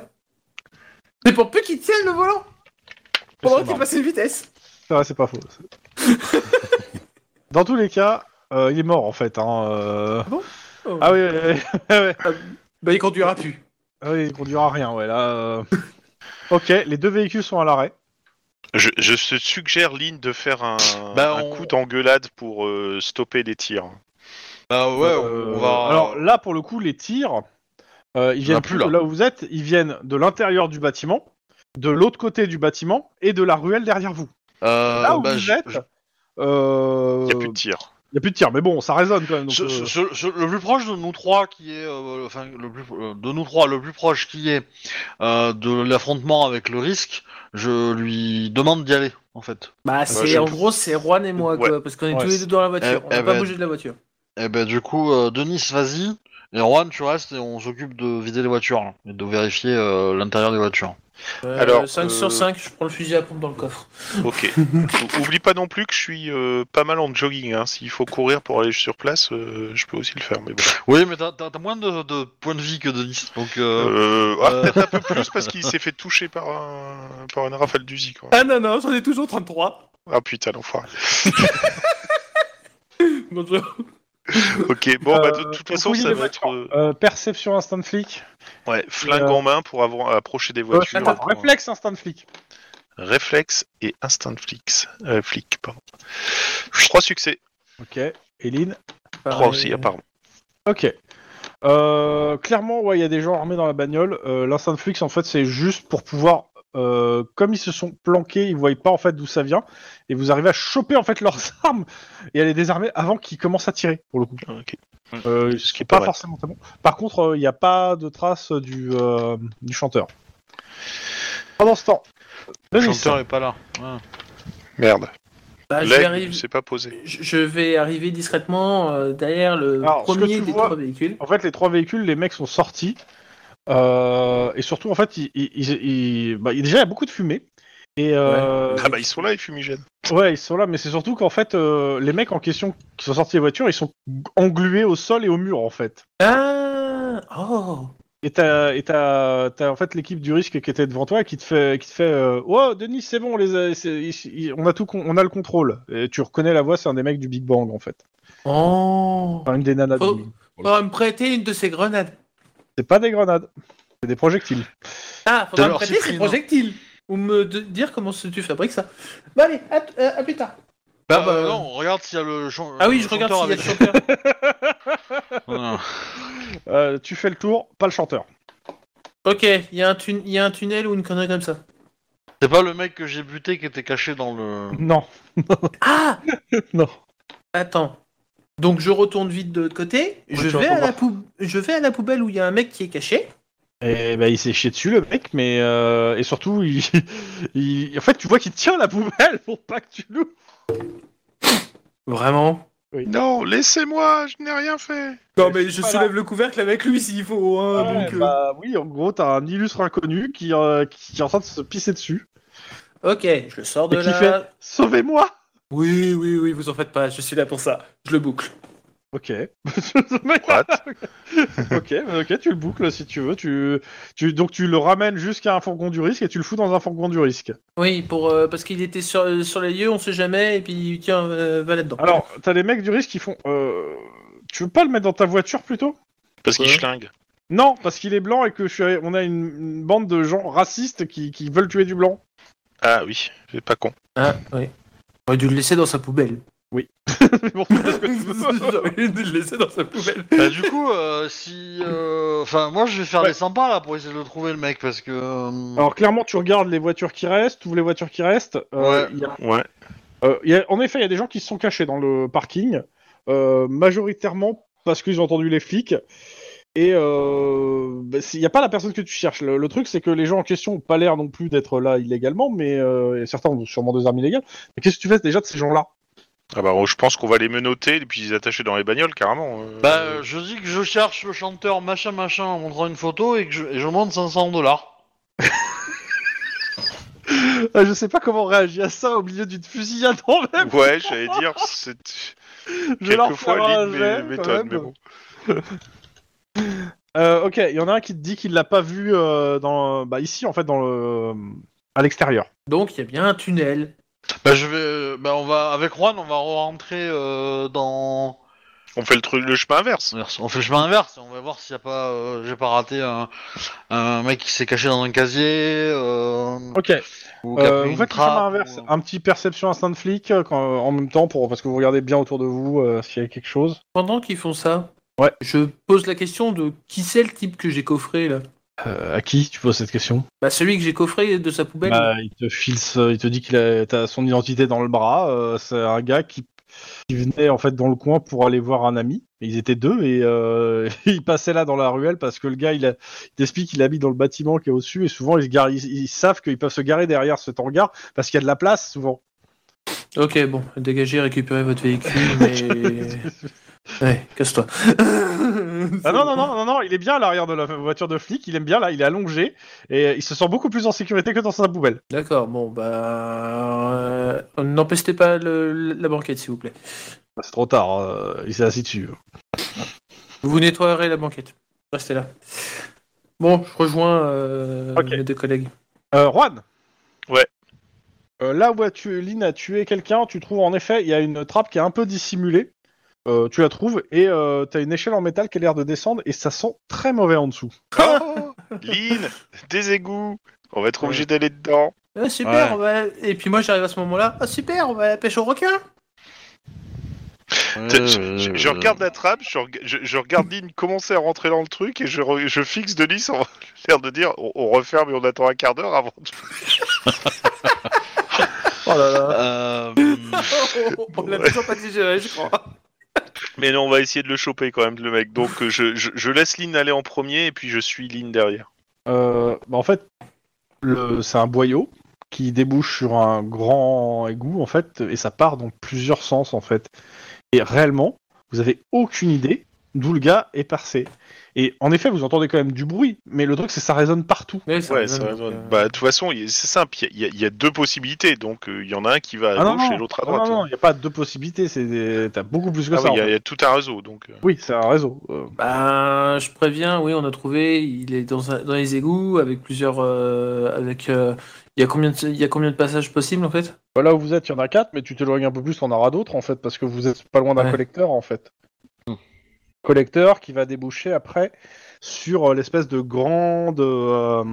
C: C'est pour peu qu'il tienne le volant. Pendant
B: C'est
C: qu'il
B: marrant.
C: passe une vitesse.
B: C'est vrai, Ah, c'est pas faux. Dans tous les cas, euh, il est mort en fait. Hein, euh.
C: Oh.
B: Ah oui, oui, oui, oui.
C: Bah, il conduira plus.
B: Ah oui, il conduira à rien, ouais, là. euh. Ok, les deux véhicules sont à l'arrêt.
E: Je, je te suggère, Lynn, de faire un,
D: Bah,
E: un
D: on-
E: coup d'engueulade pour euh, stopper les tirs.
D: bah ouais,
B: Euh,
D: on va.
B: Alors là, pour le coup, les tirs, euh, ils
D: en a
B: viennent
D: plus,
B: plus de
D: là.
B: là où vous êtes, ils viennent de l'intérieur du bâtiment, de l'autre côté du bâtiment et de la ruelle derrière vous.
D: Euh,
B: là où
D: bah,
B: vous
D: je-
B: êtes,
D: je-
B: euh,
E: Il n'y a plus de tirs.
B: y a plus de tirs, mais bon, ça résonne quand même. donc,
D: ce- ce-
B: euh,
D: ce- ce- le plus proche de nous trois qui est, euh, enfin le plus euh, de nous trois, le plus proche qui est euh, de l'affrontement avec le risque, je lui demande d'y aller en fait.
C: Bah,
E: Bah,
C: c'est
E: je-
C: en gros, c'est Juan et moi,
E: Ouais.
C: quoi, parce qu'on est
B: Ouais,
C: tous les
B: c'est-
C: deux dans la voiture.
D: Eh-
C: on n'a
D: eh
C: pas
D: ben-
C: bougé de la voiture.
D: Et ben du coup, euh, Denis, vas-y. Et Juan, tu restes et on s'occupe de vider les voitures là, et de vérifier euh, l'intérieur des voitures.
E: Alors,
C: 5
E: euh,
C: sur 5, je prends le fusil à pompe dans le coffre.
E: Ok. O- Oublie pas non plus que je suis euh, pas mal en jogging. hein. S'il faut courir pour aller sur place, euh, je peux aussi le faire. Mais bon.
D: Oui, mais t'as t'as- t'as moins de, de points de vie que Denis, donc euh,
E: Euh, ah,
D: euh,
E: peut-être un peu plus parce qu'il s'est fait toucher par un par une rafale d'Uzi. quoi.
C: Ah non, non, j'en ai toujours 33.
E: Ah putain, l'enfoiré.
C: Non, je-
E: Ok, bon, bah, de
B: Euh,
E: toute
B: faut
E: façon,
B: fouiller
E: ça
B: les
E: va être euh,
B: euh, perception instant flic.
E: ouais, flingue
B: Euh,
E: en main pour avoir, approcher des voitures.
B: Attends,
E: Pour-
B: réflexe instant de flic.
E: Réflexe et instinct flics. Euh, flic, pardon. Trois succès.
B: Ok. Eline.
C: Bah, Ah,
E: Trois aussi, apparemment.
B: Ok. Euh, clairement, ouais, il y a des gens armés dans la bagnole. Euh, L'instant flic, en fait, c'est juste pour pouvoir, euh, comme ils se sont planqués, ils voient pas en fait d'où ça vient, et vous arrivez à choper en fait leurs armes et à les désarmer avant qu'ils commencent à tirer. Pour le coup,
E: Ok.
B: euh,
E: Ce
B: ce
E: qui est
B: qui
E: pas
B: pas,
E: mal.
B: forcément très bon. Par contre, euh, il n'y a pas de trace du, euh, du chanteur. Pendant ce temps,
D: le
B: Denis.
D: chanteur est pas là. Ouais.
E: Merde.
C: Bah, je, vais
E: L'aigle ne
C: arriver...
E: s'est pas posé.
C: je- je vais arriver discrètement euh, derrière le
B: Alors, ce que
C: premier
B: tu
C: des
B: vois-
C: trois véhicules.
B: En fait, les trois véhicules, les mecs sont sortis. Euh, et surtout, en fait, ils, ils- ils- ils- bah, déjà, il y a beaucoup de fumée. Et euh,
E: Ah bah, ils sont là, les fumigènes.
B: ouais, ils sont là, mais c'est surtout qu'en fait, euh, les mecs en question qui sont sortis des voitures, ils sont englués au sol et au mur, en fait.
C: Ah Oh
B: Et t'as, et t'as, t'as, en fait l'équipe du risque qui était devant toi et qui te fait, qui te fait, euh, oh Denis, c'est bon, on les a- c'est- ils- ils- on a tout, con- on a le contrôle. Et tu reconnais la voix, c'est un des mecs du Big Bang, en fait,
C: Oh
B: enfin, une des nanas. du
C: Oh.
B: Big Bang.
C: Faudra me prêter une de ces grenades.
B: C'est pas des grenades, c'est des projectiles.
C: Ah, faudra me
D: Alors,
C: prêter ces
B: hein.
D: Cyprien.
C: projectiles. Ou me de- dire comment se- tu fabriques ça. Bah allez, à, t- euh, à plus tard.
D: Bah,
C: bah,
D: euh, non, regarde s'il y a le chan-
C: Ah oui,
D: le
C: je regarde
D: chanteur
C: s'il y a le
D: avec-
C: chanteur.
D: Voilà.
B: Euh, tu fais le tour, pas le chanteur.
C: ok, il y, a un tun- il y a un tunnel ou une connerie comme ça.
D: C'est pas le mec que j'ai buté qui était caché dans le.
B: Non,
C: Ah
B: non.
C: Attends. Donc je retourne vite de l'autre côté.
B: Ouais,
C: je,
B: tu
C: vais
B: vas
C: à la
B: voir.
C: poub- je vais à la poubelle où il y a un mec qui est caché.
B: Et bah, il s'est chié dessus, le mec, mais. euh, Et surtout, il... il- En fait, tu vois qu'il tient la poubelle pour pas que tu l'ouvres.
C: Vraiment
E: Non, laissez-moi, je n'ai rien fait.
C: Non mais je
B: Voilà.
C: soulève le couvercle avec lui s'il faut. hein,
B: Ouais,
C: donc, euh,
B: bah, oui, en gros, t'as un illustre inconnu qui, euh, qui est en train de se pisser dessus.
C: Ok, je le sors de
B: Et qui
C: là.
B: fait Sauvez-moi
C: Oui, oui, oui, vous en faites pas, je suis là pour ça. Je le boucle.
B: Ok. Le mec-
E: What
B: ok, bah, ok, tu le boucles si tu veux. Tu, tu, donc tu le ramènes jusqu'à un fourgon du risque et tu le fous dans un fourgon du risque.
C: Oui, pour, euh, parce qu'il était sur, euh, sur les lieux, on sait jamais, et puis tiens, euh, va là-dedans.
B: Alors, t'as les mecs du risque qui font. euh, Tu veux pas le mettre dans ta voiture plutôt
E: Parce qu'il
C: Ouais.
E: schlingue.
B: Non, parce qu'il est blanc et que je suis... on a une, une bande de gens racistes qui, qui veulent tuer du blanc.
E: Ah oui, c'est pas con.
C: Ah, oui. J'aurais dû le laisser dans sa poubelle.
B: Mais bon, qu'est-ce que tu veux
C: J'aurais dû le laisser dans sa poubelle.
D: Bah, du coup, euh, si. euh, Enfin, moi je vais faire
B: Ouais.
D: les sympas là pour essayer de le trouver le mec parce que.
E: Mm.
D: euh,
B: Alors clairement, tu regardes les voitures qui restent, tu ouvres les voitures qui restent. euh,
D: Ouais.
B: il y a
E: Ouais.
B: Euh, il y a- en effet, il y a des gens qui se sont cachés dans le parking, euh, majoritairement parce qu'ils ont entendu les flics. Et euh, bah, c'est- il n'y a pas la personne que tu cherches. Le, le truc, c'est que les gens en question n'ont pas l'air non plus d'être là illégalement, mais euh, et certains ont sûrement des armes illégales. Mais qu'est-ce que tu fais déjà de ces gens-là
E: Ah bah, je pense qu'on va les menoter et puis les attacher dans les bagnoles carrément. euh.
D: Bah, euh, je dis que je cherche le chanteur machin machin en montrant une photo et que je, et je monte 500 dollars.
B: Euh, Je sais pas comment réagir à ça au milieu d'une fusillade en même.
E: Ouais, j'allais dire, c'est
B: Je vais leur faire
E: quelquefois
B: un
E: ligne
B: jet,
E: mé-
B: quand
E: méthode,
B: même.
E: mais bon.
B: Euh, ok, il y en a un qui te dit qu'il l'a pas vu euh, dans, bah, ici en fait, dans le, à l'extérieur.
C: Donc, il y a bien un tunnel.
D: Bah, je vais. Bah, on va. Avec Juan, on va rentrer euh, dans.
E: On fait le truc, le chemin inverse.
D: Inverse. On fait le chemin inverse, on va voir s'il y a pas, euh, j'ai pas raté un, un mec qui s'est caché dans un casier. euh,
B: Ok,
D: ou qui a
B: Euh,
D: pris
B: vous
D: une
B: faites le
D: trappe,
B: chemin inverse.
D: ou-
B: Un petit perception instinct de flic euh, quand- en même temps pour parce que vous regardez bien autour de vous euh, s'il y a quelque chose.
C: Pendant qu'ils font ça,
B: Ouais.
C: je pose la question de qui c'est le type que j'ai coffré là
B: Euh, à qui tu poses cette question
C: Bah, celui que j'ai coffré de sa poubelle.
B: Bah, Il te file, ce- il te dit qu'il a t'as son identité dans le bras. euh, c'est un gars qui, qui venait en fait dans le coin pour aller voir un ami. Et Ils étaient deux et euh, ils passaient là dans la ruelle parce que le gars il, a- il t'explique qu'il habite dans le bâtiment qui est au-dessus et souvent ils, se garent- ils, ils savent qu'ils peuvent se garer derrière cet hangar parce qu'il y a de la place souvent.
C: Ok, bon, dégagez, récupérez votre véhicule, mais. ouais, casse-toi.
B: Ah non, non, non, non, non, il est bien à l'arrière de la voiture de flic, il aime bien là, il est allongé, et euh, il se sent beaucoup plus en sécurité que dans sa poubelle.
C: D'accord, bon, bah. euh, N'empestez pas le- la banquette, s'il vous plaît.
B: Bah, c'est trop tard, euh, il s'est assis dessus.
C: Vous nettoyerez la banquette. Restez là. Bon, je rejoins euh,
B: Ok.
C: mes deux collègues.
B: Euh, Juan
E: Ouais.
B: Euh, là où tu, Lynn a tué quelqu'un, tu trouves en effet, il y a une trappe qui est un peu dissimulée, Euh, tu la trouves, et euh, t'as une échelle en métal qui a l'air de descendre, et ça sent très mauvais en dessous.
E: Oh Lynn, des égouts. On va être obligé d'aller dedans.
C: Ah, super,
D: Ouais.
C: on va... et puis moi j'arrive à ce moment-là. Ah, super, on va à la pêche au requin.
D: Ouais,
E: Je,
D: ouais,
E: je-
D: ouais,
E: je
D: ouais.
E: regarde la trappe, je, reg- je- je regarde Lynn commencer à rentrer dans le truc et je, re- je fixe Denis en l'air de dire on, on referme et on attend un quart d'heure avant. de-
C: Oh là là.
D: Euh,
C: on l'a toujours pas digéré, je crois.
E: Mais non, on va essayer de le choper quand même, le mec. Donc euh, je, je- je laisse Lynn aller en premier et puis je suis Lynn derrière.
B: Euh, bah, en fait, le- c'est un boyau qui débouche sur un grand égout en fait, et ça part dans plusieurs sens en fait. Et réellement, vous avez aucune idée d'où le gars est passé. Et en effet, vous entendez quand même du bruit, mais le truc c'est que ça résonne partout.
C: Ouais,
E: Ouais, ça résonne.
C: euh,
E: Bah, de toute façon, il- c'est simple, il y, a- il y a deux possibilités. Donc euh, il y en a un qui va à
B: Ah non,
E: gauche
B: non.
E: et l'autre à
B: Ah non,
E: droite.
B: non, il n'y a pas deux possibilités, c'est des- t'as beaucoup plus que
E: Ah oui,
B: ça.
E: il y,
B: en
E: a- il
B: fait.
E: y a tout un réseau. Donc, euh.
B: Oui, c'est un réseau. euh.
C: Bah, je préviens, oui, on a trouvé, il est dans, un- dans les égouts avec plusieurs. euh, avec, euh, il, y a combien de, il y a combien de passages possibles en fait
B: Bah, Là où vous êtes, il y en a quatre, mais tu t'éloignes un peu plus, t'en auras d'autres en fait, parce que vous êtes pas loin d'un
C: Ouais.
B: collecteur en fait. Hmm. Collecteur qui va déboucher après sur euh, l'espèce de grande, euh,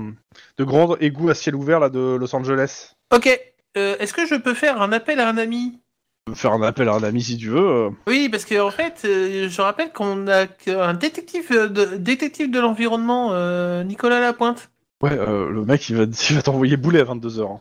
B: de grande égout à ciel ouvert là de Los Angeles.
C: Ok, euh, est-ce que je peux faire un appel à un ami
B: Tu peux Faire un appel à un ami si tu veux. euh.
C: Oui, parce que en fait, euh, je rappelle qu'on a un détective euh, de, détective de l'environnement, euh, Nicolas Lapointe.
B: Ouais, euh, le mec il va, il va t'envoyer boulet à 22h.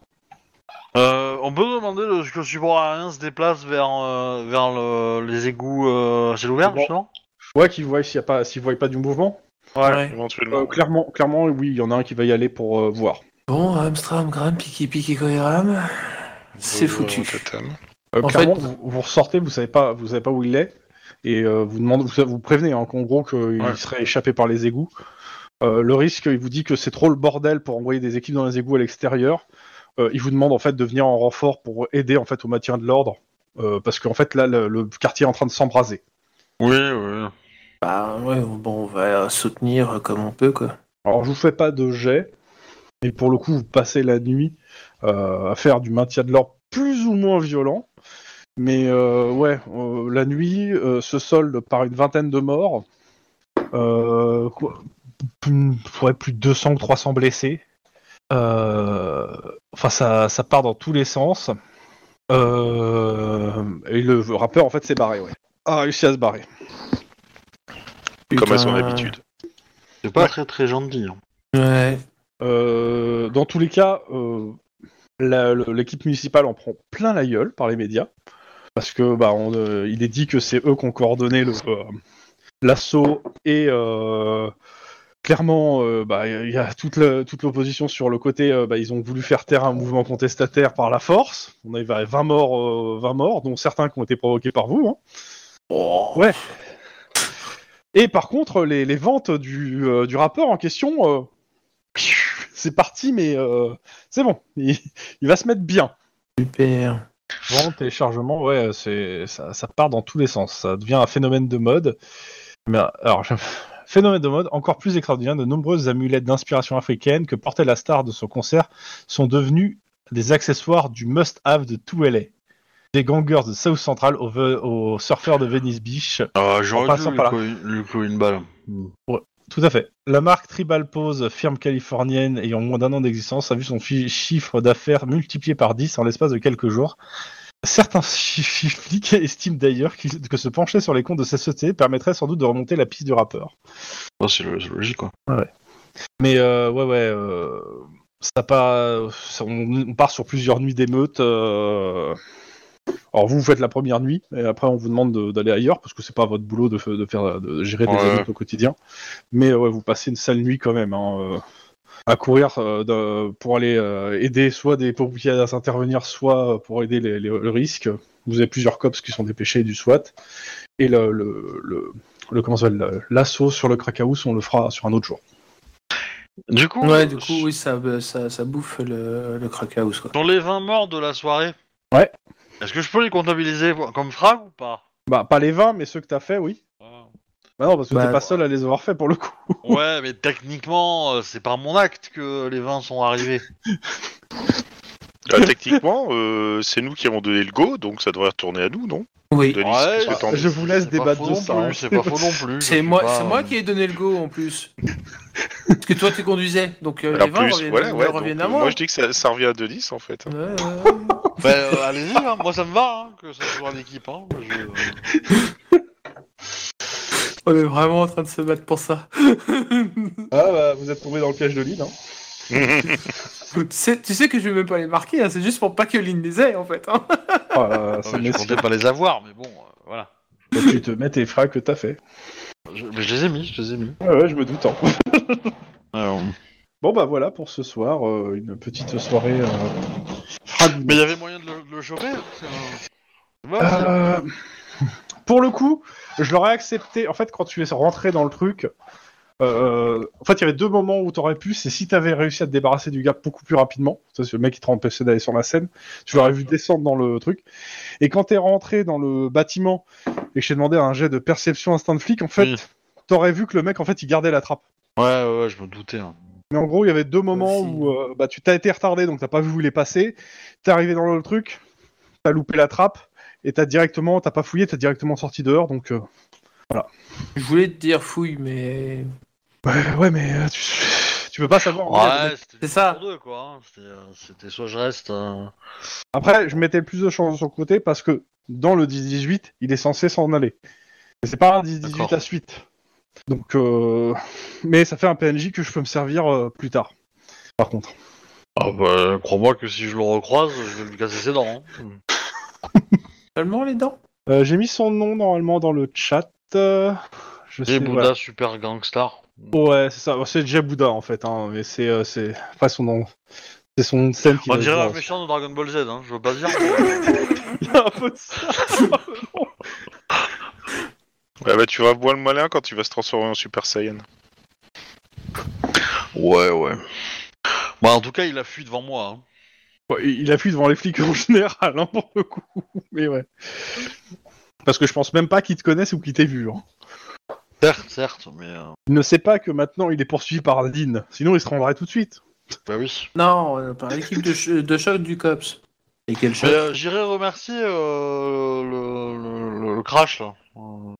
D: Euh, on peut demander le- que le support aérien se déplace vers, euh, vers le- les égouts euh, c'est l'ouvert,
B: Bon.
D: justement
B: Ouais, qu'ils voient s'il y a pas, s'ils voient pas du mouvement.
C: Ouais.
E: Éventuellement.
B: Euh, clairement, clairement, oui, il y en a un qui va y aller pour euh, voir.
C: Bon, Ramstram, Gram, Piki Piki Koiram. C'est foutu.
E: Tatam.
B: Euh,
C: En
B: clairement,
C: fait-
B: vous, vous ressortez, vous savez pas, vous savez pas où il est, et euh, vous demandez, vous, vous prévenez hein, qu'en gros qu'il
D: Ouais.
B: serait échappé par les égouts. Euh, le risque, il vous dit que c'est trop le bordel pour envoyer des équipes dans les égouts à l'extérieur. Euh, il vous demande en fait de venir en renfort pour aider en fait au maintien de l'ordre, euh, parce qu'en fait là le, le quartier est en train de s'embraser.
D: Oui, oui.
C: Bah ouais, bon, on va soutenir comme on peut, quoi.
B: Alors je vous fais pas de jet, mais pour le coup vous passez la nuit euh, à faire du maintien de l'ordre plus ou moins violent. Mais euh, ouais, euh, la nuit euh, se solde par une vingtaine de morts, euh, quoi, plus, ouais, plus de 200 ou 300 blessés. Euh, enfin ça, ça part dans tous les sens. Euh, et le rappeur en fait s'est barré, ouais. A réussi à se barrer.
E: Comme à son
C: Putain.
E: habitude.
D: C'est pas très très gentil. hein.
C: Ouais.
B: Euh, dans tous les cas, euh, la- le- l'équipe municipale en prend plein la gueule par les médias. Parce que bah, on, euh, il est dit que c'est eux qui ont coordonné le, euh, l'assaut et euh, clairement euh, bah, il y a toute, le- toute l'opposition sur le côté euh, bah, ils ont voulu faire taire un mouvement contestataire par la force. On avait 20 morts, euh, 20 morts, dont certains qui ont été provoqués par vous. hein.
C: Oh,
B: Ouais. Et par contre, les, les ventes du, euh, du rapport en question, euh, c'est parti, mais euh, c'est bon, il, il va se mettre bien.
C: Super.
B: Vente, téléchargement, ouais, c'est ça, ça part dans tous les sens. Ça devient un phénomène de mode. Mais alors, je- phénomène de mode encore plus extraordinaire. De nombreuses amulettes d'inspiration africaine que portait la star de son concert sont devenues des accessoires du must-have de tout LA. Des gangers de South Central aux, ve- aux surfeurs de Venice Beach,
D: Euh, J'aurais dû
B: passant
D: lui
B: par là.
D: clouer- lui clouer une balle. Mm.
B: Tout à fait. La marque Tribal Pose, firme californienne ayant moins d'un an d'existence, a vu son fi- chiffre d'affaires multiplié par 10 en l'espace de quelques jours. Certains chi- chi- flics estiment d'ailleurs qu'il- que se pencher sur les comptes de cette société permettrait sans doute de remonter la piste du rappeur.
D: Oh, c'est lo- c'est logique, quoi.
B: Mais euh, ouais, ouais, euh, ça pas, ça- on, on part sur plusieurs nuits d'émeute. euh. Alors vous, vous faites la première nuit, et après on vous demande de- d'aller ailleurs parce que c'est pas votre boulot de, fa- de faire, de gérer des
D: Ouais.
B: émeutes au quotidien. Mais euh, ouais, vous passez une sale nuit quand même. hein, euh, à courir euh, de- pour aller euh, aider soit des pompiers à s'intervenir, soit pour aider les- les- le risque. Vous avez plusieurs cops qui sont dépêchés du SWAT. Et le, le, le, le- comment ça s'appelle, le- l'assaut sur le Krakaus, on le fera sur un autre jour.
D: Du coup,
C: Ouais, du coup, oui, ça, euh, ça, ça bouffe le, le Crackhouse, quoi.
D: sur les 20 morts de la soirée,
B: Ouais.
D: est-ce que je peux les comptabiliser comme frag ou pas
B: Bah, pas les 20, mais ceux que t'as fait, oui. Bah non, parce que
C: Bah,
B: t'es pas seul à les avoir fait pour le coup.
D: Ouais, mais techniquement, euh, c'est par mon acte que les 20 sont arrivés.
E: Ah, techniquement, euh, c'est nous qui avons donné le go, donc ça devrait retourner à nous, non
C: Oui.
E: Denis,
D: Ouais,
E: qu'est-ce que t'en
B: je
E: dis
B: vous laisse
D: C'est pas
B: débattre
D: faux
B: de
D: non
B: ça.
D: plus,
B: hein.
D: C'est pas faux non plus. je
C: C'est
D: sais
C: moi,
D: pas,
C: c'est
D: euh,
E: hein.
C: moi qui ai donné le go en plus. Parce que toi, tu conduisais, donc euh,
E: En
C: les 20
E: plus,
C: reviennent,
E: voilà, ouais, donc,
C: reviennent
E: euh,
C: à moi.
E: moi je dis que ça, ça revient à Denis en fait.
C: Ouais, ouais, ouais.
D: Ben, euh, allez-y, hein, moi ça me va, hein, que ça soit l'équipe. Hein, je-
C: On est vraiment en train de se battre pour ça.
B: Ah, bah, vous êtes tombé dans le piège de Lynn. Hein.
C: tu, sais, tu sais que je vais même pas les marquer, hein, c'est juste pour pas que Lynn les ait en fait. hein.
B: Ah,
D: Non,
B: ça
D: mais je
B: me
D: comptais pas les avoir, mais bon, euh, voilà.
B: tu te mets tes frais que t'as fait.
D: Je, mais je les ai mis, je les ai mis.
B: Ouais, ouais, je me doute. hein.
D: Alors,
B: Bon, bah voilà pour ce soir. euh, une petite soirée. euh, fragmentée.
D: Mais il y avait moyen de le, de le choper hein, c'est un- Ouais, c'est-
B: Euh, pour le coup, je l'aurais accepté. En fait, quand tu es rentré dans le truc, euh, en fait, il y avait deux moments où t'aurais pu. C'est si t'avais réussi à te débarrasser du gars beaucoup plus rapidement. Ça, c'est le mec qui te empêché d'aller sur la scène. Tu l'aurais vu descendre dans le truc. Et quand t'es rentré dans le bâtiment et que j'ai demandé un jet de perception instinct de flic, en fait,
D: Oui.
B: t'aurais vu que le mec, en fait, il gardait la trappe.
D: ouais, ouais, ouais, je me doutais. hein.
B: Mais en gros, il y avait deux moments
C: Aussi.
B: où euh, bah, tu t'as été retardé, donc t'as pas vu où il est passé. T'es arrivé dans le truc, t'as loupé la trappe, et t'as directement, t'as pas fouillé, t'as directement sorti dehors. Donc, euh,
C: Je voulais te dire fouille, mais.
B: ouais, ouais, mais euh, tu, tu peux pas savoir. en fait.
D: Ouais, c'était
C: c'est ça.
D: pour deux, quoi. hein. C'était, euh, C'était soit je reste. euh,
B: Après, je mettais plus de chance de son côté parce que dans le 10-18, il est censé s'en aller. Mais c'est pas un 10-18
D: D'accord.
B: à suite. Donc, euh, mais ça fait un PNJ que je peux me servir euh, plus tard. Par contre.
D: Ah Oh, bah, Crois-moi que si je le recroise, je vais lui casser ses dents. hein.
C: Seulement les dents
B: Euh, J'ai mis son nom normalement dans le chat. euh, je
D: Et
B: sais,
D: Bouddha,
B: voilà.
D: super gangstar.
B: Ouais, c'est ça. C'est Jay Bouddha en fait, hein, mais c'est euh, c'est pas son nom. C'est son scène qui
D: On
B: va
D: dirait
B: dire,
D: un méchant de Dragon Ball Z, hein, je veux pas dire. mais-
B: Il y a un peu de ça.
E: Ah bah, tu vas voir le malin quand tu vas se transformer en Super Saiyan.
D: ouais, ouais. Bah, en tout cas, il a fui devant moi. hein.
B: Ouais, il il appuie devant les flics en général, hein, pour le coup. Mais ouais. Parce que je pense même pas qu'ils te connaissent ou qu'ils t'aient vu. hein.
D: Certes, certes, mais. euh,
B: Il ne sait pas que maintenant il est poursuivi par Dean. Sinon, il se rendrait tout de suite.
D: Bah oui.
C: Non, euh, par l'équipe de, ch- de choc du COPS. Et quel
D: Mais,
C: choc
D: euh, J'irai remercier euh, le, le- le- le crash, là. Euh,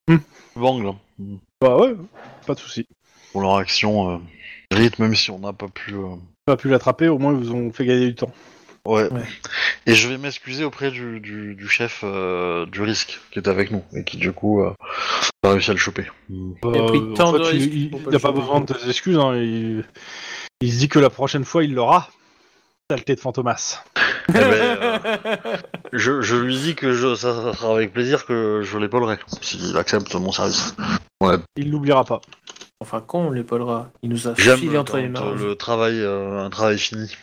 B: Hmm.
D: le Bang, là. Hmm.
B: Bah ouais, pas de souci.
D: Pour leur action euh, rythme, même si on n'a pas pu. euh,
B: Pas pu l'attraper, au moins ils vous ont fait gagner du temps.
D: Ouais.
C: Ouais.
D: Et je vais m'excuser auprès du, du, du chef euh, du risque qui est avec nous et qui du coup euh, a réussi à le choper.
C: a pris
B: Euh, en
C: tant de
B: fait, il-
C: risques
B: il
C: pour pas
B: n'y a
C: le
B: pas
C: choper.
B: besoin de des excuses. hein, Il... il se dit que la prochaine fois, il l'aura. Saleté de fantomas.
D: Eh ben, euh, je, je lui dis que je, ça, ça sera avec plaisir que je l'épaulerai s'il accepte mon service.
B: Il n'oubliera pas.
C: Enfin, con, on l'épaulera. Il nous a
D: J'aime
C: filé entre
D: quand,
C: les mains. hein.
D: euh, le travail, euh, un travail fini.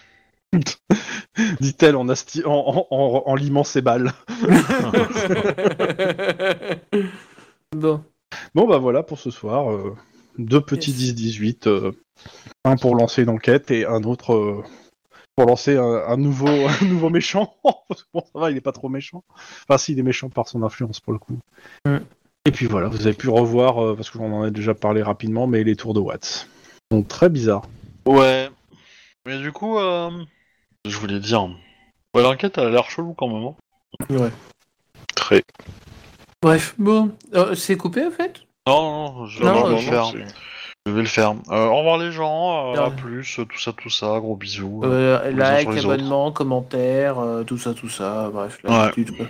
B: Dit-elle en, asti- en, en, en- en limant ses balles.
C: bon.
B: Bon bah voilà pour ce soir. euh, deux petits 10-18. euh, un pour lancer une enquête et un autre euh, pour lancer un, un nouveau, un nouveau méchant. Parce que bon ça va, il est pas trop méchant. Enfin si, il est méchant par son influence pour le coup.
C: Mm.
B: Et puis voilà, vous avez pu revoir, euh, parce que j'en ai déjà parlé rapidement, mais les tours de Watts. Donc très bizarre.
D: Ouais. Mais du coup, euh, je voulais dire. Ouais, l'enquête elle a l'air chelou quand même. hein.
E: Très.
C: Bref, bon. Euh, c'est coupé, en fait
D: Non, non, je,
C: Non,
D: je vais
C: euh,
D: le faire.
E: c'est-
D: Je vais le faire. Euh, au revoir les gens, euh, à
C: Ouais.
D: plus, tout ça, tout ça, gros bisous.
C: Euh,
D: les uns sur
C: Like,
D: les
C: abonnement, commentaire, euh, tout ça, tout ça. Bref, l'habitude, quoi.